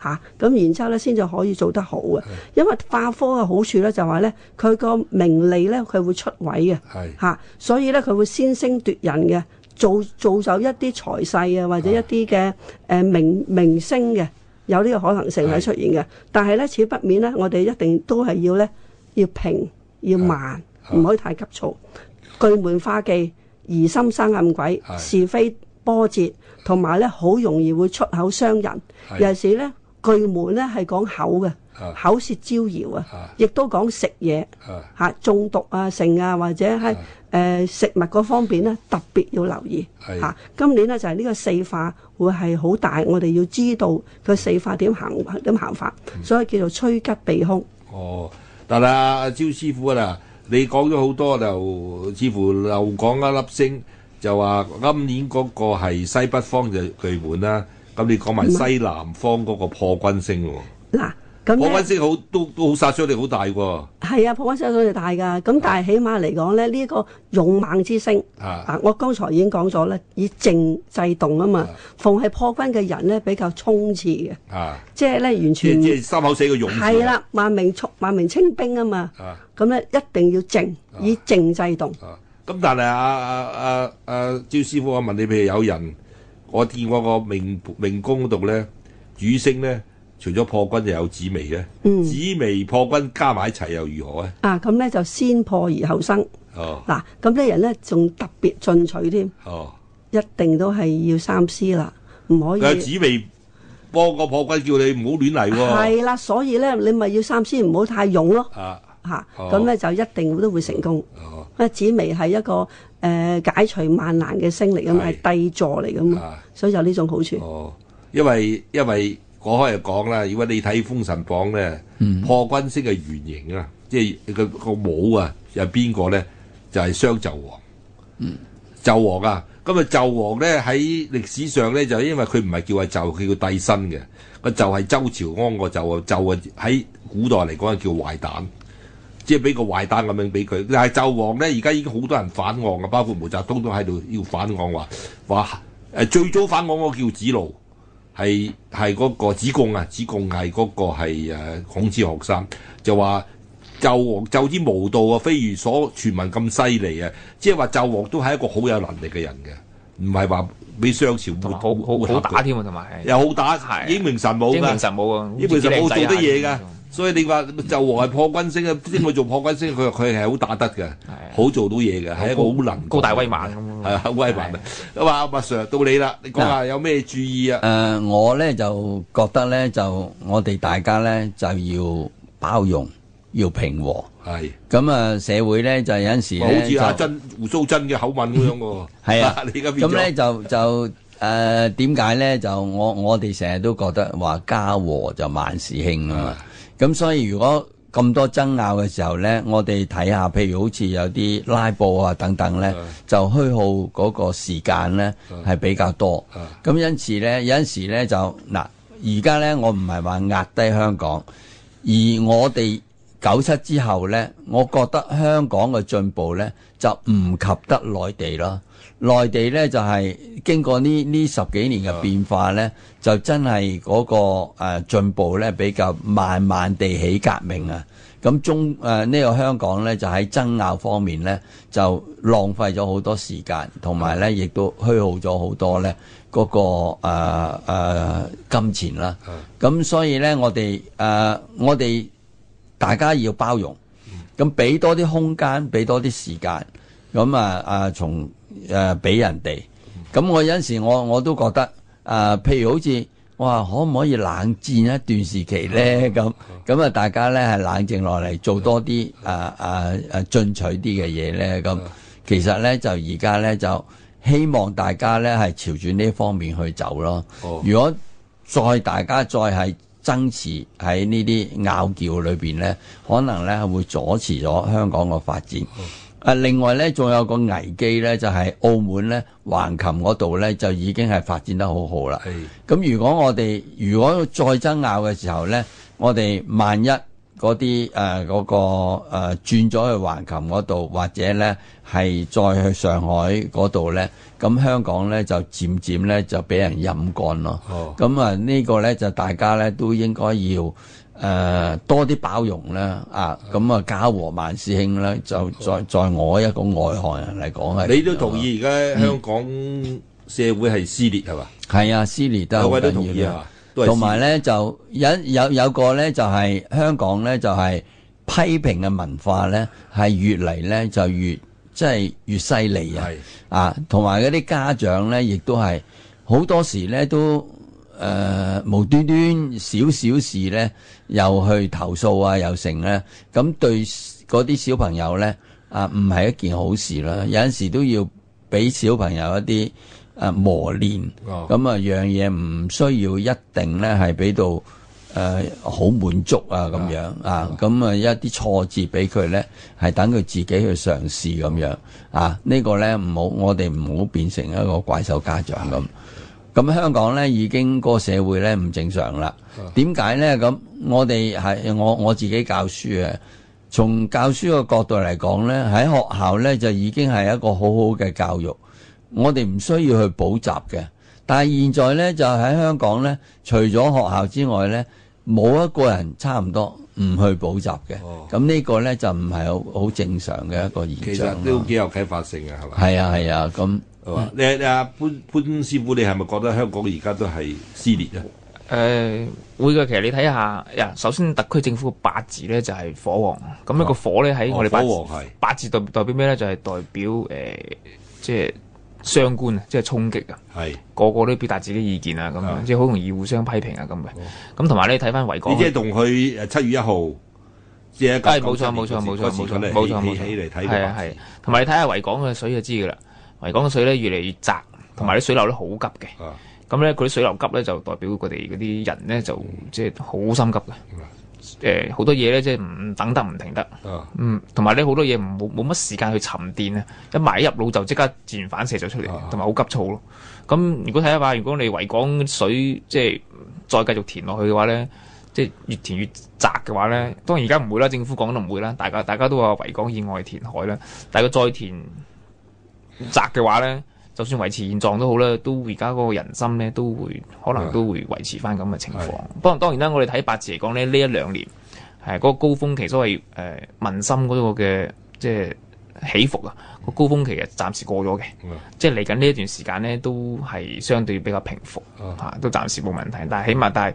[SPEAKER 4] 嚇，咁、然之後咧先至可以做得好嘅。因為化科嘅好處咧就話咧，佢個名利咧佢會出位嘅
[SPEAKER 1] 係
[SPEAKER 4] 嚇、所以咧佢會先聲奪人嘅，造造就一啲財勢啊，或者一啲嘅誒名名聲嘅，有呢個可能性喺出現嘅。但係咧，此不免咧，我哋一定都係要咧要平要慢，唔可以太急躁。巨門化忌，疑心生暗鬼，
[SPEAKER 1] 係
[SPEAKER 4] 是非波折，同埋咧好容易會出口傷人。
[SPEAKER 1] 係
[SPEAKER 4] 尤其是咧巨門咧係講口嘅
[SPEAKER 1] 啊，
[SPEAKER 4] 口舌招搖啊
[SPEAKER 1] 啊，
[SPEAKER 4] 亦都講食嘢
[SPEAKER 1] 啊
[SPEAKER 4] 嚇中毒啊、成啊，或者係誒食物嗰方面咧特別要留意
[SPEAKER 1] 係
[SPEAKER 4] 嚇。今年咧就係呢個四化會係好大，我哋要知道佢四化點行點行法，所以叫做趨吉避凶。
[SPEAKER 1] 哦，但係阿招師傅啊嗱，你講咗好多就，似乎又講一粒星，就話今年嗰個係西北方就巨門啦。咁你
[SPEAKER 4] 嗯
[SPEAKER 1] 講埋西南方嗰個破軍星喎，
[SPEAKER 4] 嗱，咁
[SPEAKER 1] 破軍
[SPEAKER 4] 咧
[SPEAKER 1] 星好都都好殺傷力好大喎。
[SPEAKER 4] 係啊，破軍星水大㗎，咁但係起碼嚟講咧，呢、個勇猛之星。
[SPEAKER 1] 啊
[SPEAKER 4] 啊！我剛才已經講咗咧，以靜制動啊嘛。逢係破軍嘅人咧，比較衝刺嘅，
[SPEAKER 1] 啊，
[SPEAKER 4] 即係咧完
[SPEAKER 1] 即係
[SPEAKER 4] 全
[SPEAKER 1] 即係心口死個勇字啊。
[SPEAKER 4] 嗯係啦，萬名速萬名清兵啊嘛。
[SPEAKER 1] 啊
[SPEAKER 4] 咁咧一定要靜，以靜制動。
[SPEAKER 1] 啊，咁但係阿阿阿阿招師傅，我問你，譬如有人，我見我個命命宮嗰度咧，主星咧，除咗破軍就有紫薇咧，
[SPEAKER 4] 嗯
[SPEAKER 1] 紫薇破軍加埋一齊又如何咧？
[SPEAKER 4] 啊，咁咧就先破而後生。
[SPEAKER 1] 哦
[SPEAKER 4] 嗱，咁呢人咧仲特別進取添，
[SPEAKER 1] 哦，
[SPEAKER 4] 一定都係要三思啦，唔可以。
[SPEAKER 1] 佢有紫薇幫個破軍叫你唔好亂嚟喎。
[SPEAKER 4] 係啦，所以咧你咪要三思，唔好太勇咯。
[SPEAKER 1] 啊，
[SPEAKER 4] 嚇，
[SPEAKER 1] 哦
[SPEAKER 4] 咁咧就一定都會成功。
[SPEAKER 1] 哦
[SPEAKER 4] 因為紫薇係一個誒、呃解除萬難嘅星嚟噶嘛，
[SPEAKER 1] 係
[SPEAKER 4] 係帝座嚟噶嘛
[SPEAKER 1] 啊，
[SPEAKER 4] 所以有呢種好處。
[SPEAKER 1] 哦，因為因為我開嚟講啦，如果你睇《封神榜》咧，破軍星嘅原型啊，即係佢個帽啊，係邊個咧？就係商紂王。紂王啊，咁啊紂王咧喺歷史上咧就因為佢唔係叫係紂，佢叫帝辛嘅，個紂係周朝安個紂啊，紂啊喺古代嚟講係叫壞蛋。即係俾個壞蛋咁樣俾佢，但係紂王咧，而家已經好多人反案嘅，包括毛澤東都喺度要反案話話誒最早反案嗰個叫子路，係係嗰個子貢啊，子貢係嗰個係誒孔子學生，就話紂王紂之無道啊，非如所傳聞咁犀利啊，即係話紂王都係一個好有能力嘅人嘅，唔係話俾商朝
[SPEAKER 3] 同埋好
[SPEAKER 1] 抹
[SPEAKER 3] 好好
[SPEAKER 1] 抹黑佢
[SPEAKER 3] 打添啊，同埋係
[SPEAKER 1] 又好打，
[SPEAKER 3] 係
[SPEAKER 1] 英明神武
[SPEAKER 3] 英明
[SPEAKER 1] 㗎。
[SPEAKER 3] 神武啊，
[SPEAKER 1] 因為其實冇做啲嘢㗎
[SPEAKER 3] 好似幾靚仔啊，
[SPEAKER 1] 所以你話就王係破軍星啊，因為做破軍星，佢佢係好打得嘅，
[SPEAKER 3] 係
[SPEAKER 1] 好做到嘢嘅，係一個好能幹
[SPEAKER 3] 高大威猛咁
[SPEAKER 1] 係啊，好威猛啊！咁啊，麥 Sir 到你啦，你講下有咩注意啊？
[SPEAKER 2] 誒、我咧就覺得咧，就我哋大家咧就要包容，要平和。
[SPEAKER 1] 係，
[SPEAKER 2] 咁啊，社會咧就有陣時
[SPEAKER 1] 哇好
[SPEAKER 2] 咧
[SPEAKER 1] 似
[SPEAKER 2] 就
[SPEAKER 1] 阿珍胡鬚真嘅口吻咁樣喎。
[SPEAKER 2] 係 啊
[SPEAKER 1] 你而家變
[SPEAKER 2] 咁咧
[SPEAKER 1] 咗
[SPEAKER 2] 就就誒點解咧？就我我哋成日都覺得話家和就萬事興啊嘛。咁所以如果咁多爭拗嘅時候咧，我哋睇下，譬如好似有啲拉布啊等等咧，就虛耗嗰個時間咧
[SPEAKER 1] 啊
[SPEAKER 2] 係比較多。
[SPEAKER 1] Ờ,
[SPEAKER 2] 咁因此咧，有陣時咧就嗱，而家咧我唔係話壓低香港，而我哋九七之後咧，我覺得香港嘅進步咧就唔及得內地啦。內地咧就係、經過呢呢十幾年嘅變化咧，就真係嗰、個誒、呃、進步咧比較慢慢地起革命啊。咁中誒呢、個香港咧就喺爭拗方面咧就浪費咗好多時間，同埋咧亦都虛耗咗好多咧嗰、個誒、呃呃金錢啦。咁所以咧，我哋誒、呃我哋大家要包容，咁俾多啲空間，俾多啲時間，咁啊啊從誒俾人哋。咁我有陣時我我都覺得誒、呃譬如好似我話可唔可以冷戰一段時期咧？咁咁啊，大家咧係冷靜落嚟，做多啲誒誒誒進取啲嘅嘢咧。咁其實咧就而家咧就希望大家咧係朝住呢方面去走咯。
[SPEAKER 1] 哦
[SPEAKER 2] 如果再大家再係爭持喺呢啲拗撬裏邊咧，可能咧會阻遲咗香港嘅發展。啊，另外咧，仲有個危機咧，就係、澳門咧橫琴嗰度咧，就已經係發展得好好啦。
[SPEAKER 1] 係
[SPEAKER 2] 咁如果我哋如果再爭拗嘅時候咧，我哋萬一嗰啲誒嗰個誒、呃、轉咗去橫琴嗰度，或者咧係再去上海嗰度咧，咁香港咧就漸漸咧就俾人飲乾咯。
[SPEAKER 1] 哦
[SPEAKER 2] 咁啊，呢個咧就大家咧都應該要誒、呃多啲包容啦，啊，咁啊家和萬事興啦，就在在我一個外行人嚟講係咁樣咯，
[SPEAKER 1] 啊你都同意而家香港社會係撕裂係嘛？
[SPEAKER 2] 係啊，撕裂得
[SPEAKER 1] 兩
[SPEAKER 2] 好
[SPEAKER 1] 位都同
[SPEAKER 2] 緊
[SPEAKER 1] 意
[SPEAKER 2] 要
[SPEAKER 1] 係
[SPEAKER 2] 啦
[SPEAKER 1] 嘛？都係
[SPEAKER 2] 同埋
[SPEAKER 1] 撕裂
[SPEAKER 2] 咧就有有有個咧就係、香港咧就係、批評嘅文化咧係越嚟咧就越即係越犀利啊！
[SPEAKER 1] 係
[SPEAKER 2] 啊，同埋嗰啲家長咧亦都係好多時咧都誒、呃、無端端少少事咧又去投訴啊又成咧，咁對嗰啲小朋友咧啊唔係一件好事啦，有陣時都要俾小朋友一啲。誒磨練，
[SPEAKER 1] 哦
[SPEAKER 2] 咁啊樣嘢唔需要一定咧係俾到誒好滿足啊咁樣啊，咁啊一啲挫折俾佢咧，係等佢自己去嘗試咁樣啊，呢個咧唔好，我哋唔好變成一個怪獸家長咁。咁香港咧已經個社會咧唔正常啦。點解咧？咁我哋係我我自己教書啊，從教書嘅角度嚟講咧，喺學校咧就已經係一個好好嘅教育。我哋唔需要去補習嘅。但係現在呢，就喺香港呢，除咗學校之外呢，冇一個人差唔多唔去補習嘅。
[SPEAKER 1] 哦
[SPEAKER 2] 咁呢、個呢，就唔係好好正常嘅一個現
[SPEAKER 1] 其
[SPEAKER 2] 象
[SPEAKER 1] 實都
[SPEAKER 2] 咯。
[SPEAKER 1] 幾有啟發性嘅係嘛？
[SPEAKER 2] 係啊係啊，咁
[SPEAKER 1] 係
[SPEAKER 3] 嗯
[SPEAKER 1] 嘛？你你阿潘潘師傅，你係咪覺得香港而家都係撕裂啊？
[SPEAKER 3] 誒會嘅，其實你睇下，呀，首先特區政府嘅八字咧就係火旺，咁一個火咧喺我哋八字
[SPEAKER 1] 哦火旺係
[SPEAKER 3] 八字代代表咩咧？就係、代表誒、即係相官啊，即係衝擊啊，
[SPEAKER 1] 係。
[SPEAKER 3] 個個都表達自己意見啊，咁樣即係好容易互相批評啊，咁嘅。咁同埋咧，睇翻維港
[SPEAKER 1] 你，即係同佢誒七月一號，即係
[SPEAKER 3] 係
[SPEAKER 1] 一九九
[SPEAKER 3] 冇錯
[SPEAKER 1] 七
[SPEAKER 3] 冇錯
[SPEAKER 1] 年
[SPEAKER 3] 冇
[SPEAKER 1] 嗰
[SPEAKER 3] 錯
[SPEAKER 1] 時
[SPEAKER 3] 冇
[SPEAKER 1] 嗰
[SPEAKER 3] 錯
[SPEAKER 1] 時
[SPEAKER 3] 冇錯
[SPEAKER 1] 起
[SPEAKER 3] 冇
[SPEAKER 1] 起起嚟睇
[SPEAKER 3] 錯，
[SPEAKER 1] 嘅
[SPEAKER 3] 係啊係。同埋你睇下維港嘅水就知噶啦，維港嘅水咧越嚟越窄，同埋啲水流咧好急嘅。
[SPEAKER 1] 啊
[SPEAKER 3] 咁咧佢啲水流急咧就代表佢哋嗰啲人咧就即係好心急嘅。誒好、多嘢咧，即係唔等得唔停得。
[SPEAKER 1] 啊，
[SPEAKER 3] 嗯，同埋咧好多嘢唔冇冇乜時間去沉澱啊，一埋一入腦就即刻自然反射咗出嚟
[SPEAKER 1] 啊，
[SPEAKER 3] 同埋好急躁咯。咁如果睇下話，如果你維港水即係再繼續填落去嘅話咧，即係越填越窄嘅話咧，當然而家唔會啦，政府講都唔會啦，大家大家都話維港以外填海啦，但係佢再填窄嘅話咧。就算維持現狀都好啦，都而家嗰個人心咧都會可能都會維持翻咁嘅情況
[SPEAKER 1] 係。
[SPEAKER 3] 不過當然啦，我哋睇八字嚟講咧，呢一兩年係嗰、個高峰期，所謂誒、呃民心嗰個嘅即係起伏啊，個高峰期啊暫時過咗嘅，
[SPEAKER 1] 嗯
[SPEAKER 3] 即係嚟緊呢一段時間咧都係相對比較平復嚇、
[SPEAKER 1] 啊
[SPEAKER 3] 都暫時冇問題。但係起碼但係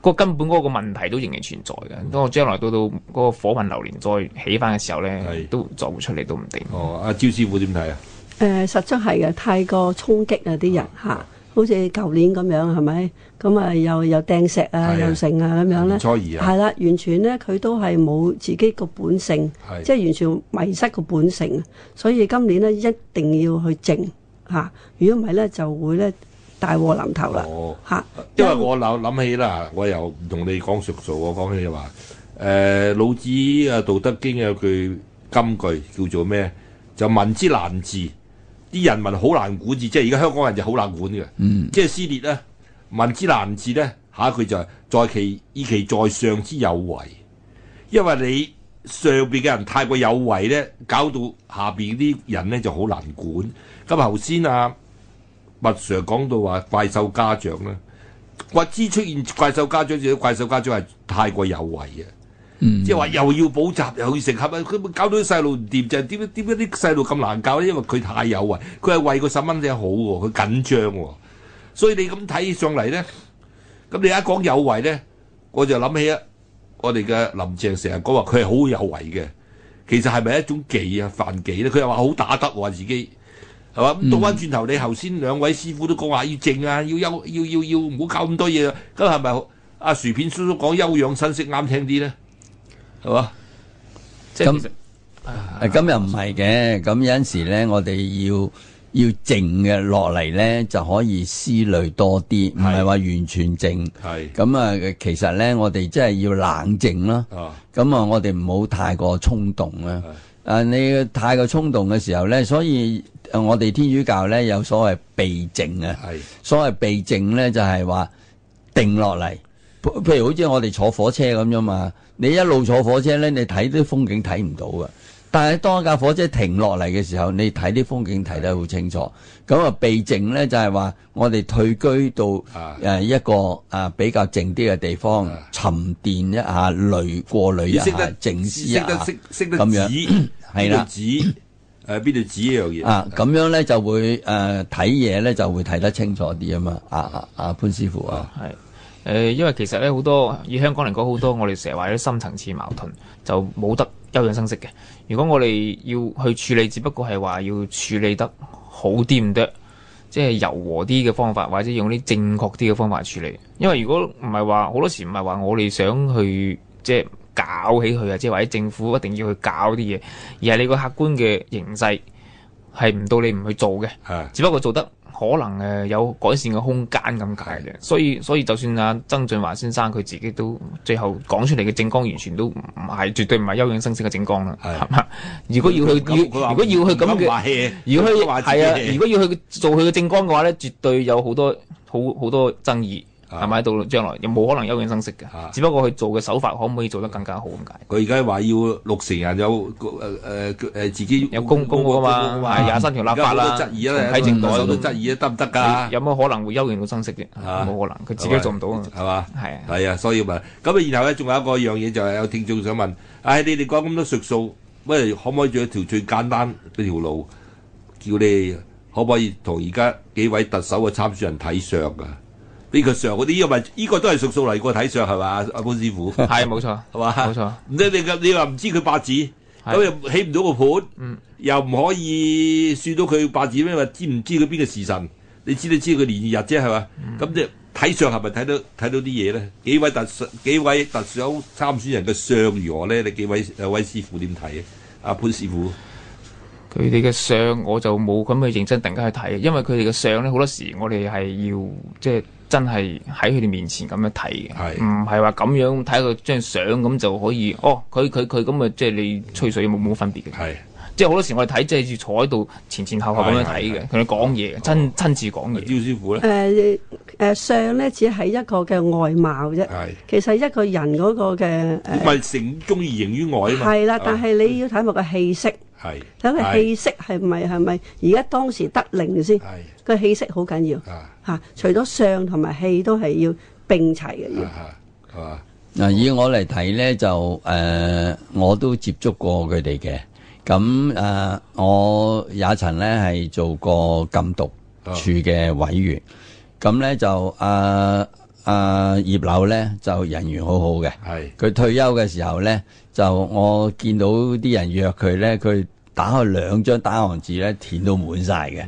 [SPEAKER 3] 個根本嗰個問題都仍然存在嘅。當我將來到到嗰個火運流年再起翻嘅時候咧
[SPEAKER 1] 係，
[SPEAKER 3] 都再會出嚟都唔定。
[SPEAKER 1] 哦，阿招師傅點睇啊？
[SPEAKER 4] 誒、實質係嘅，太過衝擊啊啲人嚇、好似舊年咁樣係咪？咁啊又又掟石啊，
[SPEAKER 1] 係啊
[SPEAKER 4] 又成啊咁樣咧，
[SPEAKER 1] 初二啊，
[SPEAKER 4] 係啦，完全咧佢都係冇自己個本性，
[SPEAKER 1] 係
[SPEAKER 4] 即係完全迷失個本性，所以今年咧一定要去靜嚇、如果唔係咧就會咧大禍臨頭啦
[SPEAKER 1] 哦。
[SPEAKER 4] 嚇、
[SPEAKER 1] 因為我諗諗起啦，我又唔同你講熟數，我講起就話誒老子啊《道德經》有句金句叫做咩？就民之難治，啲人民好難管治，即係而家香港人就好難管嘅。嗯，即係撕裂咧，民之難治咧，下一句就係、在其以其在上之有為，因為你上邊嘅人太過有為咧，搞到下邊啲人咧就好難管。咁頭先啊麥 Sir 講到話怪獸家長咧。或之出現怪獸家長，就啲怪獸家長係太過有為嘅，即係話又要補習又要成合啊，佢搞到啲細路唔掂就係點解點解啲細路咁難教咧？因為佢太有為，佢係為個細蚊仔好喎，佢緊張喎，所以你咁睇上嚟咧，咁你一講有為咧，我就諗起啊，我哋嘅林鄭成日講話佢係好有為嘅，其實係咪一種技啊犯忌咧？佢又話好打得喎自己。係嘛？咁倒
[SPEAKER 3] 嗯
[SPEAKER 1] 翻轉頭，你頭先兩位師傅都講話要靜啊，要休，要要要唔好搞咁多嘢啊。咁係咪阿薯片叔叔講休養生息啱聽啲咧？係嘛？
[SPEAKER 3] 即係
[SPEAKER 2] 咁啊
[SPEAKER 3] 其實
[SPEAKER 2] 誒咁又唔係嘅，咁有陣時咧，我哋要要靜嘅落嚟咧，就可以思慮多啲，唔係話完全靜。
[SPEAKER 1] 係
[SPEAKER 2] 咁啊，其實咧，我哋真係要冷靜啦。
[SPEAKER 1] 啊，
[SPEAKER 2] 咁啊，我哋唔好太過衝動啦。啊，你太過衝動嘅時候咧，所以啊我哋天主教咧有所謂避靜啊。
[SPEAKER 1] 係
[SPEAKER 2] 所謂避靜咧，就係話定落嚟。譬譬如好似我哋坐火車咁啫嘛，你一路坐火車咧，你睇啲風景睇唔到噶。但係當架火車停落嚟嘅時候，你睇啲風景睇得好清楚。咁啊，避靜咧就係話我哋退居到誒、
[SPEAKER 1] 啊
[SPEAKER 2] 呃一個啊比較靜啲嘅地方
[SPEAKER 1] 啊，
[SPEAKER 2] 沉澱一下，累過濾一
[SPEAKER 1] 你識
[SPEAKER 2] 下
[SPEAKER 3] 啊
[SPEAKER 1] 得，
[SPEAKER 2] 靜思一
[SPEAKER 1] 識得
[SPEAKER 2] 下。
[SPEAKER 1] 識識得
[SPEAKER 2] 咁樣
[SPEAKER 1] 指
[SPEAKER 2] 係
[SPEAKER 1] 邊
[SPEAKER 2] 啦
[SPEAKER 1] 度指誒邊度指一樣嘢
[SPEAKER 2] 啊，咁樣咧就會誒睇嘢咧就會睇得清楚啲啊嘛，啊啊啊潘師傅啊
[SPEAKER 3] 係誒、呃因為其實咧好多以香港嚟講，好多我哋成日話啲深層次矛盾就冇得休養生息嘅。如果我哋要去處理，只不過係話要處理得好啲唔得，即係柔和啲嘅方法，或者用啲正確啲嘅方法處理。因為如果唔係話好多時唔係話我哋想去即係搞起佢啊，即係或者政府一定要去搞啲嘢，而係你個客觀嘅形勢係唔到你唔去做嘅。
[SPEAKER 1] 啊
[SPEAKER 3] 只不過做得可能誒、呃有改善嘅空間咁解啫。所以所以就算阿曾俊華先生佢自己都最後講出嚟嘅政綱，完全都唔係絕對唔係休養生息嘅政綱啦，
[SPEAKER 1] 係
[SPEAKER 3] 係嘛？如果要去要
[SPEAKER 1] 咁佢話
[SPEAKER 3] 如果要去咁
[SPEAKER 1] 唔敢話
[SPEAKER 3] 嘅，
[SPEAKER 1] hea，
[SPEAKER 3] 如果
[SPEAKER 1] 佢話
[SPEAKER 3] 佢
[SPEAKER 1] 自己
[SPEAKER 3] 係啊，
[SPEAKER 1] hea
[SPEAKER 3] 如果要去做佢嘅政綱嘅話咧，絕對有好多好好多爭議。
[SPEAKER 1] 啊
[SPEAKER 3] 係咪到將來又冇可能休養生息嘅
[SPEAKER 1] 啊？
[SPEAKER 3] 只不過佢做嘅手法可唔可以做得更加好咁解？
[SPEAKER 1] 佢而家話要六成人有誒誒誒自己
[SPEAKER 3] 有公公屋啊嘛，係廿三條立法
[SPEAKER 1] 而家好
[SPEAKER 3] 啦，
[SPEAKER 1] 多質疑啊啦，
[SPEAKER 3] 重啟政改
[SPEAKER 1] 受到質疑啊得唔得㗎？
[SPEAKER 3] 有冇可能會休養到生息啫？
[SPEAKER 1] 啊
[SPEAKER 3] 冇可能，佢自己做唔到啊！
[SPEAKER 1] 係嘛？
[SPEAKER 3] 係啊
[SPEAKER 1] 係啊，所以咪咁啊。然後咧，仲有一個樣嘢就係有聽眾想問：，唉、你哋講咁多術數，不如可唔可以做一條最簡單嗰條路，叫你哋可唔可以同而家幾位特首嘅參選人睇相啊？呢個相嗰啲，因為呢個都係術數嚟過睇相係嘛？阿潘師傅係
[SPEAKER 3] 係冇錯，
[SPEAKER 1] 嘛？
[SPEAKER 3] 冇錯。
[SPEAKER 1] 唔知你咁，你話唔知佢八字，咁又起唔到個盤，又唔可以算到佢八字咩？話知唔知佢邊個時辰？你知都知佢年月日啫，係嘛？咁即係睇相係咪睇到睇到啲嘢咧？幾位特首幾位特首參選人嘅相如何咧？你幾位有位師傅點睇啊？阿潘師傅
[SPEAKER 3] 佢哋嘅相我就冇咁去認真突然間去睇，因為佢哋嘅相咧好多時我哋係要即係真係喺佢哋面前咁樣睇嘅，
[SPEAKER 1] 係
[SPEAKER 3] 唔係話咁樣睇佢張相咁就可以，哦，佢佢佢咁啊，即係你吹水冇冇分別嘅，
[SPEAKER 1] 係
[SPEAKER 3] 即係好多時我哋睇即係坐喺度前前後後咁樣睇嘅，佢哋講嘢嘅，
[SPEAKER 1] 哦
[SPEAKER 3] 親親自講
[SPEAKER 1] 阿
[SPEAKER 3] 嘢
[SPEAKER 1] 招。師傅咧，
[SPEAKER 4] 誒誒呃相咧，只係一個嘅外貌啫。
[SPEAKER 1] 係
[SPEAKER 4] 其實一個人嗰個嘅
[SPEAKER 1] 唔
[SPEAKER 4] 誒
[SPEAKER 1] 係成中意形於外啊嘛，
[SPEAKER 4] 係啦，但係你要睇埋個氣息，
[SPEAKER 1] 係
[SPEAKER 4] 睇個
[SPEAKER 1] 係
[SPEAKER 4] 氣息係咪係咪而家當時得令先，
[SPEAKER 1] 係
[SPEAKER 4] 個氣息好緊要
[SPEAKER 1] 啊
[SPEAKER 4] 嚇。除咗相同埋氣都係要並齊
[SPEAKER 1] 啊
[SPEAKER 4] 嘅要。
[SPEAKER 1] 啊係嘛
[SPEAKER 2] 嗱，啊以我嚟睇咧，就誒、呃我都接觸過佢哋嘅。咁誒、呃我也曾咧係做過禁毒處嘅委員。咁咧就誒誒、呃呃、葉柳咧就人緣好好嘅。
[SPEAKER 1] 係
[SPEAKER 2] 佢退休嘅時候咧，就我見到啲人約佢咧，佢打開兩張打行字咧，填到滿晒嘅。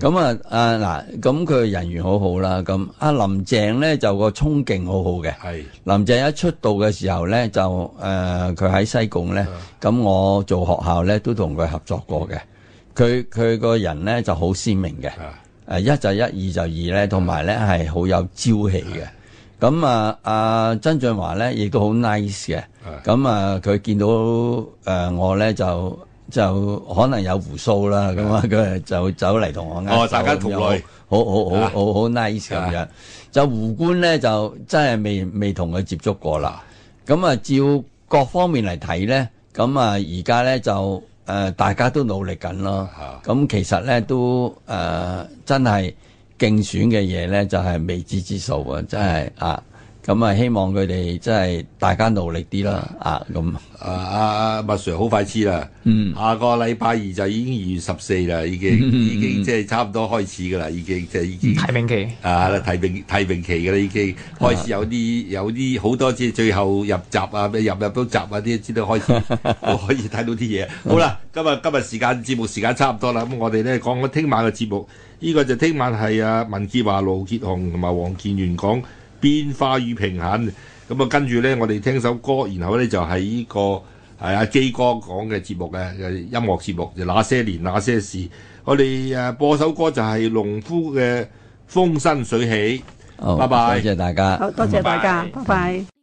[SPEAKER 2] 咁啊啊嗱，咁佢人緣好好啦。咁阿林鄭咧就個衝勁好好嘅。
[SPEAKER 1] 係
[SPEAKER 2] 林鄭一出道嘅時候咧，就誒佢喺西貢咧，咁我做學校咧都同佢合作過嘅。佢佢個人咧就好鮮明嘅，誒、呃
[SPEAKER 1] 啊
[SPEAKER 2] 一就一，二就二咧，同埋咧係好有朝氣嘅。咁啊啊曾俊華咧亦都好 nice 嘅，咁啊佢見到誒、呃我咧就就可能有胡鬚啦，咁啊佢就走嚟同我握
[SPEAKER 1] 哦
[SPEAKER 2] 手
[SPEAKER 1] 大家
[SPEAKER 2] 咁
[SPEAKER 1] 同
[SPEAKER 2] 樣
[SPEAKER 1] 類
[SPEAKER 2] 好好好
[SPEAKER 1] 啊
[SPEAKER 2] 好好 nice 咁樣。就胡官咧就真係未未同佢接觸過啦。咁啊，照各方面嚟睇咧，咁啊而家咧就誒、呃大家都努力緊咯
[SPEAKER 1] 啊。
[SPEAKER 2] 咁其實咧都誒、呃真係競選嘅嘢咧就係、未知之數啊，真係啊。咁啊，希望佢哋真係大家努力啲啦啊咁。
[SPEAKER 1] 啊啊！麥 Sir 好快知啦，下個禮拜二就已經二月十四啦，已經已經即係差唔多開始噶啦，已經即係已經
[SPEAKER 3] 提名期
[SPEAKER 1] 啊提名提名期嘅啦，已經開始有啲有啲好多次最後入閘啊，咩入入到閘啊啲，知道開始都可以睇到啲嘢。好啦，今日今日時間節目時間差唔多啦，咁我哋咧講咗聽晚嘅節目，呢、個就聽晚係啊文潔華、盧傑雄同埋黃建元講變化與平衡。咁啊，跟住咧，我哋聽首歌，然後咧就係呢、個係阿基哥講嘅節目嘅嘅音樂節目，就那些年那些事。我哋誒播首歌就係農夫嘅風生水起。
[SPEAKER 2] 好
[SPEAKER 1] 拜拜
[SPEAKER 2] 多謝大家。
[SPEAKER 4] 好多謝大家，
[SPEAKER 3] 拜
[SPEAKER 4] 拜拜